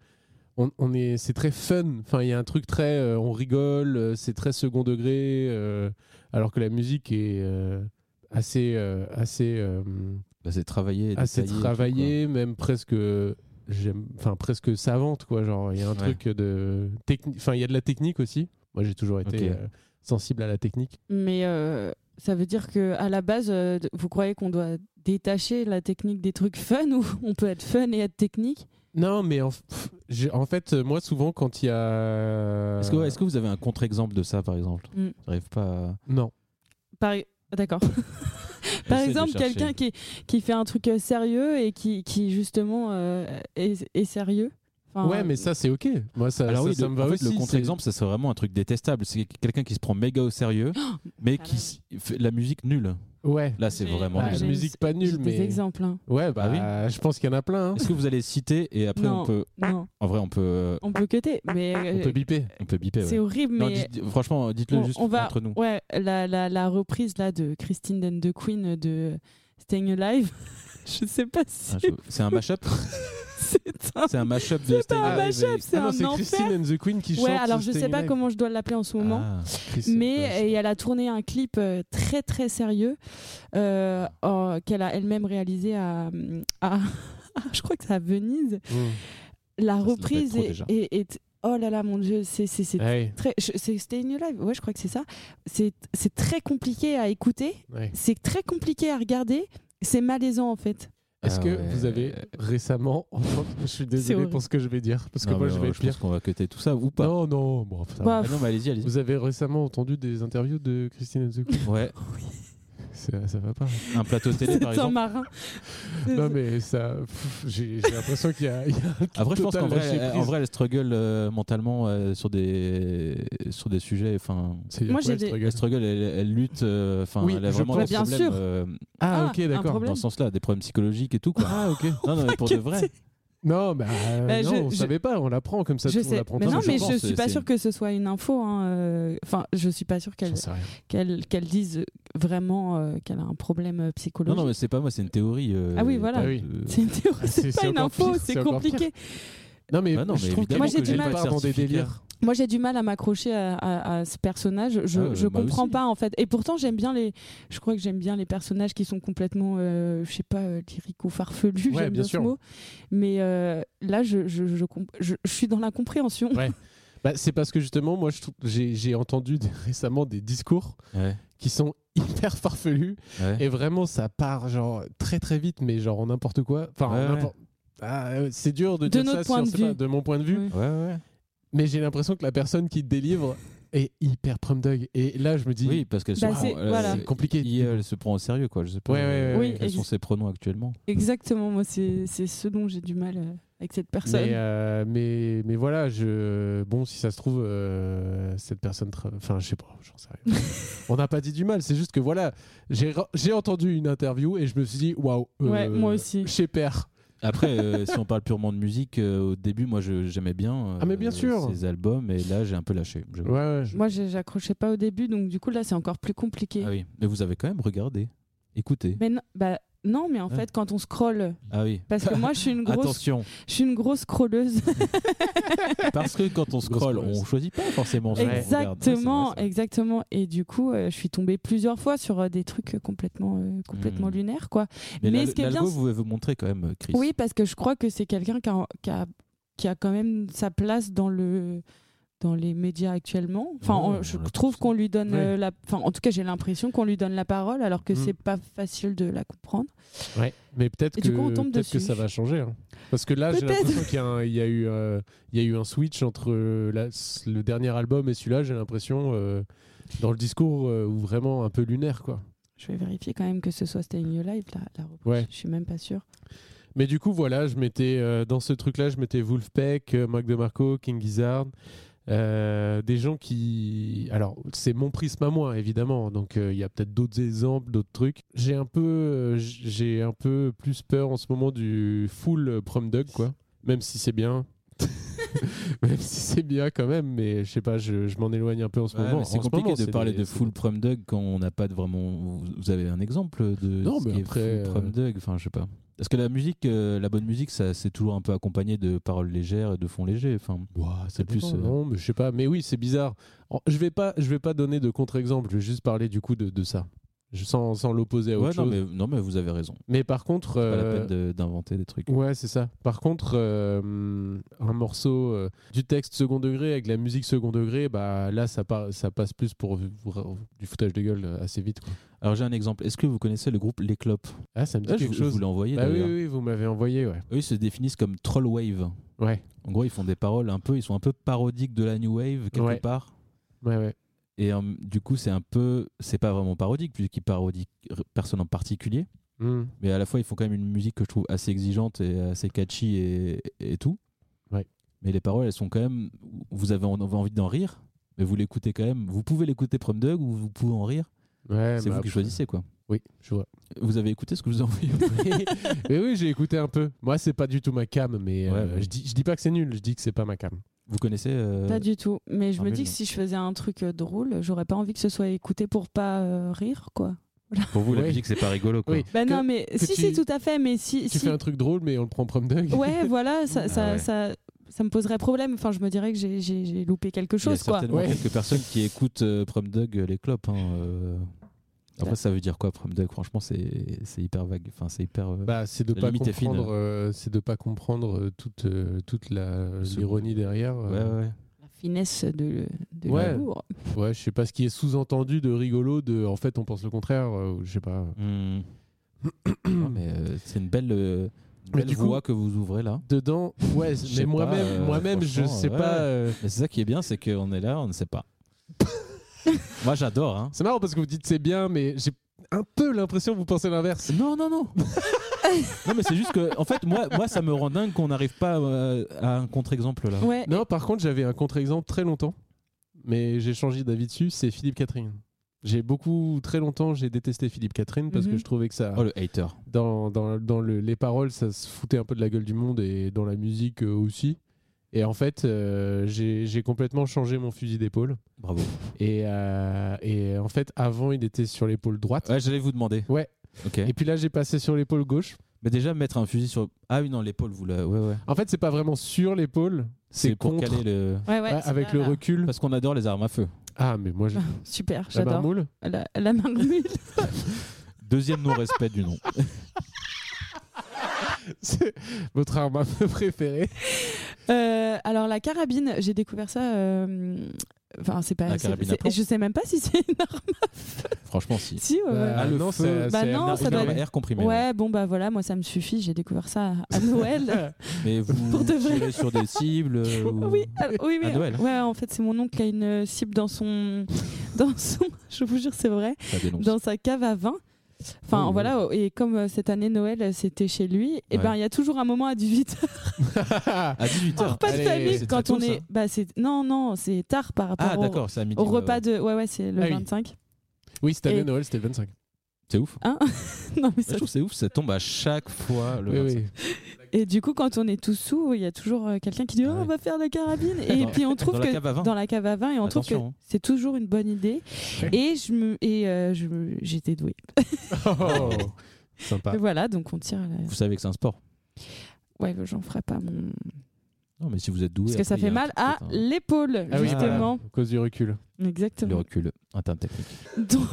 Speaker 3: on, on est, c'est très fun. Enfin, il y a un truc très, euh, on rigole, euh, c'est très second degré, euh, alors que la musique est euh, assez, euh, assez, euh,
Speaker 2: Bah, c'est travaillé.
Speaker 3: assez
Speaker 2: détaillé et tout,
Speaker 3: travaillée, même presque, euh, j'aime, enfin presque savante quoi. Genre, il y a un
Speaker 2: Ouais.
Speaker 3: truc de technique. Enfin, il y a de la technique aussi. Moi, j'ai toujours été
Speaker 2: Ok.
Speaker 3: euh, sensible à la technique.
Speaker 1: Mais euh, ça veut dire que à la base, euh, d- vous croyez qu'on doit détacher la technique des trucs fun ou on peut être fun et être technique
Speaker 3: Non, mais en, pff, j'ai- en fait, euh, moi, souvent, quand il y a.
Speaker 2: quoi.
Speaker 3: euh.
Speaker 2: Est-ce que, est-ce que vous avez un contre-exemple de ça, par exemple
Speaker 1: Mm.
Speaker 2: J'arrive pas. à-
Speaker 3: Non.
Speaker 1: Par- D'accord. Par
Speaker 2: J'essaie de
Speaker 1: exemple,
Speaker 2: chercher.
Speaker 1: quelqu'un qui, qui fait un truc euh, sérieux et qui, qui justement euh, est, est sérieux.
Speaker 2: Ah,
Speaker 1: Enfin, euh,
Speaker 3: ouais, mais ça, c'est OK. Moi, ça,
Speaker 2: Alors
Speaker 3: Ah, ça,
Speaker 2: oui,
Speaker 3: ça
Speaker 2: le-
Speaker 3: me va
Speaker 2: en fait,
Speaker 3: aussi.
Speaker 2: le
Speaker 3: c'est-
Speaker 2: contre-exemple, ça serait vraiment un truc détestable. C'est quelqu'un qui se prend méga au sérieux,
Speaker 1: Oh,
Speaker 2: mais qui s- fait la musique nulle.
Speaker 3: Ouais.
Speaker 2: Là, c'est
Speaker 1: J'ai-
Speaker 2: vraiment.
Speaker 1: Bon,
Speaker 3: Bah,
Speaker 2: nul.
Speaker 1: j'ai-
Speaker 3: la musique pas
Speaker 1: j'ai
Speaker 3: nulle, mais.
Speaker 1: des exemples. hein.
Speaker 3: Ouais, bah,
Speaker 2: Ah
Speaker 3: je pense qu'il y en a plein. hein.
Speaker 2: Est-ce que vous allez citer et après
Speaker 1: Non.
Speaker 2: on peut,
Speaker 1: Non,
Speaker 2: en vrai, on peut, euh,
Speaker 1: on peut cutter, mais
Speaker 3: On
Speaker 1: euh,
Speaker 3: peut biper.
Speaker 2: on peut biper.
Speaker 1: c'est
Speaker 2: ouais.
Speaker 1: horrible.
Speaker 2: Non,
Speaker 1: mais
Speaker 2: dites- franchement, dites-le
Speaker 1: on,
Speaker 2: juste
Speaker 1: on va,
Speaker 2: entre nous.
Speaker 1: ouais, la, la, la reprise là de Christine and the Queen euh, de Staying Alive. Je sais pas si
Speaker 2: Ah, je- C'est un mashup.
Speaker 1: c'est un.
Speaker 2: c'est un mashup de.
Speaker 1: pas un
Speaker 2: Staying Alive
Speaker 1: mashup,
Speaker 2: et-
Speaker 1: c'est
Speaker 3: ah non,
Speaker 1: un
Speaker 3: c'est
Speaker 1: enfer.
Speaker 3: Christine and the Queen qui chante.
Speaker 1: Ouais, alors je sais
Speaker 3: Staying
Speaker 1: pas
Speaker 3: Alive.
Speaker 1: comment je dois l'appeler en ce moment.
Speaker 2: Ah.
Speaker 3: Chris-
Speaker 1: Mais
Speaker 3: ouais,
Speaker 1: euh, elle a tourné un clip euh, très très sérieux euh, euh, qu'elle a elle-même réalisé à, à- je crois que c'est à Venise.
Speaker 3: je- Mm.
Speaker 1: La
Speaker 2: Ça, ça
Speaker 1: reprise
Speaker 2: doit pas être
Speaker 1: est,
Speaker 2: trop,
Speaker 1: est- est- oh là là mon dieu c'est c'est c'est
Speaker 3: Ouais,
Speaker 1: très je- c'est Staying Alive ouais je crois que c'est ça c'est c'est très compliqué à écouter
Speaker 3: ouais.
Speaker 1: c'est très compliqué à regarder c'est malaisant en fait
Speaker 3: Est-ce
Speaker 2: Ah
Speaker 3: que
Speaker 2: ouais.
Speaker 3: vous avez récemment entendu- Je suis désolé
Speaker 1: horrible.
Speaker 3: pour ce que je vais dire, parce que
Speaker 2: Non,
Speaker 3: moi
Speaker 2: mais,
Speaker 3: je
Speaker 2: euh,
Speaker 3: vais
Speaker 2: pense
Speaker 3: pire.
Speaker 2: qu'on va cutter tout ça ou pas.
Speaker 3: Non, non, bon, ça va.
Speaker 1: Bah,
Speaker 2: Ah non, mais allez-y, allez-y.
Speaker 3: Vous avez récemment entendu des interviews de Christine Anzoukou
Speaker 2: Ouais,
Speaker 3: ça, ça va pas.
Speaker 2: un plateau télé par
Speaker 1: C'est un
Speaker 2: exemple.
Speaker 1: marin.
Speaker 3: Non, mais ça. pff, J'ai j'ai l'impression qu'il y a. il y a un
Speaker 2: Après, je pense
Speaker 3: total
Speaker 2: qu'en vrai,
Speaker 3: lâcher
Speaker 2: elle- en
Speaker 3: prise.
Speaker 2: vrai, elle struggle euh, mentalement euh, sur des sur des sujets. Enfin,
Speaker 3: C'est
Speaker 1: Moi,
Speaker 3: quoi,
Speaker 1: j'ai
Speaker 3: elle se
Speaker 1: des-
Speaker 2: elle
Speaker 3: regarde
Speaker 2: struggle, elle, elle lutte. euh, Enfin,
Speaker 3: Oui,
Speaker 2: elle a
Speaker 3: je
Speaker 2: vraiment des
Speaker 1: pense. Bien
Speaker 2: problèmes
Speaker 1: sûr.
Speaker 2: euh,
Speaker 3: Ah,
Speaker 1: Ah,
Speaker 3: ok,
Speaker 1: un
Speaker 3: d'accord.
Speaker 1: problème.
Speaker 2: dans ce sens-là, des problèmes psychologiques et tout quoi.
Speaker 3: Ah, ok.
Speaker 2: Non, non, mais pour de vrai.
Speaker 3: Non, bah, euh,
Speaker 1: Bah,
Speaker 3: non,
Speaker 1: je-
Speaker 3: on
Speaker 1: je-
Speaker 3: savait pas, on l'apprend comme ça,
Speaker 1: je
Speaker 3: tout le monde
Speaker 1: sais.
Speaker 3: l'apprend.
Speaker 1: Mais
Speaker 2: pas,
Speaker 1: non,
Speaker 2: je
Speaker 1: mais
Speaker 2: pense,
Speaker 1: je suis
Speaker 2: c'est-
Speaker 1: pas sûre que ce soit une info. hein, euh, Enfin, je suis pas sûre qu'elle
Speaker 3: J'en sais rien.
Speaker 1: qu'elle qu'elle dise vraiment euh, qu'elle a un problème euh,
Speaker 2: Non,
Speaker 1: psychologique.
Speaker 2: non, mais c'est pas moi, c'est une théorie. euh,
Speaker 1: Ah oui, voilà.
Speaker 2: pas
Speaker 3: Ah oui.
Speaker 2: de-
Speaker 1: C'est une théorie,
Speaker 3: Ah, c'est-
Speaker 1: c'est pas
Speaker 3: c'est
Speaker 1: une
Speaker 3: encore
Speaker 1: info,
Speaker 3: pire,
Speaker 1: c'est
Speaker 3: c'est encore pire.
Speaker 1: compliqué.
Speaker 3: Non, mais,
Speaker 2: Bah non,
Speaker 3: je
Speaker 2: mais
Speaker 3: trouve qu'elle
Speaker 2: évidemment
Speaker 1: Moi, j'ai
Speaker 3: que
Speaker 1: du
Speaker 3: elle
Speaker 1: mal.
Speaker 3: part dans des délires.
Speaker 1: Moi, j'ai du mal à m'accrocher à, à- à ce personnage. Je,
Speaker 2: Ah ouais,
Speaker 1: je
Speaker 3: bah
Speaker 2: moi
Speaker 1: comprends
Speaker 2: aussi.
Speaker 1: pas en fait. Et pourtant, j'aime bien les. Je crois que j'aime bien les personnages qui sont complètement, euh, je sais pas, euh, lyriques ou farfelus. j'aime
Speaker 3: Ouais, bien
Speaker 1: bien, ce
Speaker 3: sûr.
Speaker 1: mot. Mais euh, là, je, je, je, comp- je- je suis dans l'incompréhension.
Speaker 3: Ouais. Bah, c'est parce que justement, moi, je trouve- j'ai j'ai entendu des- récemment des discours
Speaker 2: Ouais,
Speaker 3: qui sont hyper farfelus
Speaker 2: ouais.
Speaker 3: et vraiment ça part genre très très vite, mais genre en n'importe quoi. Enfin, en
Speaker 2: Ouais, ouais.
Speaker 3: n'importe- Ah, euh, c'est dur
Speaker 1: De
Speaker 3: de, dire
Speaker 1: notre
Speaker 3: ça
Speaker 1: point
Speaker 3: sur-
Speaker 1: de
Speaker 3: c'est pas,
Speaker 1: vue.
Speaker 3: de mon point de vue,
Speaker 1: Ouais.
Speaker 2: Ouais, ouais.
Speaker 3: mais j'ai l'impression que la personne qui te délivre est hyper prom dog. Et là, je me dis,
Speaker 2: Oui, parce qu'elle se
Speaker 1: Bah,
Speaker 2: prend.
Speaker 1: c'est-
Speaker 2: elle-
Speaker 1: voilà.
Speaker 3: c'est compliqué.
Speaker 2: il- elle se prend au sérieux, quoi. Je sais pas.
Speaker 3: Ouais, ouais, ouais,
Speaker 1: Oui, ouais.
Speaker 2: Quels sont
Speaker 1: ex-
Speaker 2: ses pronoms actuellement
Speaker 1: Exactement. Moi, c'est c'est ce dont j'ai du mal euh, avec cette personne.
Speaker 3: Mais, euh, mais, mais voilà, je... bon, si ça se trouve, euh, cette personne. tra- Enfin, je sais pas, j'en sais rien. On n'a pas dit du mal, c'est juste que voilà, j'ai re- j'ai entendu une interview et je me suis dit, waouh. euh,
Speaker 1: Ouais, moi aussi.
Speaker 3: Chez Père.
Speaker 2: Après, euh, si on parle purement de musique, euh, au début, moi, je- j'aimais bien. euh,
Speaker 3: Ah, mais bien sûr.
Speaker 2: Ses albums, et là, j'ai un peu lâché. Je-
Speaker 3: Ouais, ouais.
Speaker 1: Moi, j'ai- j'accrochais pas au début, donc du coup, là, c'est encore plus compliqué.
Speaker 2: Ah oui. Mais vous avez quand même regardé, écouté.
Speaker 1: Mais non, bah, non, mais en
Speaker 2: Ouais.
Speaker 1: fait, quand on scrolle,
Speaker 2: Ah oui.
Speaker 1: parce que moi, je suis une grosse,
Speaker 2: Hein Attention,
Speaker 1: je suis une grosse scrolleuse.
Speaker 2: parce que quand on scrolle, on choisit pas forcément. ce qu'on
Speaker 3: hein,
Speaker 2: regarde. Ouais, c'est vrai,
Speaker 1: exactement,
Speaker 2: c'est vrai.
Speaker 1: exactement. Et du coup, euh, je suis tombée plusieurs fois sur euh, des trucs complètement, euh, complètement
Speaker 2: Hmm.
Speaker 1: lunaires, quoi.
Speaker 2: Mais,
Speaker 1: Mais
Speaker 2: l'al-
Speaker 1: ce qui est bien,
Speaker 2: l'algo,
Speaker 1: c'est-
Speaker 2: vous vous montrer quand même, Chris.
Speaker 1: Oui, parce que je crois que c'est quelqu'un qui a, qui a- qui a quand même sa place dans le dans les médias actuellement. Enfin,
Speaker 2: Ouais,
Speaker 1: on- je
Speaker 2: Oh, on l'a
Speaker 1: trouve
Speaker 2: tous.
Speaker 1: qu'on lui donne
Speaker 3: Ouais.
Speaker 1: euh, la. Enfin, en tout cas, j'ai l'impression qu'on lui donne la parole, alors
Speaker 2: Mmh.
Speaker 1: que
Speaker 3: Mm.
Speaker 1: c'est pas facile de la comprendre.
Speaker 3: Ouais. Mais peut-être
Speaker 1: Et
Speaker 3: que,
Speaker 1: du coup, on tombe
Speaker 3: peut-être que
Speaker 1: dessus.
Speaker 3: ça va changer. hein. Parce que là, j'ai
Speaker 1: Peut-être.
Speaker 3: l'impression qu'il y, a un- il y, a eu, euh, il y a eu un switch entre euh, la- le dernier album et celui-là, j'ai l'impression, euh, dans le discours, euh, ou vraiment un peu lunaire, quoi.
Speaker 1: Je vais vérifier quand même que ce soit Staying Live la, la reprise.
Speaker 3: Ouais.
Speaker 1: Je suis même pas sûre.
Speaker 3: Mais du coup, voilà, je mettais euh, dans ce truc-là, je mettais Wolfpack, euh, Mac DeMarco, King Gizzard, euh, des gens qui. Alors, c'est mon prisme à moi, évidemment. Donc, euh, il y a peut-être d'autres exemples, d'autres trucs. J'ai un peu, euh, j- j'ai un peu plus peur en ce moment du full euh, prom dog, quoi. Même si c'est bien. même si c'est bien quand même, mais je sais pas, je, je m'en éloigne un peu en ce
Speaker 2: Ouais,
Speaker 3: moment.
Speaker 2: mais c'est
Speaker 3: En ce
Speaker 2: compliqué
Speaker 3: moment,
Speaker 2: de
Speaker 3: c'est
Speaker 2: parler
Speaker 3: des-
Speaker 2: de
Speaker 3: c'est-
Speaker 2: full prom dog quand on n'a pas de vraiment. vous- Vous avez un exemple de
Speaker 3: Non,
Speaker 2: ce
Speaker 3: mais
Speaker 2: qui est
Speaker 3: après,
Speaker 2: full
Speaker 3: euh,
Speaker 2: prom dog, enfin je sais pas. Parce que la musique, euh, la bonne musique, ça c'est toujours un peu accompagné de paroles légères et de fond léger. Enfin,
Speaker 3: Ouah, ça
Speaker 2: C'est plus,
Speaker 3: dépend,
Speaker 2: euh,
Speaker 3: Non, mais je sais pas. Mais oui, c'est bizarre. En- Je vais pas, je vais pas donner de contre-exemple. Je vais juste parler du coup de, de ça, je, sans, sans l'opposer à
Speaker 2: ouais,
Speaker 3: autre
Speaker 2: non
Speaker 3: chose.
Speaker 2: mais non mais vous avez raison.
Speaker 3: mais... par contre,
Speaker 2: Pas la
Speaker 3: euh,
Speaker 2: peine de- d'inventer des trucs.
Speaker 3: ouais, c'est ça. Par contre, euh, un morceau euh, du texte second degré avec la musique second degré, bah là, ça, par- ça passe plus pour v- vra- du foutage de gueule euh, assez vite. quoi.
Speaker 2: Alors j'ai un exemple. Est-ce que vous connaissez le groupe Les Clopes
Speaker 3: Ah, ça me dit
Speaker 2: Ah, Je,
Speaker 3: quelque
Speaker 2: vous- je vous
Speaker 3: chose.
Speaker 2: l'ai envoyé
Speaker 3: Bah oui,
Speaker 2: d'ailleurs.
Speaker 3: oui, oui, vous m'avez envoyé, ouais.
Speaker 2: Eux ils se définissent comme troll wave.
Speaker 3: Ouais,
Speaker 2: En gros ils font des paroles un peu, ils sont un peu parodiques de la new wave quelque
Speaker 3: Ouais.
Speaker 2: part.
Speaker 3: ouais, ouais.
Speaker 2: Et euh, du coup c'est un peu, c'est pas vraiment parodique puisqu'ils parodient personne en particulier.
Speaker 3: Hmm.
Speaker 2: mais à la fois ils font quand même une musique que je trouve assez exigeante et assez catchy et, et tout.
Speaker 3: Ouais.
Speaker 2: Mais les paroles, elles sont quand même. Vous avez en- envie d'en rire, mais vous l'écoutez quand même. Vous pouvez l'écouter Prom Dog ou vous pouvez en rire.
Speaker 3: Ouais,
Speaker 2: C'est
Speaker 3: bah,
Speaker 2: vous qui
Speaker 3: pff,
Speaker 2: choisissez quoi.
Speaker 3: Oui, je vois.
Speaker 2: Vous avez écouté ce que je vous ai envoyé
Speaker 3: Mais oui, j'ai écouté un peu. Moi, c'est pas du tout ma cam, mais euh,
Speaker 2: Ouais, ouais.
Speaker 3: je dis, je dis pas que c'est nul. Je dis que c'est pas ma cam.
Speaker 2: Vous connaissez euh,
Speaker 1: Pas du tout. Mais je
Speaker 2: ah,
Speaker 1: me
Speaker 2: mais
Speaker 1: dis que
Speaker 2: non.
Speaker 1: si je faisais un truc euh, drôle, j'aurais pas envie que ce soit écouté pour pas euh, rire, quoi.
Speaker 2: Pour vous, la
Speaker 3: Oui.
Speaker 2: musique, c'est pas rigolo quoi.
Speaker 3: Oui.
Speaker 1: Bah
Speaker 3: Que-
Speaker 1: non, mais
Speaker 3: que
Speaker 1: si, si,
Speaker 3: tu-
Speaker 1: tout à fait. Mais si,
Speaker 3: Tu
Speaker 1: si-
Speaker 3: fais un truc drôle, mais on le prend prom dog.
Speaker 1: ouais, voilà, ça,
Speaker 2: Ah
Speaker 1: ça,
Speaker 2: ouais.
Speaker 1: ça, ça me poserait problème. Enfin, je me dirais que j'ai- j'ai j'ai loupé quelque
Speaker 2: Il y a
Speaker 1: chose, quoi.
Speaker 2: certainement
Speaker 3: Ouais.
Speaker 2: quelques personnes qui écoutent euh, Prom Dog euh, les clopes. hein, euh. Après, ça veut dire quoi Prom Dog Franchement, c'est c'est hyper vague. Enfin, c'est hyper. euh,
Speaker 3: Bah, c'est de
Speaker 2: La
Speaker 3: pas
Speaker 2: limite est fine.
Speaker 3: comprendre, euh, c'est de pas comprendre euh, toute euh, toute la
Speaker 2: Ce-
Speaker 3: l'ironie derrière.
Speaker 2: Ouais,
Speaker 3: euh.
Speaker 2: ouais.
Speaker 1: La finesse de, de
Speaker 3: Ouais.
Speaker 1: l'humour.
Speaker 3: Ouais, je sais pas ce qui est sous-entendu de rigolo, de en fait on pense le contraire, euh, ou je sais pas.
Speaker 2: Hmm. Non, mais euh, c'est une belle, euh, une
Speaker 3: Mais
Speaker 2: belle
Speaker 3: du coup-
Speaker 2: voie que vous ouvrez là.
Speaker 3: Dedans, ouais,
Speaker 2: Je sais
Speaker 3: mais
Speaker 2: pas,
Speaker 3: moi-même,
Speaker 2: euh,
Speaker 3: moi-même, je
Speaker 2: franchement,
Speaker 3: sais
Speaker 2: ouais.
Speaker 3: pas. euh,
Speaker 2: Mais c'est ça qui est bien, c'est qu'on est là, on ne sait pas. Moi, j'adore. Hein.
Speaker 3: C'est marrant parce que vous dites c'est bien, mais j'ai un peu l'impression que vous pensez l'inverse.
Speaker 2: Non, non, non. non, mais c'est juste que, en fait, moi, moi ça me rend dingue qu'on n'arrive pas euh, à un contre-exemple là.
Speaker 1: Ouais.
Speaker 3: Non, par contre, j'avais un contre-exemple très longtemps, mais j'ai changé d'avis dessus. C'est Philippe Catherine. J'ai beaucoup, très longtemps, j'ai détesté Philippe Catherine parce
Speaker 1: Mhm.
Speaker 3: que je trouvais que ça,
Speaker 2: Oh, le hater.
Speaker 3: dans, dans, dans le- les paroles, ça se foutait un peu de la gueule du monde et dans la musique euh, aussi. Et en fait, euh, j'ai j'ai complètement changé mon fusil d'épaule.
Speaker 2: Bravo.
Speaker 3: Et, euh, et en fait, avant, il était sur l'épaule droite.
Speaker 2: Ouais, j'allais vous demander.
Speaker 3: Ouais.
Speaker 2: Ok.
Speaker 3: Et puis là, j'ai passé sur l'épaule gauche.
Speaker 2: Mais déjà, mettre un fusil sur. Ah oui, non, l'épaule, vous la. Ouais, ouais.
Speaker 3: En fait, c'est pas vraiment sur l'épaule, c'est
Speaker 2: C'est pour
Speaker 3: contre.
Speaker 2: caler le.
Speaker 1: Ouais, ouais,
Speaker 3: Ouais,
Speaker 1: c'est
Speaker 3: Ah, avec
Speaker 1: pas
Speaker 3: le
Speaker 1: là.
Speaker 3: recul.
Speaker 2: Parce qu'on adore les armes à feu.
Speaker 3: Ah, mais moi, je...
Speaker 1: Super,
Speaker 3: la
Speaker 1: j'adore.
Speaker 3: marmoule.
Speaker 1: La, la marmoule.
Speaker 2: Deuxième non-respect du nom.
Speaker 3: C'est votre arme à feu préférée.
Speaker 1: Euh, alors la carabine, j'ai découvert ça. euh, Enfin, c'est pas.
Speaker 2: La
Speaker 1: c'est-
Speaker 2: carabine à
Speaker 1: c'est-
Speaker 2: plomb.
Speaker 1: Je sais même pas si c'est une arme.
Speaker 2: Franchement, si.
Speaker 1: Si, ouais, ouais.
Speaker 3: Euh,
Speaker 2: Ah, le
Speaker 3: non,
Speaker 2: feu.
Speaker 3: c'est-
Speaker 1: Bah
Speaker 3: c'est
Speaker 1: non,
Speaker 3: une-
Speaker 1: ça
Speaker 3: une
Speaker 1: doit
Speaker 3: arme-
Speaker 1: être-
Speaker 2: air comprimé.
Speaker 1: ouais, bon bah voilà, moi ça me suffit. J'ai découvert ça à Noël.
Speaker 2: Mais vous
Speaker 1: Pour de vrai.
Speaker 2: tirez sur des cibles. euh, ou-
Speaker 1: oui, alors- oui, oui.
Speaker 2: À Noël.
Speaker 1: Ouais, en fait, c'est mon oncle qui a une euh, cible dans son, dans son. Je vous jure, c'est vrai.
Speaker 2: Ça dénonce.
Speaker 1: dans sa cave à vin. Enfin
Speaker 3: Oh.
Speaker 1: voilà, et comme euh, cette année Noël euh, c'était chez lui, et
Speaker 2: Ouais.
Speaker 1: ben il y a toujours un moment à 18 h
Speaker 2: À 18h.
Speaker 1: pas de
Speaker 3: Allez,
Speaker 1: famille
Speaker 2: c'est
Speaker 1: quand
Speaker 2: très
Speaker 1: on
Speaker 2: tôt, ça.
Speaker 1: est bah c'est non non, c'est tard par rapport
Speaker 2: Ah,
Speaker 1: au,
Speaker 2: d'accord, c'est à midi.
Speaker 1: au
Speaker 2: ouais,
Speaker 1: repas
Speaker 2: ouais.
Speaker 1: de ouais ouais, c'est le
Speaker 3: Ah oui.
Speaker 1: 25.
Speaker 3: Oui, c'était
Speaker 1: Et-
Speaker 3: année Noël, c'était le 25.
Speaker 2: C'est ouf.
Speaker 1: non mais
Speaker 2: Bah, Je
Speaker 1: ça-
Speaker 2: trouve que c'est ouf, ça tombe à chaque fois le
Speaker 3: Oui,
Speaker 2: 25.
Speaker 3: oui.
Speaker 1: et du coup quand on est tous sous, il y a toujours euh, quelqu'un qui dit
Speaker 2: Ah
Speaker 1: Oh,
Speaker 2: ouais.
Speaker 1: on va faire la carabine et
Speaker 2: Dans-
Speaker 1: puis on trouve
Speaker 2: Dans
Speaker 1: que
Speaker 2: la cave à vin.
Speaker 1: dans la cave à vin et on trouve
Speaker 2: Attention,
Speaker 1: que
Speaker 2: hein.
Speaker 1: c'est toujours une bonne idée
Speaker 3: Ouais.
Speaker 1: et je me et euh, je me- j'étais douée.
Speaker 3: Oh, sympa.
Speaker 2: Ah.
Speaker 1: Et Voilà, donc on tire à la-
Speaker 2: Vous savez que c'est un sport.
Speaker 1: ouais, euh, j'en ferai pas mon
Speaker 2: Non, mais si vous êtes doué.
Speaker 1: parce que ça
Speaker 2: après, il y
Speaker 1: fait
Speaker 2: a un
Speaker 1: mal
Speaker 2: truc,
Speaker 1: à E.
Speaker 2: peut-être, hein.
Speaker 1: l'épaule
Speaker 3: Ah oui,
Speaker 1: justement.
Speaker 3: voilà, à cause du recul.
Speaker 2: Le
Speaker 1: Exactement.
Speaker 2: recul, un terme technique.
Speaker 1: Donc,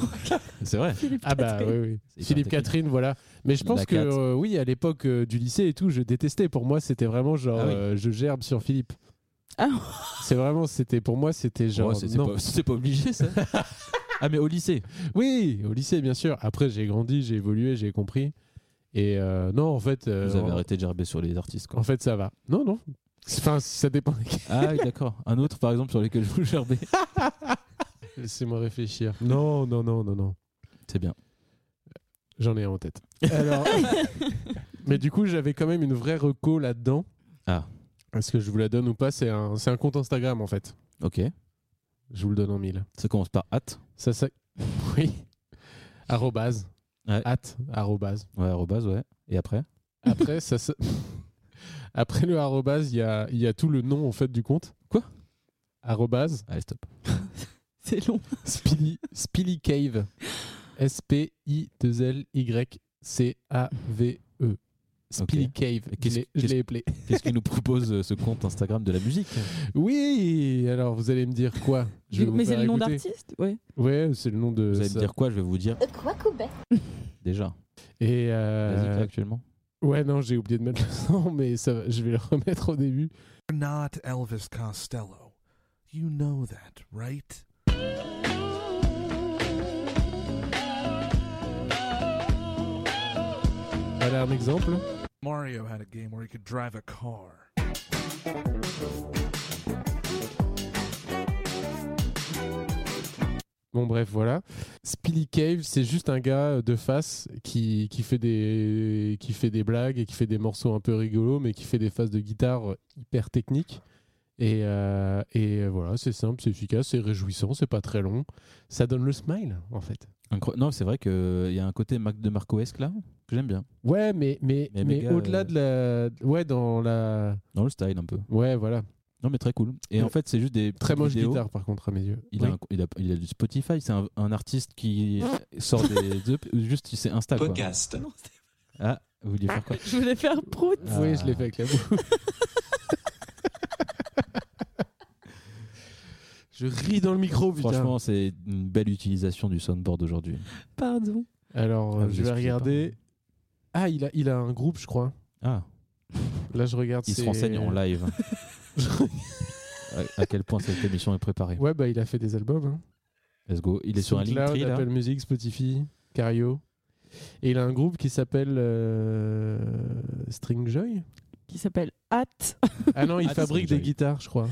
Speaker 2: C'est vrai.
Speaker 1: Philippe
Speaker 3: Ah bah
Speaker 1: Catherine.
Speaker 3: oui, oui.
Speaker 2: C'est hyper
Speaker 3: Philippe
Speaker 2: technique.
Speaker 3: Catherine, voilà. Mais je
Speaker 2: La
Speaker 3: pense que
Speaker 2: quatre.
Speaker 3: euh, oui, à l'époque euh, du lycée et tout, je détestais. Pour moi, c'était vraiment genre,
Speaker 2: Ah oui.
Speaker 3: euh, je gerbe sur Philippe.
Speaker 1: Ah.
Speaker 3: C'est vraiment, c'était pour moi, c'était genre.
Speaker 2: Ouais, c'est c'est
Speaker 3: non.
Speaker 2: pas, c'est pas obligé ça. ah mais au lycée.
Speaker 3: Oui, au lycée, bien sûr. Après, j'ai grandi, j'ai évolué, j'ai compris. Et euh, non, en fait, euh,
Speaker 2: vous avez
Speaker 3: en-
Speaker 2: arrêté de gerber sur les artistes. Quoi.
Speaker 3: en fait, ça va. Non, non. Enfin, ça dépend.
Speaker 2: Ah oui, d'accord. Un autre par exemple sur lequel vous gerbez.
Speaker 3: Laissez-moi réfléchir. Non, non, non, non, non.
Speaker 2: C'est bien.
Speaker 3: J'en ai un en tête. Alors, mais du coup, j'avais quand même une vraie reco là-dedans.
Speaker 2: Ah.
Speaker 3: Est-ce que je vous la donne ou pas C'est un, c'est un compte Instagram en fait.
Speaker 2: Ok.
Speaker 3: Je vous le donne en mille.
Speaker 2: Ça commence par hâte.
Speaker 3: Ça, ça... Oui. Arrobase.
Speaker 2: Ouais.
Speaker 3: At. Arrobase.
Speaker 2: Ouais, arrobase, ouais. Et après
Speaker 3: Après, ça, se- Après le arrobase, il y a, il y a tout le nom en fait du compte.
Speaker 2: Quoi
Speaker 3: Arrobase.
Speaker 2: Allez, stop.
Speaker 1: C'est long.
Speaker 3: Spilly, Spilly Cave. S-P-I-2-L-Y-C-A-V-E. Spilly E. Cave.
Speaker 2: Qu'est-ce-
Speaker 3: Je l'ai- je
Speaker 2: qu'est-ce-
Speaker 3: l'ai appelé.
Speaker 2: Qu'est-ce qu'il nous propose euh, ce compte Instagram de la musique
Speaker 3: Oui, alors vous allez me dire quoi Je vais vous
Speaker 1: Mais c'est
Speaker 3: faire
Speaker 1: le nom
Speaker 3: écouter.
Speaker 1: d'artiste Ouais.
Speaker 3: Ouais, c'est le nom de.
Speaker 2: Vous allez
Speaker 3: ça.
Speaker 2: me dire quoi Je vais vous dire
Speaker 5: Quoi couper
Speaker 2: déjà.
Speaker 3: Et euh,
Speaker 2: Vas-y, toi, actuellement.
Speaker 3: ouais, non, j'ai oublié de mettre le nom, mais ça, va- je vais le remettre au début.
Speaker 6: You're not Elvis Costello. You know that, right?
Speaker 3: Voilà un exemple.
Speaker 6: Mario had a game where he could drive a car.
Speaker 3: Bon, bref, voilà. Spilly Cave, c'est juste un gars de face qui, qui, fait des, qui fait des blagues et qui fait des morceaux un peu rigolos, mais qui fait des phases de guitare hyper techniques. Et, euh, et voilà, c'est simple, c'est efficace, c'est réjouissant, c'est pas très long. Ça donne le smile, en fait.
Speaker 2: Incro- Non, c'est vrai qu'il y a un côté Mac de Marcoesque là que j'aime bien.
Speaker 3: Ouais, mais, mais,
Speaker 2: Mais
Speaker 3: mais,
Speaker 2: méga,
Speaker 3: au-delà
Speaker 2: euh,
Speaker 3: de la. Ouais, dans la.
Speaker 2: Dans le style un peu.
Speaker 3: Ouais, voilà.
Speaker 2: Non, mais très cool. Et en fait, c'est juste des
Speaker 3: Très
Speaker 2: petites
Speaker 3: moche
Speaker 2: vidéos.
Speaker 3: guitare, par contre, à mes yeux.
Speaker 2: Il, a un- il, a, il a du Spotify, c'est un, un artiste qui sort des. de- juste, c'est Insta quoi.
Speaker 4: Podcast.
Speaker 1: Non,
Speaker 2: Ah, vous vouliez faire quoi
Speaker 1: Je voulais faire prout.
Speaker 2: Ah.
Speaker 3: Oui, je l'ai fait avec la boue. je ris dans le micro, putain.
Speaker 2: Franchement, c'est une belle utilisation du soundboard aujourd'hui.
Speaker 1: Pardon.
Speaker 3: Alors,
Speaker 2: Ah,
Speaker 3: euh,
Speaker 2: vous
Speaker 3: je vais
Speaker 2: excusez,
Speaker 3: regarder. Ah, il a, il a un groupe, je crois.
Speaker 2: Ah,
Speaker 3: Là, je regarde.
Speaker 2: il se
Speaker 3: c'est-
Speaker 2: renseigne en live. à, à quel point cette émission est préparée.
Speaker 3: Ouais, bah, il a fait des albums. hein.
Speaker 2: Let's go. Il est sur un
Speaker 3: SoundCloud,
Speaker 2: Linktree là.
Speaker 3: Apple Music, Spotify, Cario. Et il a un groupe qui s'appelle euh, Stringjoy.
Speaker 1: qui s'appelle Hat.
Speaker 3: Ah non, il
Speaker 2: Ah,
Speaker 3: fabrique
Speaker 2: Stringjoy.
Speaker 3: des guitares, je crois.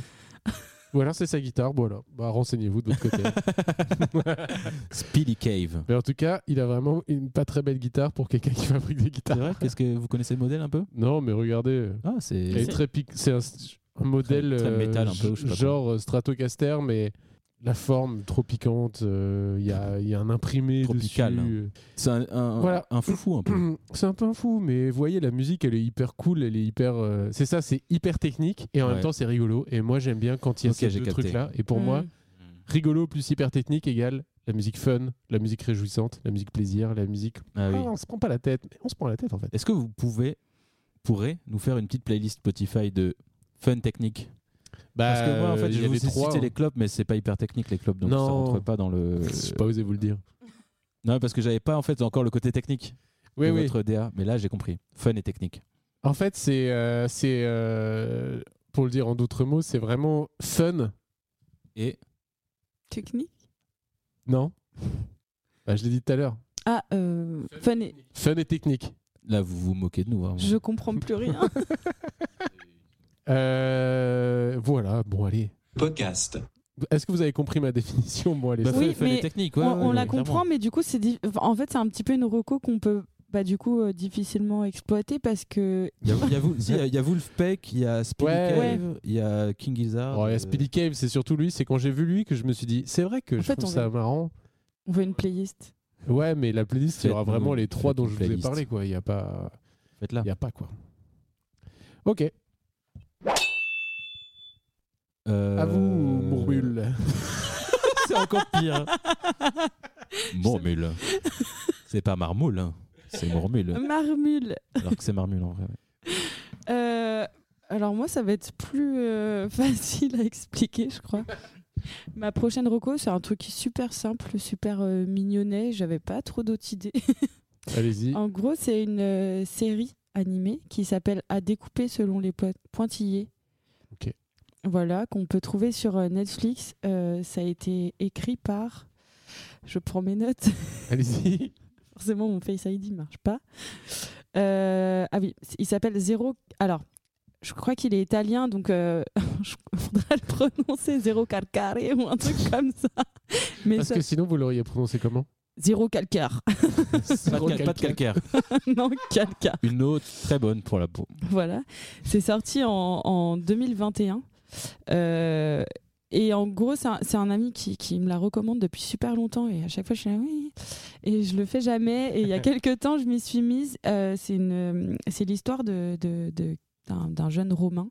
Speaker 3: Ou alors c'est sa guitare, voilà. Bah, renseignez-vous de l'autre côté.
Speaker 2: Speedy Cave.
Speaker 3: Mais en tout cas, il a vraiment une pas très belle guitare pour quelqu'un qui fabrique des
Speaker 2: C'est
Speaker 3: guitares.
Speaker 2: vrai Qu'est-ce que vous connaissez le modèle un peu
Speaker 3: Non, mais regardez,
Speaker 2: Ah,
Speaker 3: elle est
Speaker 2: c'est.
Speaker 3: très pic- C'est un, un modèle
Speaker 2: très
Speaker 3: euh,
Speaker 2: métal un peu,
Speaker 3: g-
Speaker 2: je sais pas
Speaker 3: genre euh, Stratocaster, mais la forme trop piquante. euh, Il y, a, il y a un imprimé
Speaker 2: Tropical,
Speaker 3: dessus.
Speaker 2: C'est un, un,
Speaker 3: Voilà. Mm.
Speaker 2: un foufou un peu.
Speaker 3: C'est un peu un fou, mais vous voyez, la musique, elle est hyper cool, elle est hyper. euh, c'est ça, c'est hyper technique et en
Speaker 2: Ouais.
Speaker 3: même temps, c'est rigolo. Et moi, j'aime bien quand il y a
Speaker 2: Ok, j'ai
Speaker 3: ces deux
Speaker 2: capté.
Speaker 3: trucs-là. Et
Speaker 1: Mm.
Speaker 3: pour
Speaker 1: Hum.
Speaker 3: moi, rigolo plus hyper technique égale la musique fun, la musique réjouissante, la musique plaisir, la musique.
Speaker 2: Ah oui.
Speaker 3: Ah, on se prend pas la tête, mais on se prend la tête en fait.
Speaker 2: Est-ce que vous pouvez, pourrez nous faire une petite playlist Spotify de fun technique Parce que moi, en fait,
Speaker 3: Bah, il y
Speaker 2: je vous
Speaker 3: avait
Speaker 2: ai
Speaker 3: trois,
Speaker 2: cité
Speaker 3: hein.
Speaker 2: les clubs, mais c'est pas hyper technique les clubs, donc ça
Speaker 3: Non.
Speaker 2: rentre pas dans le.
Speaker 3: J'ai pas osé vous le dire.
Speaker 2: Non, parce que j'avais pas en fait encore le côté technique
Speaker 3: Oui,
Speaker 2: de
Speaker 3: oui.
Speaker 2: votre DA, mais là j'ai compris. Fun et technique.
Speaker 3: En fait, c'est. euh, c'est euh, pour le dire en d'autres mots, c'est vraiment fun,
Speaker 2: Et
Speaker 1: Technique
Speaker 3: non Bah, Je l'ai dit tout à l'heure.
Speaker 1: Ah, euh, fun et-
Speaker 3: Fun et technique.
Speaker 2: là, vous vous moquez de nous. hein. vraiment.
Speaker 1: Je hein. comprends plus rien.
Speaker 3: Euh, voilà, bon, allez.
Speaker 4: podcast,
Speaker 3: Est-ce que vous avez compris ma définition Bon, allez.
Speaker 2: Bah,
Speaker 3: ça-
Speaker 2: fun-
Speaker 1: Oui,
Speaker 2: fun
Speaker 1: mais
Speaker 2: et technique, ouais,
Speaker 1: on
Speaker 2: ouais,
Speaker 1: on
Speaker 2: ouais,
Speaker 1: la
Speaker 2: clairement.
Speaker 1: comprend, mais du coup, c'est dif- enfin, en fait, c'est un petit peu une reco qu'on peut bah, du coup euh, difficilement exploiter parce que
Speaker 2: Il y a- il y a vous- si, il y a- il y a Wolfpack, il y a Speedy
Speaker 3: Ouais.
Speaker 2: Cave, il y a King Gizzard.
Speaker 3: Oh, il y a
Speaker 2: euh,
Speaker 3: Speedy Cave, c'est surtout lui. C'est quand j'ai vu lui que je me suis dit, c'est vrai que
Speaker 1: En
Speaker 3: je
Speaker 1: fait,
Speaker 3: trouve
Speaker 1: on
Speaker 3: ça
Speaker 1: est-
Speaker 3: marrant.
Speaker 1: on veut une playlist.
Speaker 3: Ouais, mais la playlist, il y aura
Speaker 2: Faites-nous-
Speaker 3: vraiment les trois dont
Speaker 2: faites-nous
Speaker 3: je vous ai
Speaker 2: playlist.
Speaker 3: parlé, quoi. Il n'y a pas,
Speaker 2: Faites-la.
Speaker 3: il y a pas quoi. Ok,
Speaker 2: Euh,
Speaker 3: à vous, Mourbule.
Speaker 2: C'est encore pire. Mormule. C'est pas marmoule, hein. c'est mormule.
Speaker 1: Marmule.
Speaker 2: Alors que c'est marmule en vrai.
Speaker 1: Euh, alors moi, ça va être plus euh, facile à expliquer, je crois. Ma prochaine reco, c'est un truc super simple, super euh, mignonnet. J'avais pas trop d'autres idées.
Speaker 3: Allez-y.
Speaker 1: En gros, c'est une euh, série animée qui s'appelle À découper selon les po- pointillés.
Speaker 3: Ok.
Speaker 1: Voilà, qu'on peut trouver sur euh, Netflix. Euh, ça a été écrit par. Je prends mes notes.
Speaker 3: Allez-y.
Speaker 1: Forcément, mon Face ID marche pas. Euh, ah oui, il s'appelle Zero. Alors, je crois qu'il est italien, donc euh, je faudra le prononcer Zero Calcare ou un truc comme ça. Mais
Speaker 3: Parce
Speaker 1: ça-
Speaker 3: que sinon, vous l'auriez prononcé comment
Speaker 1: Zero Calcare.
Speaker 2: Pas de, cal- pas de calcaire.
Speaker 1: non, Calcare.
Speaker 2: Une autre très bonne pour la peau.
Speaker 1: Voilà. C'est sorti en, en 2021. Euh, et en gros, c'est un, c'est un ami qui, qui me la recommande depuis super longtemps. Et à chaque fois, je suis là, oui. Et je le fais jamais. Et il y a quelques temps, je m'y suis mise. Euh, c'est une- c'est l'histoire de- de- de- d'un d'un jeune Romain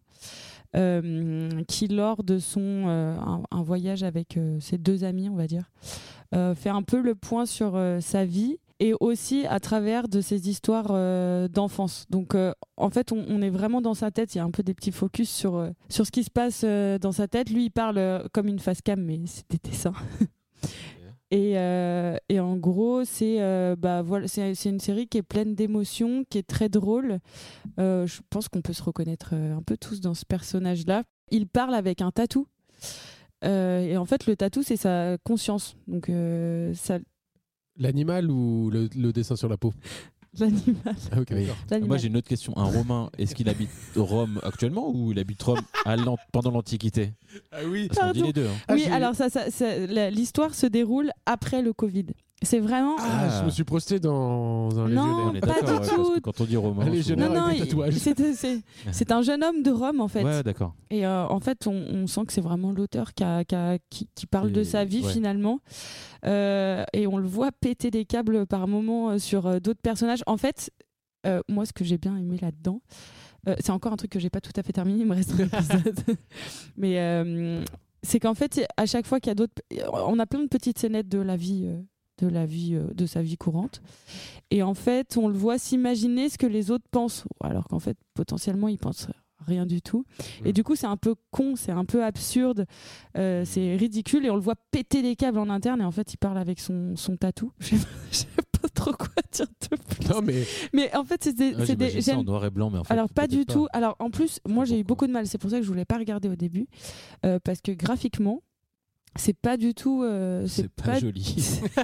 Speaker 1: euh, qui, lors de son euh, un, un voyage avec euh, ses deux amis, on va dire, euh, fait un peu le point sur euh, sa vie et aussi à travers de ses histoires euh, d'enfance. Donc, euh, en fait, on, on est vraiment dans sa tête. Il y a un peu des petits focus sur, euh, sur ce qui se passe euh, dans sa tête. Lui, il parle euh, comme une face cam, mais c'est des dessins. Et, euh, et en gros, c'est euh, bah, voilà, c'est c'est une série qui est pleine d'émotions, qui est très drôle. Euh, je pense qu'on peut se reconnaître euh, un peu tous dans ce personnage-là. Il parle avec un tatou. Euh, et en fait, le tatou, c'est sa conscience. Donc, euh, ça-
Speaker 3: L'animal ou le, le dessin sur la peau
Speaker 1: l'animal.
Speaker 3: Ah, ok,
Speaker 2: Oui.
Speaker 3: d'accord.
Speaker 1: l'animal.
Speaker 2: Moi j'ai une autre question. Un Romain, est-ce qu'il habite Rome actuellement ou il habite Rome à l'an- pendant l'Antiquité
Speaker 3: Ah oui.
Speaker 2: Parce qu'on dit
Speaker 1: Pardon.
Speaker 2: les deux. hein.
Speaker 3: Ah,
Speaker 1: oui,
Speaker 3: j'ai-
Speaker 1: alors ça, ça- ça- la- l'histoire se déroule après le Covid. C'est vraiment.
Speaker 3: Ah,
Speaker 2: Ah.
Speaker 3: je me suis projeté dans
Speaker 1: Non,
Speaker 3: un légionnaire.
Speaker 2: On est
Speaker 1: pas
Speaker 2: d'accord.
Speaker 1: du
Speaker 2: ouais, parce que
Speaker 1: tout.
Speaker 2: quand on dit Romain.
Speaker 3: Allez,
Speaker 2: souvent-
Speaker 3: je- avec des
Speaker 1: il-
Speaker 3: tatouages.
Speaker 1: c'est c'est- c'est un jeune homme de Rome en fait.
Speaker 2: Ouais, d'accord.
Speaker 1: Et euh, en fait, on, on sent que c'est vraiment l'auteur qui, a- qui a- qui- qui parle de
Speaker 2: Et-
Speaker 1: sa vie
Speaker 2: ouais.
Speaker 1: finalement. Euh, et on le voit péter des câbles par moments euh, sur euh, d'autres personnages. En fait, euh, moi, ce que j'ai bien aimé là-dedans, euh, c'est encore un truc que j'ai pas tout à fait terminé, il me reste un épisode. Mais euh, c'est qu'en fait, à chaque fois qu'il y a d'autres. On a plein de petites scénettes de la vie. euh, de la vie euh, de sa vie courante et en fait on le voit s'imaginer ce que les autres pensent alors qu'en fait potentiellement ils pensent rien du tout
Speaker 2: Mm.
Speaker 1: et du coup, c'est un peu con, c'est un peu absurde, euh, c'est ridicule. Et on le voit péter les câbles en interne. Et en fait, il parle avec son, son tatou. Je sais pas- je sais pas trop quoi dire de plus.
Speaker 3: Non, mais
Speaker 1: Mais en fait, c'est des.
Speaker 2: Ah,
Speaker 1: c'est des-
Speaker 2: j'imagine ça
Speaker 1: j'aime-
Speaker 2: en noir et blanc, mais en fait,
Speaker 1: alors pas
Speaker 2: peut-être
Speaker 1: du tout. Alors en plus, moi j'ai eu beaucoup
Speaker 2: Pourquoi
Speaker 1: de mal. C'est pour ça que je voulais pas regarder au début, euh, parce que graphiquement, C'est pas du tout. euh,
Speaker 2: C'est pas, joli. C'est pas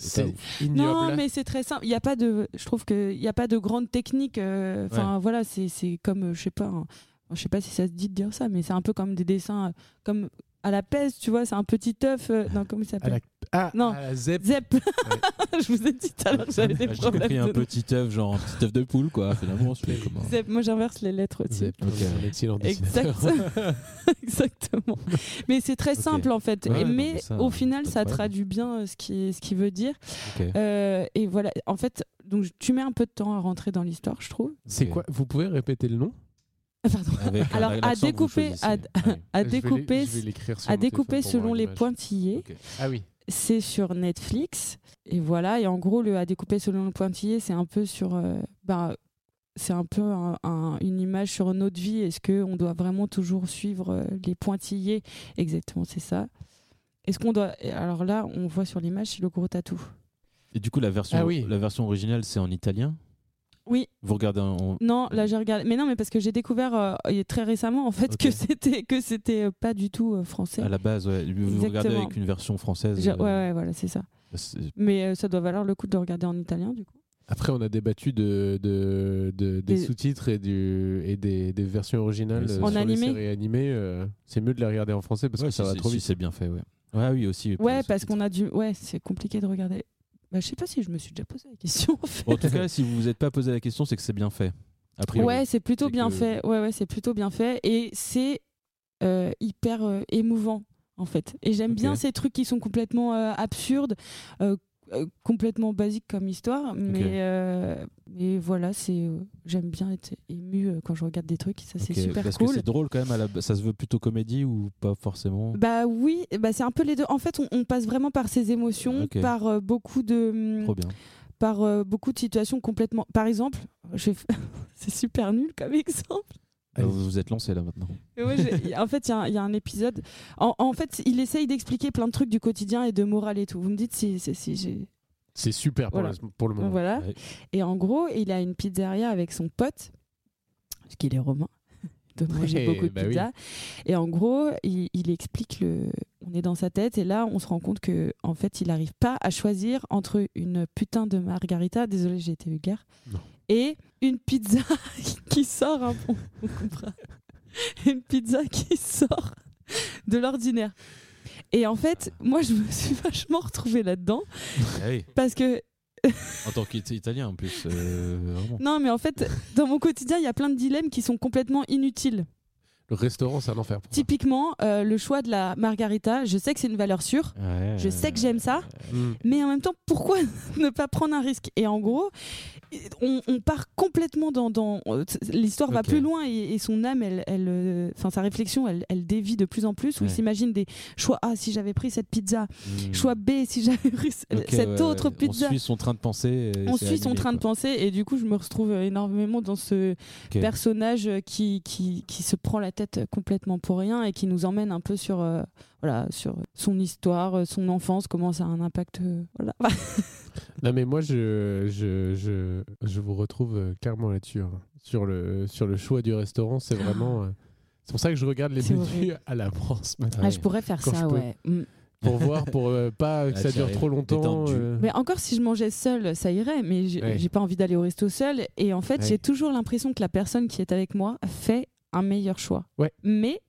Speaker 3: C'est ignoble.
Speaker 1: Non, mais c'est très simple. Il y a pas de, je trouve que il y a pas de grande technique. euh, Enfin voilà, c'est c'est comme euh, je sais pas, un- je sais pas si ça se dit de dire ça, mais c'est un peu comme des dessins euh, comme à la peste, tu vois, c'est un petit œuf. euh, non, comment il
Speaker 3: À la...
Speaker 1: s'appelle
Speaker 3: Ah,
Speaker 1: Non.
Speaker 3: à la ZEP.
Speaker 1: Zep. je vous ai dit tout à l'heure, que j'avais des
Speaker 2: Ah, J'ai
Speaker 1: problèmes.
Speaker 2: compris un
Speaker 1: de-
Speaker 2: petit œuf, genre un petit œuf de poule, quoi. Finalement, je fais comment
Speaker 1: Zep. Moi, j'inverse les lettres aussi.
Speaker 3: ZEP,
Speaker 2: Ok.
Speaker 3: un excellent dessinateur.
Speaker 1: Exact. Exactement. Mais c'est très
Speaker 2: Ok.
Speaker 1: simple en fait.
Speaker 2: Ouais,
Speaker 1: Et
Speaker 2: non,
Speaker 1: mais
Speaker 2: mais ça,
Speaker 1: au final,
Speaker 2: pas de
Speaker 1: ça
Speaker 2: problème.
Speaker 1: traduit bien euh, ce qui ce qui veut dire.
Speaker 2: Ok.
Speaker 1: Euh, et voilà. En fait, donc tu mets un peu de temps à rentrer dans l'histoire, je trouve.
Speaker 3: C'est quoi Vous pouvez répéter le nom
Speaker 1: Ah, Pardon.
Speaker 2: Avec un
Speaker 1: Alors, à
Speaker 2: accent que vous
Speaker 1: découper,
Speaker 2: choisissez.
Speaker 1: à-
Speaker 2: Ouais.
Speaker 1: À
Speaker 3: Je vais l'é-
Speaker 1: découper,
Speaker 3: je vais l'écrire sur
Speaker 1: à
Speaker 3: mon téléphone
Speaker 1: découper
Speaker 3: pour voir
Speaker 1: selon les
Speaker 3: l'image.
Speaker 1: pointillés.
Speaker 2: Ok.
Speaker 3: Ah oui.
Speaker 1: C'est sur Netflix. Et voilà. Et en gros, le à découper selon le pointillé, c'est un peu sur. euh, bah, c'est un peu un- un- une image sur notre vie. Est-ce qu'on doit vraiment toujours suivre euh, les pointillés Exactement, c'est ça. Est-ce qu'on doit. et Alors là, on voit sur l'image, c'est le gros tatou.
Speaker 2: Et du coup, la version,
Speaker 3: Ah oui.
Speaker 2: la version originale, c'est en italien.
Speaker 1: Oui,
Speaker 2: Vous regardez en.
Speaker 1: Non, là j'ai regardé. Mais non, mais parce que j'ai découvert euh, il y a très récemment en fait
Speaker 2: Ok.
Speaker 1: que c'était que c'était euh, pas du tout euh, français.
Speaker 2: À la base, ouais. vous regardez
Speaker 1: Exactement.
Speaker 2: avec une version française.
Speaker 1: J'ai-
Speaker 2: euh,
Speaker 1: Ouais, ouais, voilà, c'est ça.
Speaker 2: c'est-
Speaker 1: Mais euh, ça doit valoir le coup de le regarder en italien du coup.
Speaker 3: Après, on a débattu de, de- de- des
Speaker 1: Des-
Speaker 3: sous-titres et, du, et des, des versions originales
Speaker 2: Oui, c'est
Speaker 3: euh,
Speaker 2: ça.
Speaker 1: En
Speaker 3: sur
Speaker 1: animé.
Speaker 3: les séries animées. euh, c'est mieux de les regarder en français parce
Speaker 2: ouais,
Speaker 3: que ça
Speaker 2: si
Speaker 3: va
Speaker 2: c'est-
Speaker 3: trop
Speaker 2: si
Speaker 3: vite.
Speaker 2: c'est bien fait, ouais. Ouais, oui, aussi. pour
Speaker 1: Ouais,
Speaker 2: les
Speaker 1: parce
Speaker 2: sous-titres.
Speaker 1: qu'on a dû. Ouais, c'est compliqué de regarder. Bah, je sais pas si je me suis déjà posé la question en fait.
Speaker 2: En tout cas, si vous vous êtes pas posé la question, c'est que c'est bien fait. A priori.
Speaker 1: Ouais, c'est plutôt
Speaker 2: C'est
Speaker 1: bien
Speaker 2: que-
Speaker 1: fait. Ouais, ouais, c'est plutôt bien fait et c'est euh, hyper euh, émouvant en fait. Et j'aime
Speaker 3: Ok.
Speaker 1: bien ces trucs qui sont complètement euh, absurdes, euh, euh, complètement basiques comme histoire, mais euh, mais voilà, c'est euh, j'aime bien être ému quand je regarde des trucs, ça c'est
Speaker 2: Ok,
Speaker 1: super
Speaker 2: parce que
Speaker 1: cool.
Speaker 2: c'est drôle quand même. À la... ba- Ça se veut plutôt comédie ou pas forcément
Speaker 1: Bah oui, bah c'est un peu les deux. En fait, on, on passe vraiment par ces émotions,
Speaker 2: Ok.
Speaker 1: par euh, beaucoup de hum,
Speaker 2: Trop bien.
Speaker 1: par euh, beaucoup de situations complètement. Par exemple, je... vais- c'est super nul comme exemple.
Speaker 2: Bah,
Speaker 3: Allez-y.
Speaker 2: vous vous êtes lancé là maintenant.
Speaker 1: Mais moi, j'ai- en fait, il y, a un- il y a un épisode. En, en fait, il essaye d'expliquer plein de trucs du quotidien et de morale et tout. Vous me dites si, si, si j'ai.
Speaker 3: C'est super pour,
Speaker 1: Voilà.
Speaker 3: le, pour le moment.
Speaker 1: Voilà.
Speaker 2: Ouais.
Speaker 1: Et en gros, il a une pizzeria avec son pote, parce qu'il est romain. Il doit manger
Speaker 3: Ouais,
Speaker 1: beaucoup de
Speaker 3: bah oui.
Speaker 1: pizza. Et en gros, il, il explique le. On est dans sa tête et là, on se rend compte que en fait, il n'arrive pas à choisir entre une putain de margarita, désolé, j'ai été vulgaire,
Speaker 3: Non.
Speaker 1: et une pizza qui sort. un- on- on comprend. Une pizza qui sort de l'ordinaire. Et en fait, moi, je me suis vachement retrouvée là-dedans parce que
Speaker 2: Eh En tant qu'Italien en plus. euh, vraiment.
Speaker 1: Non, mais en fait, dans mon quotidien, il y a plein de dilemmes qui sont complètement inutiles.
Speaker 3: Le restaurant, c'est un enfer. pour moi.
Speaker 1: Typiquement, euh, le choix de la margarita, je sais que c'est une valeur sûre,
Speaker 2: Ouais,
Speaker 1: Je sais que j'aime ça.
Speaker 3: Mm.
Speaker 1: mais en même temps, pourquoi ne pas prendre un risque Et en gros, on, on part complètement dans... dans euh, L'histoire va
Speaker 2: Ok.
Speaker 1: plus loin et, et son âme, elle, elle, euh, enfin, sa réflexion, elle, elle dévie de plus en plus, où il
Speaker 2: Ouais.
Speaker 1: s'imagine des choix A, si j'avais pris cette pizza,
Speaker 2: Mm.
Speaker 1: choix B, si j'avais pris ce-
Speaker 2: Ok,
Speaker 1: cette
Speaker 2: ouais,
Speaker 1: autre
Speaker 2: ouais.
Speaker 1: pizza.
Speaker 2: On suit son train de pensée. et
Speaker 1: On
Speaker 2: c'est
Speaker 1: suit son
Speaker 2: animé,
Speaker 1: train de
Speaker 2: quoi.
Speaker 1: pensée et du coup je me retrouve énormément dans ce
Speaker 2: Ok.
Speaker 1: personnage qui, qui, qui se prend la tête complètement pour rien et qui nous emmène un peu sur, euh, voilà, sur son histoire, euh, son enfance, comment ça a un impact. euh, voilà.
Speaker 3: Non, mais moi, je, je, je, je vous retrouve euh, clairement là-dessus. hein. Sur, le, sur le choix du restaurant, c'est vraiment. euh, c'est pour ça que je regarde les
Speaker 1: C'est
Speaker 3: menus
Speaker 1: horrible.
Speaker 3: à l'avance maintenant.
Speaker 1: Ah,
Speaker 2: Ouais.
Speaker 1: je pourrais faire
Speaker 3: Quand je
Speaker 1: ça,
Speaker 3: peux.
Speaker 1: ouais. Mm.
Speaker 3: Pour voir, pour euh, pas que
Speaker 2: Ah,
Speaker 3: ça
Speaker 2: t'y
Speaker 3: dure
Speaker 2: arrives.
Speaker 3: trop longtemps.
Speaker 2: Détendu.
Speaker 3: euh.
Speaker 1: Mais encore si je mangeais seule, ça irait, mais j'ai
Speaker 3: Ouais.
Speaker 1: j'ai pas envie d'aller au resto seule. Et en fait,
Speaker 3: Ouais.
Speaker 1: j'ai toujours l'impression que la personne qui est avec moi fait un meilleur choix.
Speaker 3: Ouais.
Speaker 1: Mais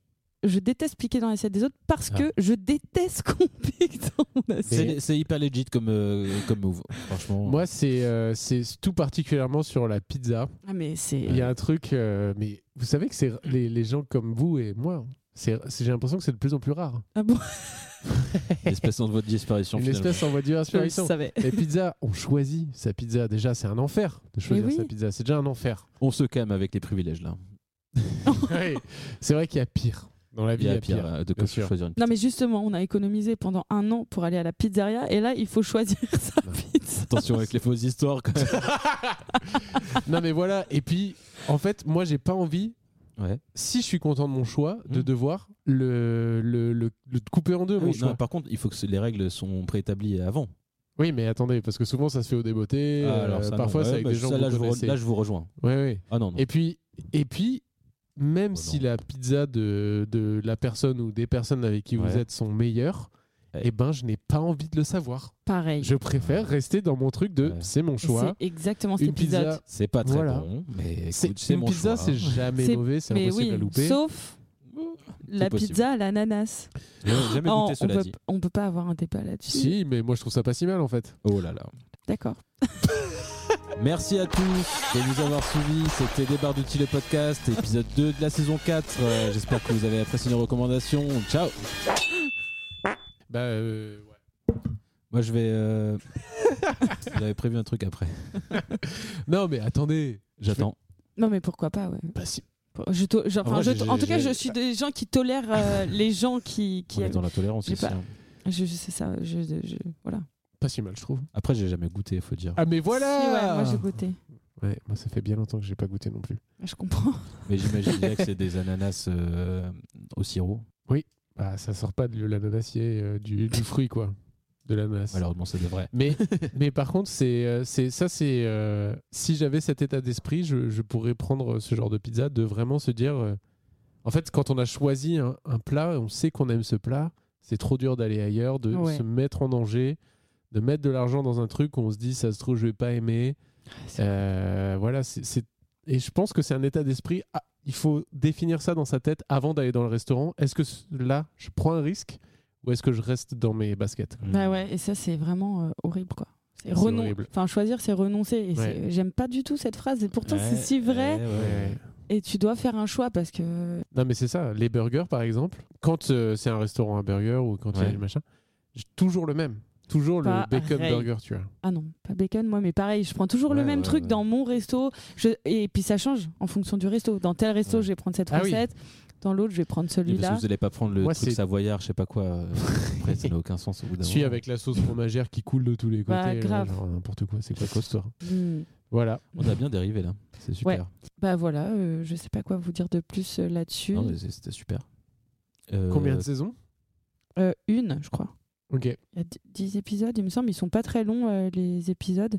Speaker 1: je déteste piquer dans l'assiette des autres parce
Speaker 2: Ah.
Speaker 1: que je déteste qu'on pique dans mon assiette.
Speaker 2: C'est c'est hyper legit comme, euh, comme move, franchement.
Speaker 3: Moi, c'est euh, c'est tout particulièrement sur la pizza.
Speaker 1: Ah, mais c'est.
Speaker 3: Il y a un truc, euh, mais vous savez que c'est les, les gens comme vous et moi. C'est, c'est- j'ai l'impression que c'est de plus en plus rare.
Speaker 1: Ah bon
Speaker 2: L'espèce de votre disparition.
Speaker 3: Une
Speaker 2: finalement.
Speaker 3: espèce en voie de
Speaker 1: Je le
Speaker 3: disparition.
Speaker 1: savais.
Speaker 3: Les pizzas, on choisit sa pizza. Déjà, c'est un enfer de choisir
Speaker 1: oui.
Speaker 3: sa pizza. C'est déjà un enfer.
Speaker 2: On se calme avec les privilèges là.
Speaker 3: Oui. C'est vrai qu'il y a pire. Dans la vie,
Speaker 2: Il y a pire euh, de
Speaker 3: bien
Speaker 2: quoi
Speaker 3: sûr.
Speaker 2: choisir une
Speaker 1: Non mais justement, on a économisé pendant un an pour aller à la pizzeria et là il faut choisir sa
Speaker 3: Bah.
Speaker 1: pizza.
Speaker 2: Attention avec les fausses histoires. Quand même.
Speaker 3: non, mais voilà. Et puis, en fait, moi, j'ai pas envie,
Speaker 2: Ouais.
Speaker 3: si je suis content de mon choix, de
Speaker 2: Mm.
Speaker 3: devoir le, le, le, le couper en deux. mon
Speaker 2: Non,
Speaker 3: choix.
Speaker 2: par contre, il faut que c- les règles sont préétablies avant.
Speaker 3: Oui, mais attendez, parce que souvent, ça se fait au débeauté.
Speaker 2: Ah,
Speaker 3: euh,
Speaker 2: alors ça, non.
Speaker 3: parfois,
Speaker 2: Ouais,
Speaker 3: c'est avec
Speaker 2: bah,
Speaker 3: des gens
Speaker 2: ça,
Speaker 3: que
Speaker 2: là,
Speaker 3: vous
Speaker 2: je vous Ah, re-
Speaker 3: connaissez.
Speaker 2: là, je vous rejoins.
Speaker 3: Ouais, ouais.
Speaker 2: Ah non, non.
Speaker 3: Et puis, et puis, même
Speaker 2: Oh
Speaker 3: si
Speaker 2: non.
Speaker 3: la pizza de, de la personne ou des personnes avec qui vous
Speaker 2: Ouais.
Speaker 3: êtes sont meilleures,
Speaker 2: Ouais.
Speaker 3: eh ben je n'ai pas envie de le savoir.
Speaker 1: Pareil.
Speaker 3: Je préfère rester dans mon truc de
Speaker 2: Ouais.
Speaker 3: c'est mon
Speaker 1: C'est
Speaker 3: choix.
Speaker 1: exactement cet
Speaker 3: Une pizza,
Speaker 1: épisode.
Speaker 2: C'est pas très
Speaker 3: Voilà.
Speaker 2: bon, mais
Speaker 3: c'est
Speaker 2: écoute, c'est
Speaker 3: une
Speaker 2: mon
Speaker 3: pizza,
Speaker 2: choix. hein.
Speaker 3: c'est jamais
Speaker 1: C'est-
Speaker 3: mauvais, c'est
Speaker 1: Mais
Speaker 3: impossible
Speaker 1: oui,
Speaker 3: à louper.
Speaker 1: sauf la
Speaker 2: possible.
Speaker 1: pizza à l'ananas.
Speaker 2: J'ai jamais
Speaker 1: Oh,
Speaker 2: goûté,
Speaker 1: on,
Speaker 2: cela
Speaker 1: peut,
Speaker 2: dit.
Speaker 1: on peut pas avoir un débat là-dessus.
Speaker 3: Si, mais moi je trouve ça pas si mal en fait.
Speaker 2: Oh là là.
Speaker 1: D'accord.
Speaker 2: Merci à tous de nous avoir suivis. C'était Des Barres d'Outils, le podcast, épisode 2 de la saison 4. Euh, J'espère que vous avez apprécié nos recommandations. Ciao
Speaker 3: Bah euh, ouais.
Speaker 2: Moi, je vais... euh, J'avais prévu un truc après.
Speaker 3: Non mais attendez,
Speaker 2: J'attends.
Speaker 1: Non, mais pourquoi pas, ouais.
Speaker 3: Bah, si-
Speaker 1: Je to- je- enfin,
Speaker 3: moi,
Speaker 1: je
Speaker 3: j'ai-
Speaker 1: to- en tout cas,
Speaker 3: j'ai-
Speaker 1: je suis des gens qui tolèrent euh, les gens qui. qui
Speaker 2: On est dans la tolérance
Speaker 1: J'ai
Speaker 2: ici.
Speaker 1: pas-
Speaker 2: hein.
Speaker 1: je, je sais ça. Je, je- voilà.
Speaker 3: pas si mal je trouve.
Speaker 2: Après, j'ai jamais goûté, faut dire.
Speaker 3: Ah mais voilà.
Speaker 1: Si, ouais, moi, j'ai goûté.
Speaker 3: Ouais, moi ça fait bien longtemps que j'ai pas goûté non plus.
Speaker 1: Je comprends.
Speaker 2: Mais j'imagine bien que c'est des ananas euh, au sirop.
Speaker 3: Bah ça sort pas de l'ananassier euh, du, du fruit quoi, de l'ananas.
Speaker 2: Malheureusement, c'est des vrais.
Speaker 3: Mais, mais par contre, c'est, euh, c'est, ça, c'est. euh, si j'avais cet état d'esprit, je, je pourrais prendre ce genre de pizza, de vraiment se dire. euh, en fait, quand on a choisi un, un plat, on sait qu'on aime ce plat, c'est trop dur d'aller ailleurs, de
Speaker 1: Ouais.
Speaker 3: se mettre en danger, de mettre de l'argent dans un truc où on se dit, ça se trouve, je vais pas aimer. Euh, voilà, c'est, c'est- Et je pense que c'est un état d'esprit. ah, il faut définir ça dans sa tête avant d'aller dans le restaurant. Est-ce que c- là, je prends un risque ou est-ce que je reste dans mes baskets
Speaker 2: Mm.
Speaker 1: Bah ouais, et ça, c'est vraiment euh, horrible, quoi. C'est
Speaker 3: C'est
Speaker 1: renon-
Speaker 3: horrible.
Speaker 1: Enfin, choisir, c'est renoncer. Et c'est- J'aime pas du tout cette phrase. Et pourtant, c'est si vrai.
Speaker 2: Ouais, ouais.
Speaker 1: Et tu dois faire un choix parce que.
Speaker 3: Non, mais c'est ça. Les burgers, par exemple, quand euh, c'est un restaurant à burger ou quand il y a
Speaker 2: Ouais.
Speaker 3: du machin, j'ai toujours le même. Toujours le
Speaker 1: Pareil.
Speaker 3: bacon burger, tu vois.
Speaker 1: Ah non, pas bacon, moi, mais pareil, je prends toujours le
Speaker 2: Ouais,
Speaker 1: même
Speaker 2: ouais,
Speaker 1: truc
Speaker 2: ouais.
Speaker 1: dans mon resto. Je- Et puis ça change en fonction du resto. Dans tel resto,
Speaker 2: Ouais.
Speaker 1: je vais prendre cette
Speaker 3: Ah oui.
Speaker 1: recette. Dans l'autre, je vais prendre
Speaker 2: Et parce
Speaker 1: celui-là.
Speaker 2: que vous allez pas prendre le
Speaker 3: Moi,
Speaker 2: truc
Speaker 3: c'est-
Speaker 2: savoyard, je sais pas quoi. euh, Après, ça n'a aucun sens au bout d'un
Speaker 3: Suis
Speaker 2: moment.
Speaker 3: avec la sauce fromagère qui coule de tous les côtés.
Speaker 1: Bah,
Speaker 3: là,
Speaker 1: grave.
Speaker 3: genre, n'importe quoi, c'est quoi hein. cette histoire
Speaker 1: Hmm.
Speaker 3: Voilà.
Speaker 2: On a bien dérivé là. C'est super.
Speaker 1: Bah voilà, euh, je sais pas quoi vous dire de plus euh, là-dessus.
Speaker 2: Non, mais c'est- C'était super. Euh,
Speaker 3: Combien de saisons
Speaker 1: Euh, une, je crois.
Speaker 3: Ok.
Speaker 1: Il y a d- 10 épisodes, il me semble. Ils sont pas très longs, euh, les épisodes.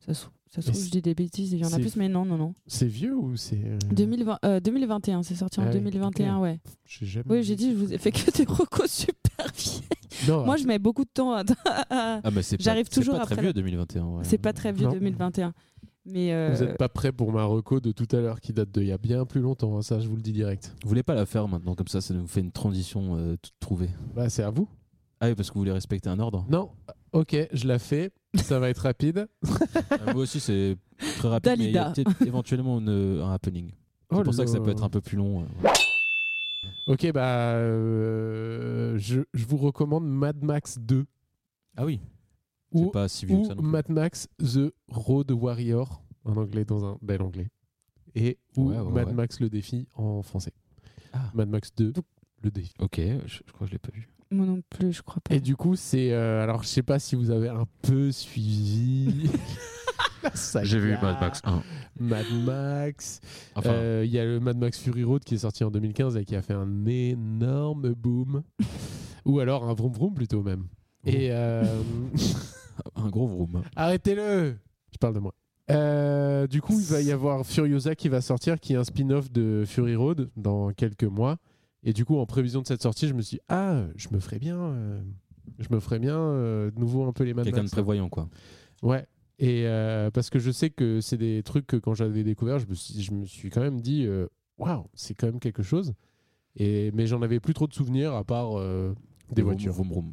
Speaker 1: Ça se, ça se
Speaker 3: Mais
Speaker 1: trouve, je dis des bêtises, il y en a
Speaker 3: c'est-
Speaker 1: plus, mais non, non, non.
Speaker 3: C'est vieux ou c'est. euh,
Speaker 1: 2020, euh, 2021, c'est sorti
Speaker 3: Ah
Speaker 1: en
Speaker 3: oui,
Speaker 1: 2021, ouais.
Speaker 3: j'ai jamais-
Speaker 1: Oui, j'ai dit, je vous ai fait que des recos super vieilles.
Speaker 3: Non,
Speaker 1: Moi, je mets beaucoup de temps à. à-
Speaker 2: Ah, mais c'est pas-
Speaker 1: J'arrive
Speaker 2: c'est
Speaker 1: toujours
Speaker 2: pas très
Speaker 1: après.
Speaker 2: vieux 2021. ouais.
Speaker 1: c'est pas très vieux,
Speaker 3: Non.
Speaker 1: 2021. Mais. euh,
Speaker 3: Vous n'êtes pas prêt pour ma reco de tout à l'heure qui date d'il y a bien plus longtemps, hein, ça je vous le dis direct.
Speaker 2: Vous voulez pas la faire maintenant comme ça, ça nous fait une transition euh, toute trouvée.
Speaker 3: Bah, c'est à vous.
Speaker 2: Ah oui, parce que vous voulez respecter un ordre.
Speaker 3: Non, ok, je la fais, ça va être rapide.
Speaker 2: Ah, Moi aussi, c'est très rapide. mais il y a
Speaker 1: Dalida.
Speaker 2: peut-être éventuellement une- euh, un happening. C'est
Speaker 3: Oh
Speaker 2: pour ça que ça peut
Speaker 3: là.
Speaker 2: être un peu plus long. euh, ouais.
Speaker 3: Ok, bah, euh, je, je vous recommande Mad Max 2
Speaker 2: Ah oui,
Speaker 3: ou,
Speaker 2: c'est pas si vieux que
Speaker 3: ou
Speaker 2: ça non plus.
Speaker 3: Mad Max The Road Warrior en anglais dans un bel anglais et ou
Speaker 2: Ouais, ouais,
Speaker 3: Mad
Speaker 2: ouais.
Speaker 3: Max le défi en français.
Speaker 2: Ah.
Speaker 3: Mad Max 2
Speaker 1: Donc-
Speaker 3: le défi.
Speaker 2: Ok, je, je crois que je l'ai pas vu.
Speaker 1: Moi non plus, je crois pas.
Speaker 3: Et du coup, c'est euh, alors je sais pas si vous avez un peu suivi. la saga.
Speaker 2: 1.
Speaker 3: Mad Max.
Speaker 2: Enfin,
Speaker 3: Euh, Il y a le Mad Max Fury Road qui est sorti en 2015 et qui a fait un énorme boom. Ou alors un vroom vroom plutôt même. Et euh,
Speaker 2: un gros vroom.
Speaker 3: arrêtez-le Je parle de moi. Euh, du coup, il va y avoir Furiosa qui va sortir, qui est un spin-off de Fury Road dans quelques mois. Et du coup, en prévision de cette sortie, je me suis dit, ah, je me ferais bien, euh, je me ferais bien euh, de nouveau un peu les Mad
Speaker 2: Quelqu'un de hein.
Speaker 3: Max.
Speaker 2: prévoyant, quoi.
Speaker 3: Ouais. Et euh, parce que je sais que c'est des trucs que quand j'avais découvert, je me suis, je me suis quand même dit, euh, waouh, c'est quand même quelque chose. Et, mais j'en avais plus trop de souvenirs à part euh, des
Speaker 2: Vroom,
Speaker 3: voitures.
Speaker 2: Vroom, vroom.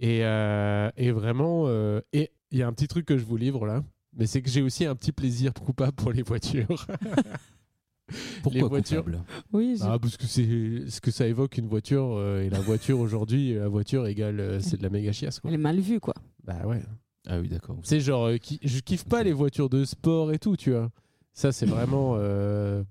Speaker 3: Et, euh, et vraiment, euh, et il y a un petit truc que je vous livre là, mais c'est que j'ai aussi un petit plaisir coupable pour les voitures.
Speaker 2: Pourquoi
Speaker 3: voitures.
Speaker 2: coupable
Speaker 1: Oui, j'ai-
Speaker 3: ah, parce que c'est ce que ça évoque une voiture, euh, et la voiture aujourd'hui, la voiture égale, euh, c'est de la méga chiasse quoi.
Speaker 1: elle est mal vue, quoi.
Speaker 3: Bah ouais.
Speaker 2: Ah oui, d'accord.
Speaker 3: C'est genre, euh, qui, je kiffe pas les voitures de sport et tout, tu vois. Ça, c'est vraiment. euh,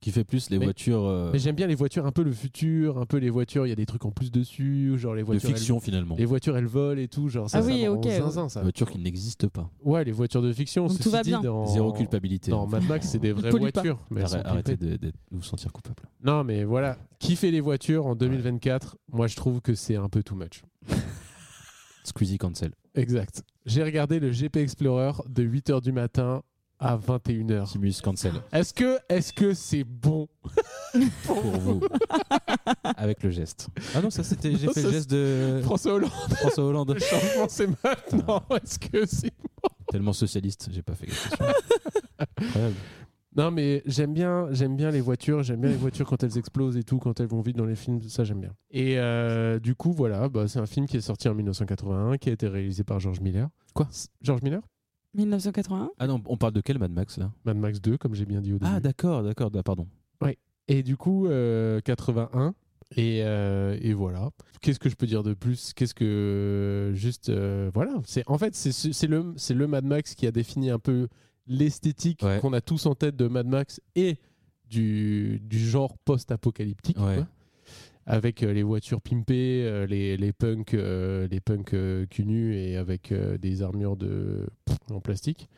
Speaker 2: Qui fait plus les
Speaker 3: Mais-
Speaker 2: voitures euh,
Speaker 3: Mais j'aime bien les voitures, un peu le futur, un peu les voitures, il y a des trucs en plus dessus, genre les
Speaker 2: de
Speaker 3: voitures.
Speaker 2: fiction, finalement.
Speaker 3: Elles, les voitures, elles volent et tout, genre ça,
Speaker 1: Ah
Speaker 3: ça
Speaker 1: oui,
Speaker 3: me rend
Speaker 1: ok.
Speaker 3: zinzin, ça.
Speaker 2: Des voitures qui n'existent pas.
Speaker 3: Ouais, les voitures de fiction,
Speaker 1: Donc
Speaker 3: ceci
Speaker 1: tout va
Speaker 3: dit,
Speaker 1: bien.
Speaker 3: dans-
Speaker 2: Zéro culpabilité.
Speaker 3: Dans Mad Max, c'est des vraies
Speaker 1: Pollue pas.
Speaker 3: voitures. mais elles
Speaker 2: Arrête-
Speaker 3: sont
Speaker 2: arrêtez
Speaker 3: pimpées.
Speaker 2: de, de vous sentir coupable.
Speaker 3: Non, mais voilà, kiffer les voitures en 2024, moi je trouve que c'est un peu too much.
Speaker 2: Squeezie cancel.
Speaker 3: Exact. J'ai regardé le GP Explorer de 8h du matin à 21h.
Speaker 2: Timus cancel
Speaker 3: Est-ce que est-ce que c'est bon
Speaker 2: pour vous. Avec le geste. Ah non, ça c'était. J'ai
Speaker 3: Non,
Speaker 2: fait
Speaker 3: ça,
Speaker 2: le geste de
Speaker 3: François Hollande,
Speaker 2: François Hollande.
Speaker 3: le changement c'est maintenant. Est-ce que c'est
Speaker 2: Tellement socialiste, j'ai pas fait gaffe. Incroyable.
Speaker 3: Non mais j'aime bien j'aime bien les voitures, j'aime bien les voitures quand elles explosent et tout, quand elles vont vite dans les films, ça j'aime bien. Et euh, du coup voilà, bah, c'est un film qui est sorti en 1981, qui a été réalisé par George Miller.
Speaker 2: Quoi
Speaker 3: George Miller
Speaker 1: 1981
Speaker 2: Ah non, on parle de quel Mad Max là
Speaker 3: Mad Max 2 comme j'ai bien dit au début.
Speaker 2: Ah d'accord, d'accord, ah, pardon.
Speaker 3: Et du coup, euh, 81. Et, euh, et voilà. Qu'est-ce que je peux dire de plus Qu'est-ce que juste euh, voilà. C'est en fait c'est c'est le c'est le Mad Max qui a défini un peu l'esthétique
Speaker 2: Ouais.
Speaker 3: qu'on a tous en tête de Mad Max et du, du genre post-apocalyptique.
Speaker 2: Ouais.
Speaker 3: quoi. Avec euh, les voitures pimpées, euh, les, les punks, euh, les punks euh, cul nus et avec euh, des armures de pff, en plastique.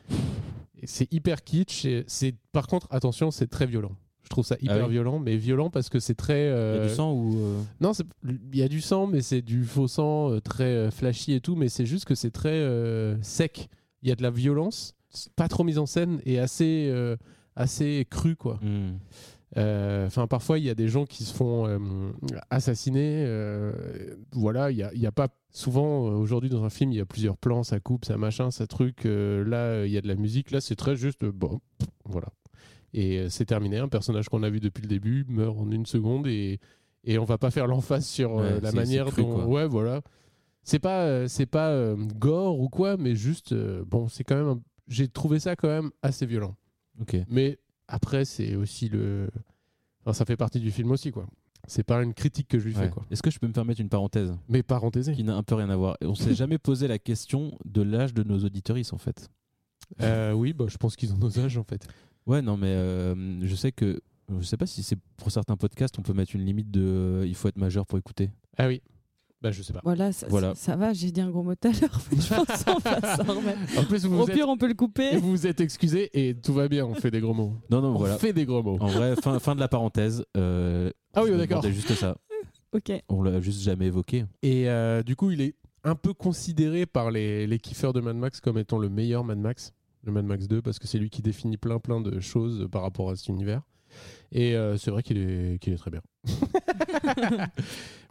Speaker 3: Et C'est hyper kitsch. et C'est par contre attention, c'est très violent. Je trouve ça hyper
Speaker 2: Ah oui.
Speaker 3: violent, mais violent parce que c'est très.
Speaker 2: Il
Speaker 3: euh,
Speaker 2: y a du sang ou. euh,
Speaker 3: Non, c'est- il y a du sang, mais c'est du faux sang euh, très euh, flashy et tout. Mais c'est juste que c'est très euh, sec. Il y a de la violence, c'est pas trop mise en scène et assez euh, assez cru quoi.
Speaker 2: hmm.
Speaker 3: Euh, Enfin, parfois, il y a des gens qui se font euh, assassiner. euh, voilà, il n'y a, il y a pas. Souvent, euh, aujourd'hui, dans un film, il y a plusieurs plans, ça coupe, ça machin, ça truc. euh, là, euh, il y a de la musique. Là, c'est très juste. euh, bon, pff, voilà. Et euh, c'est terminé. Un personnage qu'on a vu depuis le début meurt en une seconde et, et on va pas faire l'emphase sur euh,
Speaker 2: Ouais,
Speaker 3: la
Speaker 2: c'est-
Speaker 3: manière
Speaker 2: c'est cru,
Speaker 3: dont.
Speaker 2: quoi.
Speaker 3: Ouais, voilà. C'est pas, euh, c'est pas euh, gore ou quoi, mais juste. euh, bon, c'est quand même. un- J'ai trouvé ça quand même assez violent.
Speaker 2: Ok.
Speaker 3: Mais après, c'est aussi le. Enfin, ça fait partie du film aussi, quoi. C'est pas une critique que je lui
Speaker 2: Ouais.
Speaker 3: fais, quoi.
Speaker 2: Est-ce que je peux me permettre une parenthèse
Speaker 3: Mais parenthésé.
Speaker 2: qui n'a un peu rien à voir On s'est jamais posé la question de l'âge de nos auditeuristes en fait.
Speaker 3: Euh, oui, bah, je pense qu'ils ont nos âges, en fait.
Speaker 2: Ouais, non, mais euh, je sais que. Je sais pas si c'est pour certains podcasts, on peut mettre une limite de. euh, il faut être majeur pour écouter.
Speaker 3: Ah oui. Bah, je sais pas.
Speaker 1: Voilà, ça,
Speaker 2: Voilà.
Speaker 1: ça- ça va, j'ai dit un gros mot tout à l'heure. mais Je pense qu'on va s'en remettre.
Speaker 3: En plus, Ah, vous
Speaker 1: Au
Speaker 3: vous, êtes...
Speaker 1: pire, on peut le couper.
Speaker 3: vous vous êtes excusé et tout va bien, on fait des gros mots.
Speaker 2: Non, non,
Speaker 3: On
Speaker 2: voilà.
Speaker 3: fait des gros mots.
Speaker 2: En vrai, fin, fin de la parenthèse. euh,
Speaker 3: Ah oui,
Speaker 2: je me
Speaker 3: d'accord.
Speaker 2: demandais juste ça.
Speaker 1: Ok.
Speaker 2: On l'a juste jamais évoqué.
Speaker 3: Et euh, du coup, il est un peu considéré par les, les kiffeurs de Mad Max comme étant le meilleur Mad Max, le Mad Max 2, parce que c'est lui qui définit plein plein de choses par rapport à cet univers. Et euh, c'est vrai qu'il est, qu'il est très bien.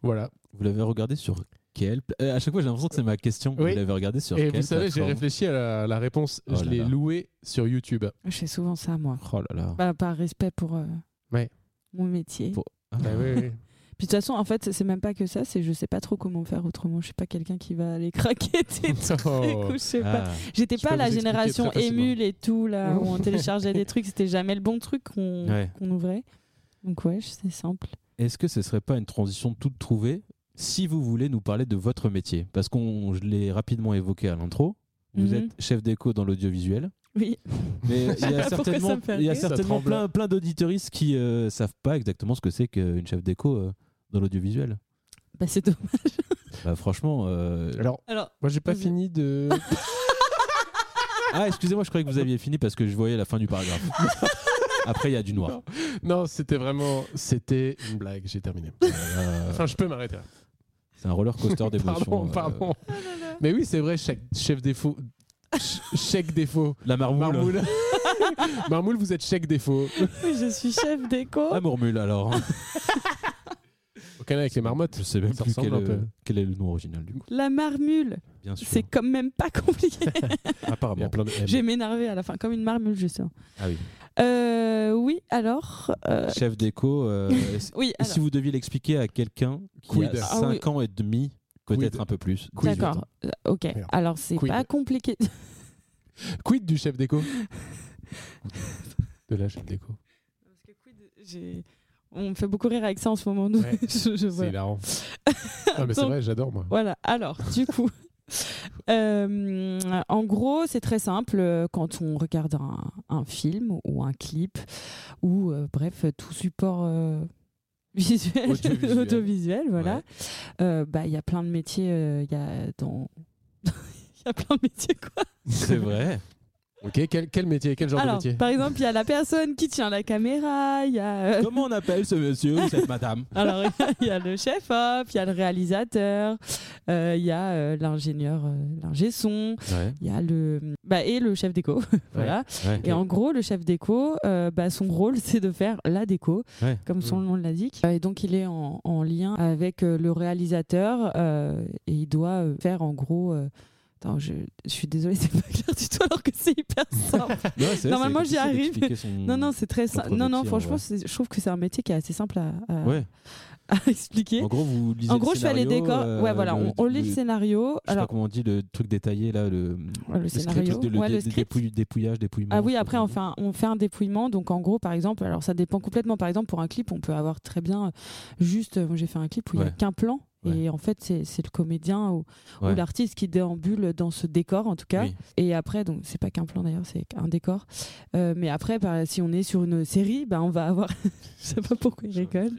Speaker 3: voilà.
Speaker 2: Vous l'avez regardé sur quel pla- Euh, À chaque fois, j'ai l'impression que c'est ma question.
Speaker 3: Oui.
Speaker 2: Vous l'avez regardé sur
Speaker 3: Et
Speaker 2: quelle
Speaker 3: vous savez, j'ai
Speaker 2: plateforme
Speaker 3: réfléchi à la, à la réponse.
Speaker 2: Oh
Speaker 3: je
Speaker 2: là
Speaker 3: l'ai
Speaker 2: là.
Speaker 3: loué sur YouTube.
Speaker 1: Je fais souvent ça, moi.
Speaker 2: Oh là là.
Speaker 1: Bah, par respect pour euh,
Speaker 3: Ouais.
Speaker 1: mon métier.
Speaker 2: Pour- Ah.
Speaker 1: Puis de toute façon, en fait, c'est même pas que ça, c'est je sais pas trop comment faire autrement. Je suis pas quelqu'un qui va aller craquer des trucs
Speaker 3: Oh.
Speaker 1: ou je sais pas.
Speaker 2: Ah.
Speaker 1: J'étais
Speaker 3: Je
Speaker 1: pas
Speaker 3: peux
Speaker 1: la
Speaker 3: vous expliquer
Speaker 1: génération
Speaker 3: très facilement.
Speaker 1: émule et tout, là, où on téléchargeait des trucs, c'était jamais le bon truc qu'on
Speaker 2: Ouais.
Speaker 1: qu'on ouvrait. Donc, ouais, c'est simple.
Speaker 2: Est-ce que ce serait pas une transition toute trouvée si vous voulez nous parler de votre métier Parce qu'on je l'ai rapidement évoqué à l'intro. Vous
Speaker 1: Mhm.
Speaker 2: êtes chef d'écho dans l'audiovisuel.
Speaker 1: Oui,
Speaker 2: Mais il y a
Speaker 1: Pourquoi
Speaker 2: certainement,
Speaker 1: ça me fait
Speaker 2: il y a
Speaker 1: rire
Speaker 3: Ça
Speaker 2: certainement
Speaker 3: tremble.
Speaker 2: plein, plein d'auditoristes qui euh, savent pas exactement ce que c'est qu'une chef d'écho euh, dans l'audiovisuel.
Speaker 1: bah, c'est dommage.
Speaker 2: Bah, franchement. euh,
Speaker 3: Alors,
Speaker 1: Alors,
Speaker 3: moi, j'ai pas
Speaker 1: Vas-y.
Speaker 3: fini de.
Speaker 2: Ah, excusez-moi, je croyais que vous aviez fini parce que je voyais la fin du paragraphe. Après, il y a du noir.
Speaker 3: non, c'était vraiment. C'était une blague, j'ai terminé.
Speaker 2: Euh,
Speaker 3: Enfin, je peux m'arrêter. hein. là.
Speaker 2: c'est un roller coaster d'émotions.
Speaker 3: Pardon,
Speaker 2: euh,
Speaker 3: pardon.
Speaker 1: Oh
Speaker 3: Mais oui, c'est vrai, chaque chef défaut. ch- Chèque défaut.
Speaker 2: La marmoule.
Speaker 3: Marmoule. Marmoule, vous êtes chèque défaut.
Speaker 1: oui, je suis chef d'éco.
Speaker 3: Ah,
Speaker 2: La mormule, alors.
Speaker 3: Aucun avec les marmottes.
Speaker 2: Je sais même
Speaker 3: Ça
Speaker 2: plus quel,
Speaker 3: ressemble un
Speaker 2: euh,
Speaker 3: peu.
Speaker 2: quel est le nom original du coup.
Speaker 1: La marmule,
Speaker 2: Bien sûr.
Speaker 1: c'est quand même pas compliqué.
Speaker 3: Il y a
Speaker 2: Apparemment.
Speaker 3: plein de M.
Speaker 1: Je vais m'énerver à la fin, comme une marmule, je sais.
Speaker 2: Ah oui.
Speaker 1: Euh, oui, alors. euh,
Speaker 2: Chef d'écho. euh, si-
Speaker 1: oui, alors.
Speaker 2: si vous deviez l'expliquer à quelqu'un qui
Speaker 3: Quid.
Speaker 2: a
Speaker 3: Ah
Speaker 2: 5
Speaker 1: oui.
Speaker 2: ans et demi, peut-être
Speaker 3: Quid.
Speaker 2: un peu plus.
Speaker 3: Quid.
Speaker 1: D'accord, Euh, ok.
Speaker 3: Merde.
Speaker 1: Alors, c'est
Speaker 3: Quid.
Speaker 1: pas compliqué.
Speaker 3: Quid du chef déco De la chef déco.
Speaker 1: Parce que quid, j'ai- On me fait beaucoup rire avec ça en ce moment. donc
Speaker 3: Ouais,
Speaker 1: je, je-
Speaker 3: C'est
Speaker 1: voilà.
Speaker 3: hilarant. Ah, mais c'est
Speaker 1: Donc-
Speaker 3: vrai, j'adore moi.
Speaker 1: Voilà. alors, du coup, euh, en gros, c'est très simple. euh, Quand on regarde un, un film ou un clip ou, euh, bref, tout support euh, visuel,
Speaker 2: Audiovisuel.
Speaker 1: audiovisuel, voilà,
Speaker 2: Ouais.
Speaker 1: euh, bah, il y a plein de métiers. euh, Il y a dans. Il y a plein de métiers, quoi.
Speaker 2: C'est vrai.
Speaker 3: Ok, quel, quel métier Quel genre de
Speaker 1: Alors,
Speaker 3: métier
Speaker 1: par exemple, il y a la personne qui tient la caméra, il y a. euh,
Speaker 2: Comment on appelle ce monsieur ou cette madame
Speaker 1: Alors, il y a le chef-op, il y a le réalisateur, euh, il y a euh, l'ingénieur, euh, l'ingé son,
Speaker 2: ouais.
Speaker 1: il y a le. Bah, et le chef déco. voilà.
Speaker 2: ouais.
Speaker 1: Et en gros, le chef déco, euh, bah, son rôle, c'est de faire la déco,
Speaker 2: Ouais.
Speaker 1: comme son nom l'indique. Euh, Et donc, il est en, en lien avec euh, le réalisateur euh, et il doit euh, faire en gros. euh, Attends, je, je suis désolée, c'est pas clair du tout, alors que c'est hyper simple.
Speaker 2: Ouais, c'est vrai,
Speaker 1: Normalement,
Speaker 2: c'est
Speaker 1: j'y
Speaker 2: difficile
Speaker 1: arrive.
Speaker 2: d'expliquer son-
Speaker 1: non, non, c'est très simple.
Speaker 2: Entre
Speaker 1: Non,
Speaker 2: deux
Speaker 1: non,
Speaker 2: tirs,
Speaker 1: franchement,
Speaker 2: ouais.
Speaker 1: c'est- je trouve que c'est un métier qui est assez simple à, à-
Speaker 2: Ouais.
Speaker 1: à expliquer.
Speaker 2: euh, En gros, vous lisez
Speaker 1: En
Speaker 2: le
Speaker 1: gros, je fais les
Speaker 2: scénario,
Speaker 1: décors.
Speaker 2: euh,
Speaker 1: ouais, voilà,
Speaker 2: le-
Speaker 1: on, on lit le,
Speaker 2: le-
Speaker 1: scénario.
Speaker 2: Je sais pas
Speaker 1: Alors,
Speaker 2: comment on dit le truc détaillé là, le,
Speaker 1: ouais, le,
Speaker 2: script,
Speaker 1: scénario,
Speaker 2: le,
Speaker 1: ouais,
Speaker 2: dé-
Speaker 1: le script.
Speaker 2: dépouille- dépouillage, dépouillement.
Speaker 1: Ah oui,
Speaker 2: je sais
Speaker 1: après
Speaker 2: pas.
Speaker 1: on fait, un, on fait un dépouillement, donc en gros par exemple, alors ça dépend complètement, par exemple pour un clip on peut avoir très bien euh, juste, euh, moi j'ai fait un clip où il n'y a
Speaker 2: Ouais.
Speaker 1: qu'un plan,
Speaker 2: Ouais.
Speaker 1: et en fait c'est c'est le comédien ou, ou
Speaker 2: Ouais.
Speaker 1: l'artiste qui déambule dans ce décor en tout cas,
Speaker 2: Oui.
Speaker 1: et après, donc c'est pas qu'un plan d'ailleurs, c'est un décor, Euh, mais après par- si on est sur une série, ben on va avoir, je sais pas pourquoi il rigole,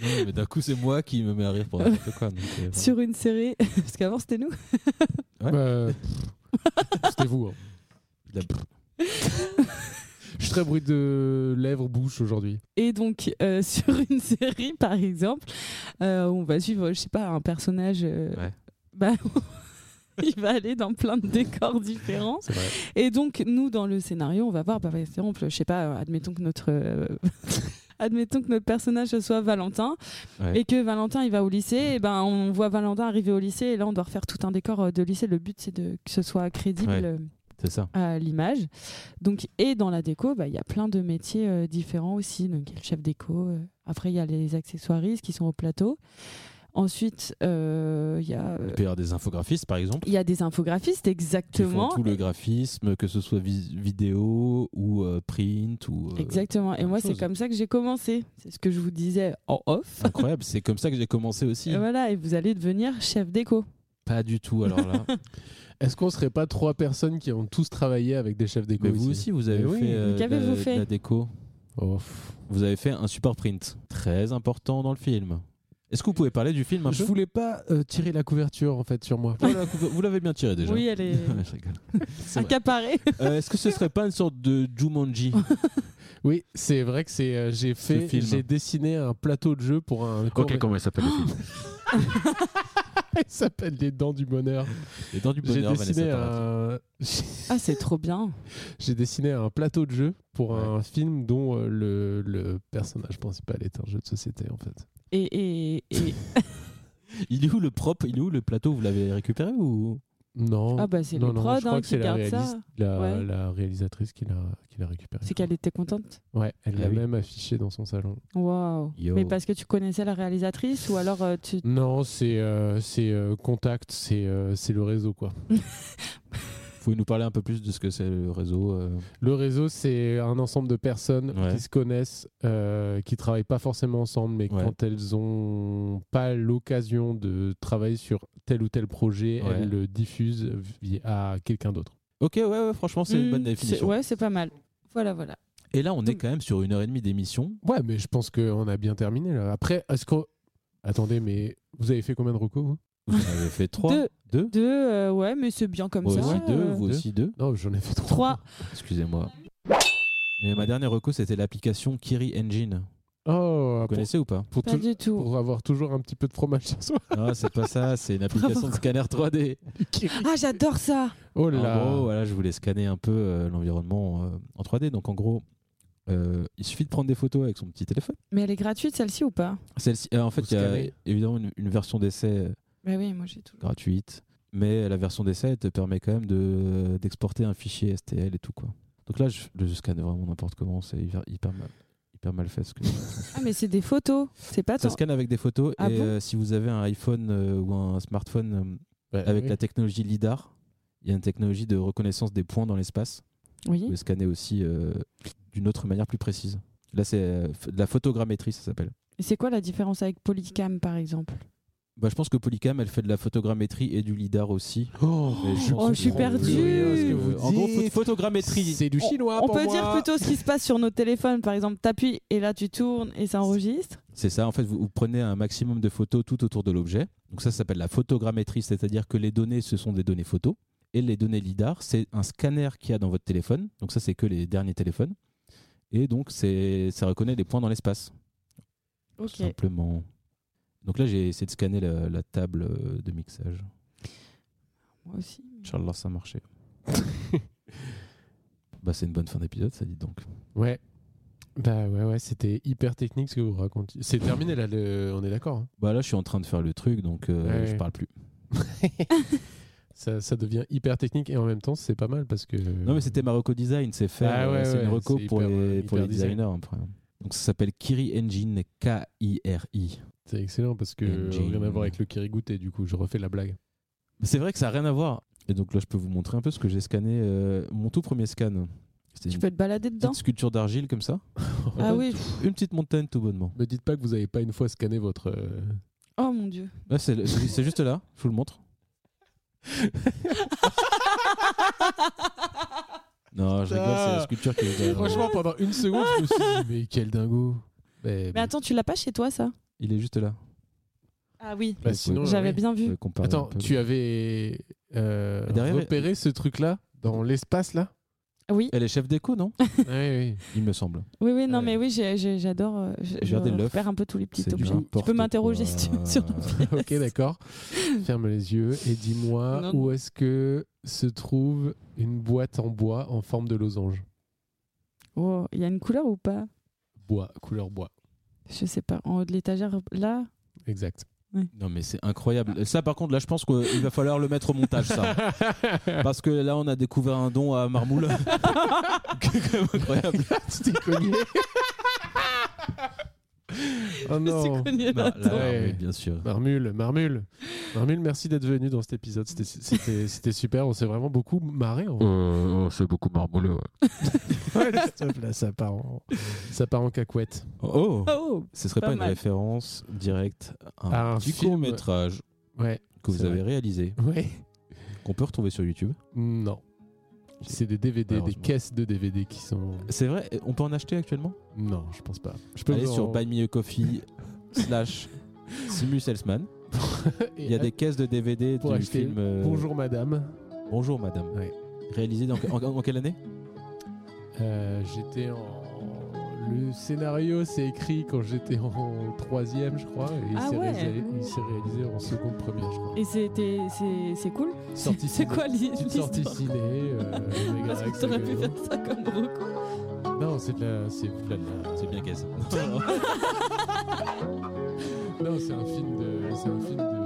Speaker 2: Non, mais d'un coup, c'est moi qui me mets à rire pour n'importe quoi. donc, euh, voilà.
Speaker 1: sur une série, parce qu'avant c'était nous.
Speaker 2: Ouais.
Speaker 3: Bah, euh, C'était vous. hein.
Speaker 2: Il a-
Speaker 3: Je suis très bruit de lèvres, bouche aujourd'hui.
Speaker 1: Et donc, euh, sur une série, par exemple, euh, on va suivre, je sais pas, un personnage. euh,
Speaker 2: Ouais.
Speaker 1: bah, il va aller dans plein de décors différents.
Speaker 3: C'est vrai.
Speaker 1: Et donc, nous, dans le scénario, on va voir, bah, par exemple, je sais pas, euh, admettons que notre. euh, Admettons que notre personnage ce soit Valentin
Speaker 2: Ouais.
Speaker 1: et que Valentin il va au lycée et ben on voit Valentin arriver au lycée et là on doit refaire tout un décor euh, de lycée le but c'est de que ce soit crédible
Speaker 2: Ouais.
Speaker 1: euh,
Speaker 2: C'est ça.
Speaker 1: à l'image. Donc, et dans la déco, bah, il y a plein de métiers euh, différents aussi. Donc, il y a le chef déco. euh, après, il y a les accessoiristes qui sont au plateau. Ensuite, euh, il y a. euh,
Speaker 2: Il peut y avoir des infographistes, par exemple,
Speaker 1: il y a des infographistes,
Speaker 2: qui font
Speaker 1: exactement.
Speaker 2: tout le graphisme, que ce soit vis- vidéo ou euh, print. ou euh,
Speaker 1: Exactement. Et
Speaker 2: plein de
Speaker 1: moi, c'est
Speaker 2: choses.
Speaker 1: comme ça que j'ai commencé. C'est ce que je vous disais en off.
Speaker 2: Incroyable, c'est comme ça que j'ai commencé aussi.
Speaker 1: Et voilà, et vous allez devenir chef déco.
Speaker 2: Pas du tout, alors là.
Speaker 3: Est-ce qu'on serait pas trois personnes qui ont tous travaillé avec des chefs d'éco
Speaker 2: Mais vous
Speaker 3: ici
Speaker 2: aussi, vous avez
Speaker 3: Mais oui.
Speaker 2: fait, euh,
Speaker 1: Mais qu'avez-vous
Speaker 2: de la-
Speaker 1: fait
Speaker 2: de la déco.
Speaker 3: Oh, pff.
Speaker 2: Vous avez fait un support print, très important dans le film. Est-ce que vous pouvez parler du film un
Speaker 3: Je
Speaker 2: peu
Speaker 3: voulais pas euh, tirer la couverture en fait sur moi.
Speaker 2: Oh là, Vous vous l'avez bien tiré déjà.
Speaker 1: Oui, elle est
Speaker 2: Ouais, je rigole. C'est vrai.
Speaker 1: accaparée.
Speaker 2: Euh, Est-ce que ce serait pas une sorte de Jumanji
Speaker 3: Oui, c'est vrai que c'est euh, j'ai fait
Speaker 2: film.
Speaker 3: j'ai dessiné un plateau de jeu pour un court-
Speaker 2: comment il s'appelle le film
Speaker 3: il s'appelle les dents du bonheur.
Speaker 2: Les dents du
Speaker 3: J'ai
Speaker 2: bonheur, Vanessa
Speaker 3: dessiné
Speaker 2: Paradis.
Speaker 3: un
Speaker 1: Ah, c'est trop bien.
Speaker 3: j'ai dessiné un plateau de jeu pour
Speaker 2: Ouais.
Speaker 3: un film dont euh, le, le personnage principal est un jeu de société en fait.
Speaker 1: Et, et, et-
Speaker 3: euh,
Speaker 2: Il est où le propre Il est où le plateau Vous l'avez récupéré ou
Speaker 3: Non.
Speaker 1: Ah, bah, c'est
Speaker 3: non,
Speaker 1: le
Speaker 3: non,
Speaker 1: prod,
Speaker 3: je crois
Speaker 1: hein,
Speaker 3: que c'est
Speaker 1: qui
Speaker 3: la,
Speaker 1: garde
Speaker 3: réaliste-
Speaker 1: ça.
Speaker 3: la,
Speaker 1: Ouais.
Speaker 3: la réalisatrice qui l'a qui l'a récupéré.
Speaker 1: C'est qu'elle était contente.
Speaker 3: Ouais, elle
Speaker 2: Ah
Speaker 3: l'a
Speaker 2: oui.
Speaker 3: même affiché dans son salon.
Speaker 1: Waouh.
Speaker 2: Yo.
Speaker 1: Mais parce que tu connaissais la réalisatrice ou alors euh, tu.
Speaker 3: Non, c'est euh, c'est euh, contact, c'est euh, c'est le réseau quoi.
Speaker 2: Vous pouvez nous parler un peu plus de ce que c'est le réseau euh,
Speaker 3: Le réseau, c'est un ensemble de personnes
Speaker 2: Ouais.
Speaker 3: qui se connaissent, euh, qui travaillent pas forcément ensemble, mais
Speaker 2: Ouais.
Speaker 3: quand elles ont pas l'occasion de travailler sur tel ou tel projet,
Speaker 2: Ouais.
Speaker 3: elles le diffusent vi- à quelqu'un d'autre.
Speaker 2: Ok, ouais, ouais, franchement, Mmh, c'est une
Speaker 1: Hmm,
Speaker 2: bonne définition.
Speaker 1: Ouais, c'est pas mal. Voilà, voilà.
Speaker 2: Et là, on est quand même sur une heure et demie d'émission.
Speaker 3: Ouais, mais je pense qu'on a bien terminé là. Après, est-ce que attendez, mais vous avez fait combien de recos vous
Speaker 2: Vous en avez fait trois,
Speaker 1: Deux.
Speaker 2: deux,
Speaker 1: Deux, euh, ouais, mais c'est bien comme
Speaker 2: Moi
Speaker 1: ça.
Speaker 2: aussi deux,
Speaker 1: euh,
Speaker 2: vous
Speaker 3: Deux.
Speaker 2: aussi deux.
Speaker 3: Non, j'en ai fait trois.
Speaker 1: Trois.
Speaker 2: Excusez-moi. Et ma dernière reco, c'était l'application Kiri Engine.
Speaker 3: Oh,
Speaker 2: Vous
Speaker 3: pour,
Speaker 2: connaissez ou pas
Speaker 3: pour
Speaker 1: Pas
Speaker 3: tou-
Speaker 1: du tout.
Speaker 3: pour avoir toujours un petit peu de fromage sur soi.
Speaker 2: Non, Ah, c'est pas ça, c'est une application de scanner 3D.
Speaker 1: Ah, j'adore ça
Speaker 3: Oh
Speaker 2: En gros,
Speaker 3: là.
Speaker 2: voilà, je voulais scanner un peu euh, l'environnement euh, en 3D. Donc en gros, euh, il suffit de prendre des photos avec son petit téléphone.
Speaker 1: Mais elle est gratuite, celle-ci, ou pas
Speaker 2: Celle-ci, euh, en fait,
Speaker 3: Vous
Speaker 2: il y a
Speaker 3: scannez.
Speaker 2: évidemment une, une version d'essai euh,
Speaker 1: Bah oui, moi j'ai tout.
Speaker 2: gratuite, mais la version d'essai elle te permet quand même de d'exporter un fichier STL et tout quoi. Donc là, je le scanne vraiment n'importe comment, c'est hyper, hyper mal, hyper mal fait. Ce que
Speaker 1: Ah, mais c'est des photos. C'est pas
Speaker 2: ça
Speaker 1: tant.
Speaker 2: scanne avec des photos
Speaker 1: Ah
Speaker 2: et
Speaker 1: bon
Speaker 2: euh, si vous avez un iPhone euh, ou un smartphone
Speaker 3: Ouais,
Speaker 2: euh, avec
Speaker 3: Bah oui.
Speaker 2: la technologie lidar, il y a une technologie de reconnaissance des points dans l'espace. Vous
Speaker 1: Oui.
Speaker 2: pouvez scanner aussi euh, d'une autre manière plus précise. Là, c'est euh, f- de la photogrammétrie, ça s'appelle.
Speaker 1: Et c'est quoi la différence avec Polycam, par exemple
Speaker 2: Bah, je pense que Polycam, elle fait de la photogrammétrie et du lidar aussi.
Speaker 3: Oh,
Speaker 2: Mais je
Speaker 1: Oh, je suis
Speaker 3: comprends plus
Speaker 1: perdue.
Speaker 3: rien à ce que vous
Speaker 2: en gros, pho-
Speaker 3: dites.
Speaker 2: photogrammétrie.
Speaker 3: C'est du
Speaker 1: On-
Speaker 2: Ah,
Speaker 3: chinois
Speaker 1: On
Speaker 3: pour
Speaker 1: peut
Speaker 3: moi.
Speaker 1: dire plutôt ce qui se passe sur nos téléphones, par exemple. T'appuies et là tu tournes et ça enregistre.
Speaker 2: C'est ça, en fait, vous, vous prenez un maximum de photos tout autour de l'objet. Donc ça, ça s'appelle la photogrammétrie, c'est-à-dire que les données, ce sont des données photos. Et les données LIDAR, c'est un scanner qu'il y a dans votre téléphone. Donc ça, c'est que les derniers téléphones. Et donc, c'est- ça reconnaît les points dans l'espace.
Speaker 1: Ok.
Speaker 2: Tout simplement. Donc là, j'ai essayé de scanner la, la table euh, de mixage.
Speaker 1: Moi aussi.
Speaker 2: Inch'Allah, ça a marché. bah, c'est une bonne fin d'épisode, ça dit donc.
Speaker 3: Ouais. Bah ouais, ouais, c'était hyper technique ce que vous racontiez. C'est terminé là, le- on est d'accord. hein.
Speaker 2: Bah là, je suis en train de faire le truc, donc euh,
Speaker 3: Ouais.
Speaker 2: je parle plus.
Speaker 3: Ça, ça devient hyper technique et en même temps, c'est pas mal parce que.
Speaker 2: Non, mais c'était Marocco Design, c'est faire
Speaker 3: Ah
Speaker 2: euh,
Speaker 3: ouais,
Speaker 2: c'est
Speaker 3: ouais,
Speaker 2: une reco
Speaker 3: c'est
Speaker 2: pour,
Speaker 3: hyper,
Speaker 2: les,
Speaker 3: euh,
Speaker 2: pour les
Speaker 3: hyper design.
Speaker 2: designers. après. Donc ça s'appelle Kiri Engine, K-I-R-I.
Speaker 3: C'est excellent parce que
Speaker 2: Engine.
Speaker 3: rien à voir avec le Kirigout et du coup, je refais la blague.
Speaker 2: Mais C'est vrai que ça n'a rien à voir. Et donc là, je peux vous montrer un peu ce que j'ai scanné. euh, mon tout premier scan. C'était
Speaker 1: Tu
Speaker 2: une
Speaker 1: peux te balader dedans
Speaker 2: petite sculpture d'argile comme ça.
Speaker 1: Ah oui.
Speaker 2: Une petite montagne tout bonnement.
Speaker 3: Me dites pas que vous avez pas une fois scanné votre. euh,
Speaker 1: Oh mon dieu.
Speaker 2: Là, Ah, c'est le- c'est c'est juste là, je vous le montre. Non, je
Speaker 3: Putain.
Speaker 2: rigole, c'est la sculpture qui est derrière.
Speaker 3: Franchement, pendant une seconde, je me suis dit, mais quel dingo. Mais,
Speaker 2: ben.
Speaker 1: Mais attends, tu l'as pas chez toi ça
Speaker 2: Il est juste là.
Speaker 1: Ah oui.
Speaker 3: bah, sinon,
Speaker 1: J'avais
Speaker 3: ouais.
Speaker 1: bien
Speaker 2: Je
Speaker 1: vu.
Speaker 2: vais comparer
Speaker 3: Attends,
Speaker 2: un peu.
Speaker 3: tu avais euh,
Speaker 2: Derrière-
Speaker 3: repéré ce truc-là dans l'espace là
Speaker 1: Oui,
Speaker 2: Elle est chef déco, non
Speaker 3: Oui, oui.
Speaker 2: Il me semble.
Speaker 1: oui, oui. Non,
Speaker 3: Ouais.
Speaker 1: mais oui, j'ai- j'ai- j'adore. euh, Je, je
Speaker 2: Regardez l'œuf.
Speaker 1: repère un peu tous les petits
Speaker 2: C'est
Speaker 1: objets.
Speaker 2: n'importe
Speaker 1: Tu peux m'interroger
Speaker 2: quoi.
Speaker 1: si tu veux sur mon fil.
Speaker 3: ok, d'accord. Ferme les yeux et dis-moi
Speaker 1: Non.
Speaker 3: où est-ce que se trouve une boîte en bois en forme de losange
Speaker 1: Oh, il y a une couleur ou pas
Speaker 3: Bois, couleur bois.
Speaker 1: Je sais pas. En haut de l'étagère, là
Speaker 3: Exact.
Speaker 2: Non, mais c'est incroyable. Ça, par contre, là, je pense qu'il va falloir le mettre au montage, ça. Parce que là, on a découvert un don à Marmoule. C'est quand même incroyable.
Speaker 3: tu t'es cogné. oh non.
Speaker 2: Non, Bah, là,
Speaker 3: Ouais.
Speaker 2: oui, bien sûr.
Speaker 3: Marmule, Marmule, Marmule, merci d'être venu dans cet épisode. C'était- C'était c'était super. On s'est vraiment beaucoup marré. En vrai.
Speaker 2: c'est beaucoup marmouleux.
Speaker 3: Stop, là, ça part en, ça part en cacahuète.
Speaker 2: Oh,
Speaker 1: Oh
Speaker 2: Ce serait
Speaker 1: Pas
Speaker 2: pas, une
Speaker 1: mal.
Speaker 2: référence directe à
Speaker 3: À
Speaker 2: un
Speaker 3: un
Speaker 2: petit
Speaker 3: film.
Speaker 2: court-métrage
Speaker 3: Ouais.
Speaker 2: que vous
Speaker 3: C'est
Speaker 2: avez réalisé,
Speaker 3: Ouais.
Speaker 2: qu'on peut retrouver sur YouTube.
Speaker 3: Non. C'est des DVD, des
Speaker 2: Malheureusement.
Speaker 3: caisses de DVD qui sont.
Speaker 2: C'est vrai, on peut en acheter actuellement
Speaker 3: Non, je pense pas. Je
Speaker 2: Allez
Speaker 3: vous
Speaker 2: sur
Speaker 3: en-
Speaker 2: Buy Me a Coffee slash Simus Elsman.
Speaker 3: Et
Speaker 2: Il y a des caisses de DVD
Speaker 3: pour
Speaker 2: du
Speaker 3: acheter
Speaker 2: film euh,
Speaker 3: Bonjour madame.
Speaker 2: Bonjour, madame.
Speaker 3: Ouais.
Speaker 2: Réalisé dans, en, en quelle année
Speaker 3: Euh, j'étais en. Le scénario s'est écrit quand j'étais en troisième, je crois, et il
Speaker 1: Ah
Speaker 3: s'est
Speaker 1: ouais.
Speaker 3: réalisé, il s'est réalisé en seconde première, je crois.
Speaker 1: Et c'était, c'est, c'est cool.
Speaker 3: Sorti
Speaker 1: C'est
Speaker 3: ciné.
Speaker 1: quoi l'i-
Speaker 3: Petite sortie
Speaker 1: l'histoire
Speaker 3: ciné. euh, Omega
Speaker 1: Parce que
Speaker 3: Rex,
Speaker 1: t'aurais pu
Speaker 3: Omega
Speaker 1: faire ça comme Rocco.
Speaker 3: Nova. Non, c'est de la. C'est de la-
Speaker 2: C'est bien caisse.
Speaker 3: Non, c'est un film de. C'est un film de.
Speaker 1: Ah,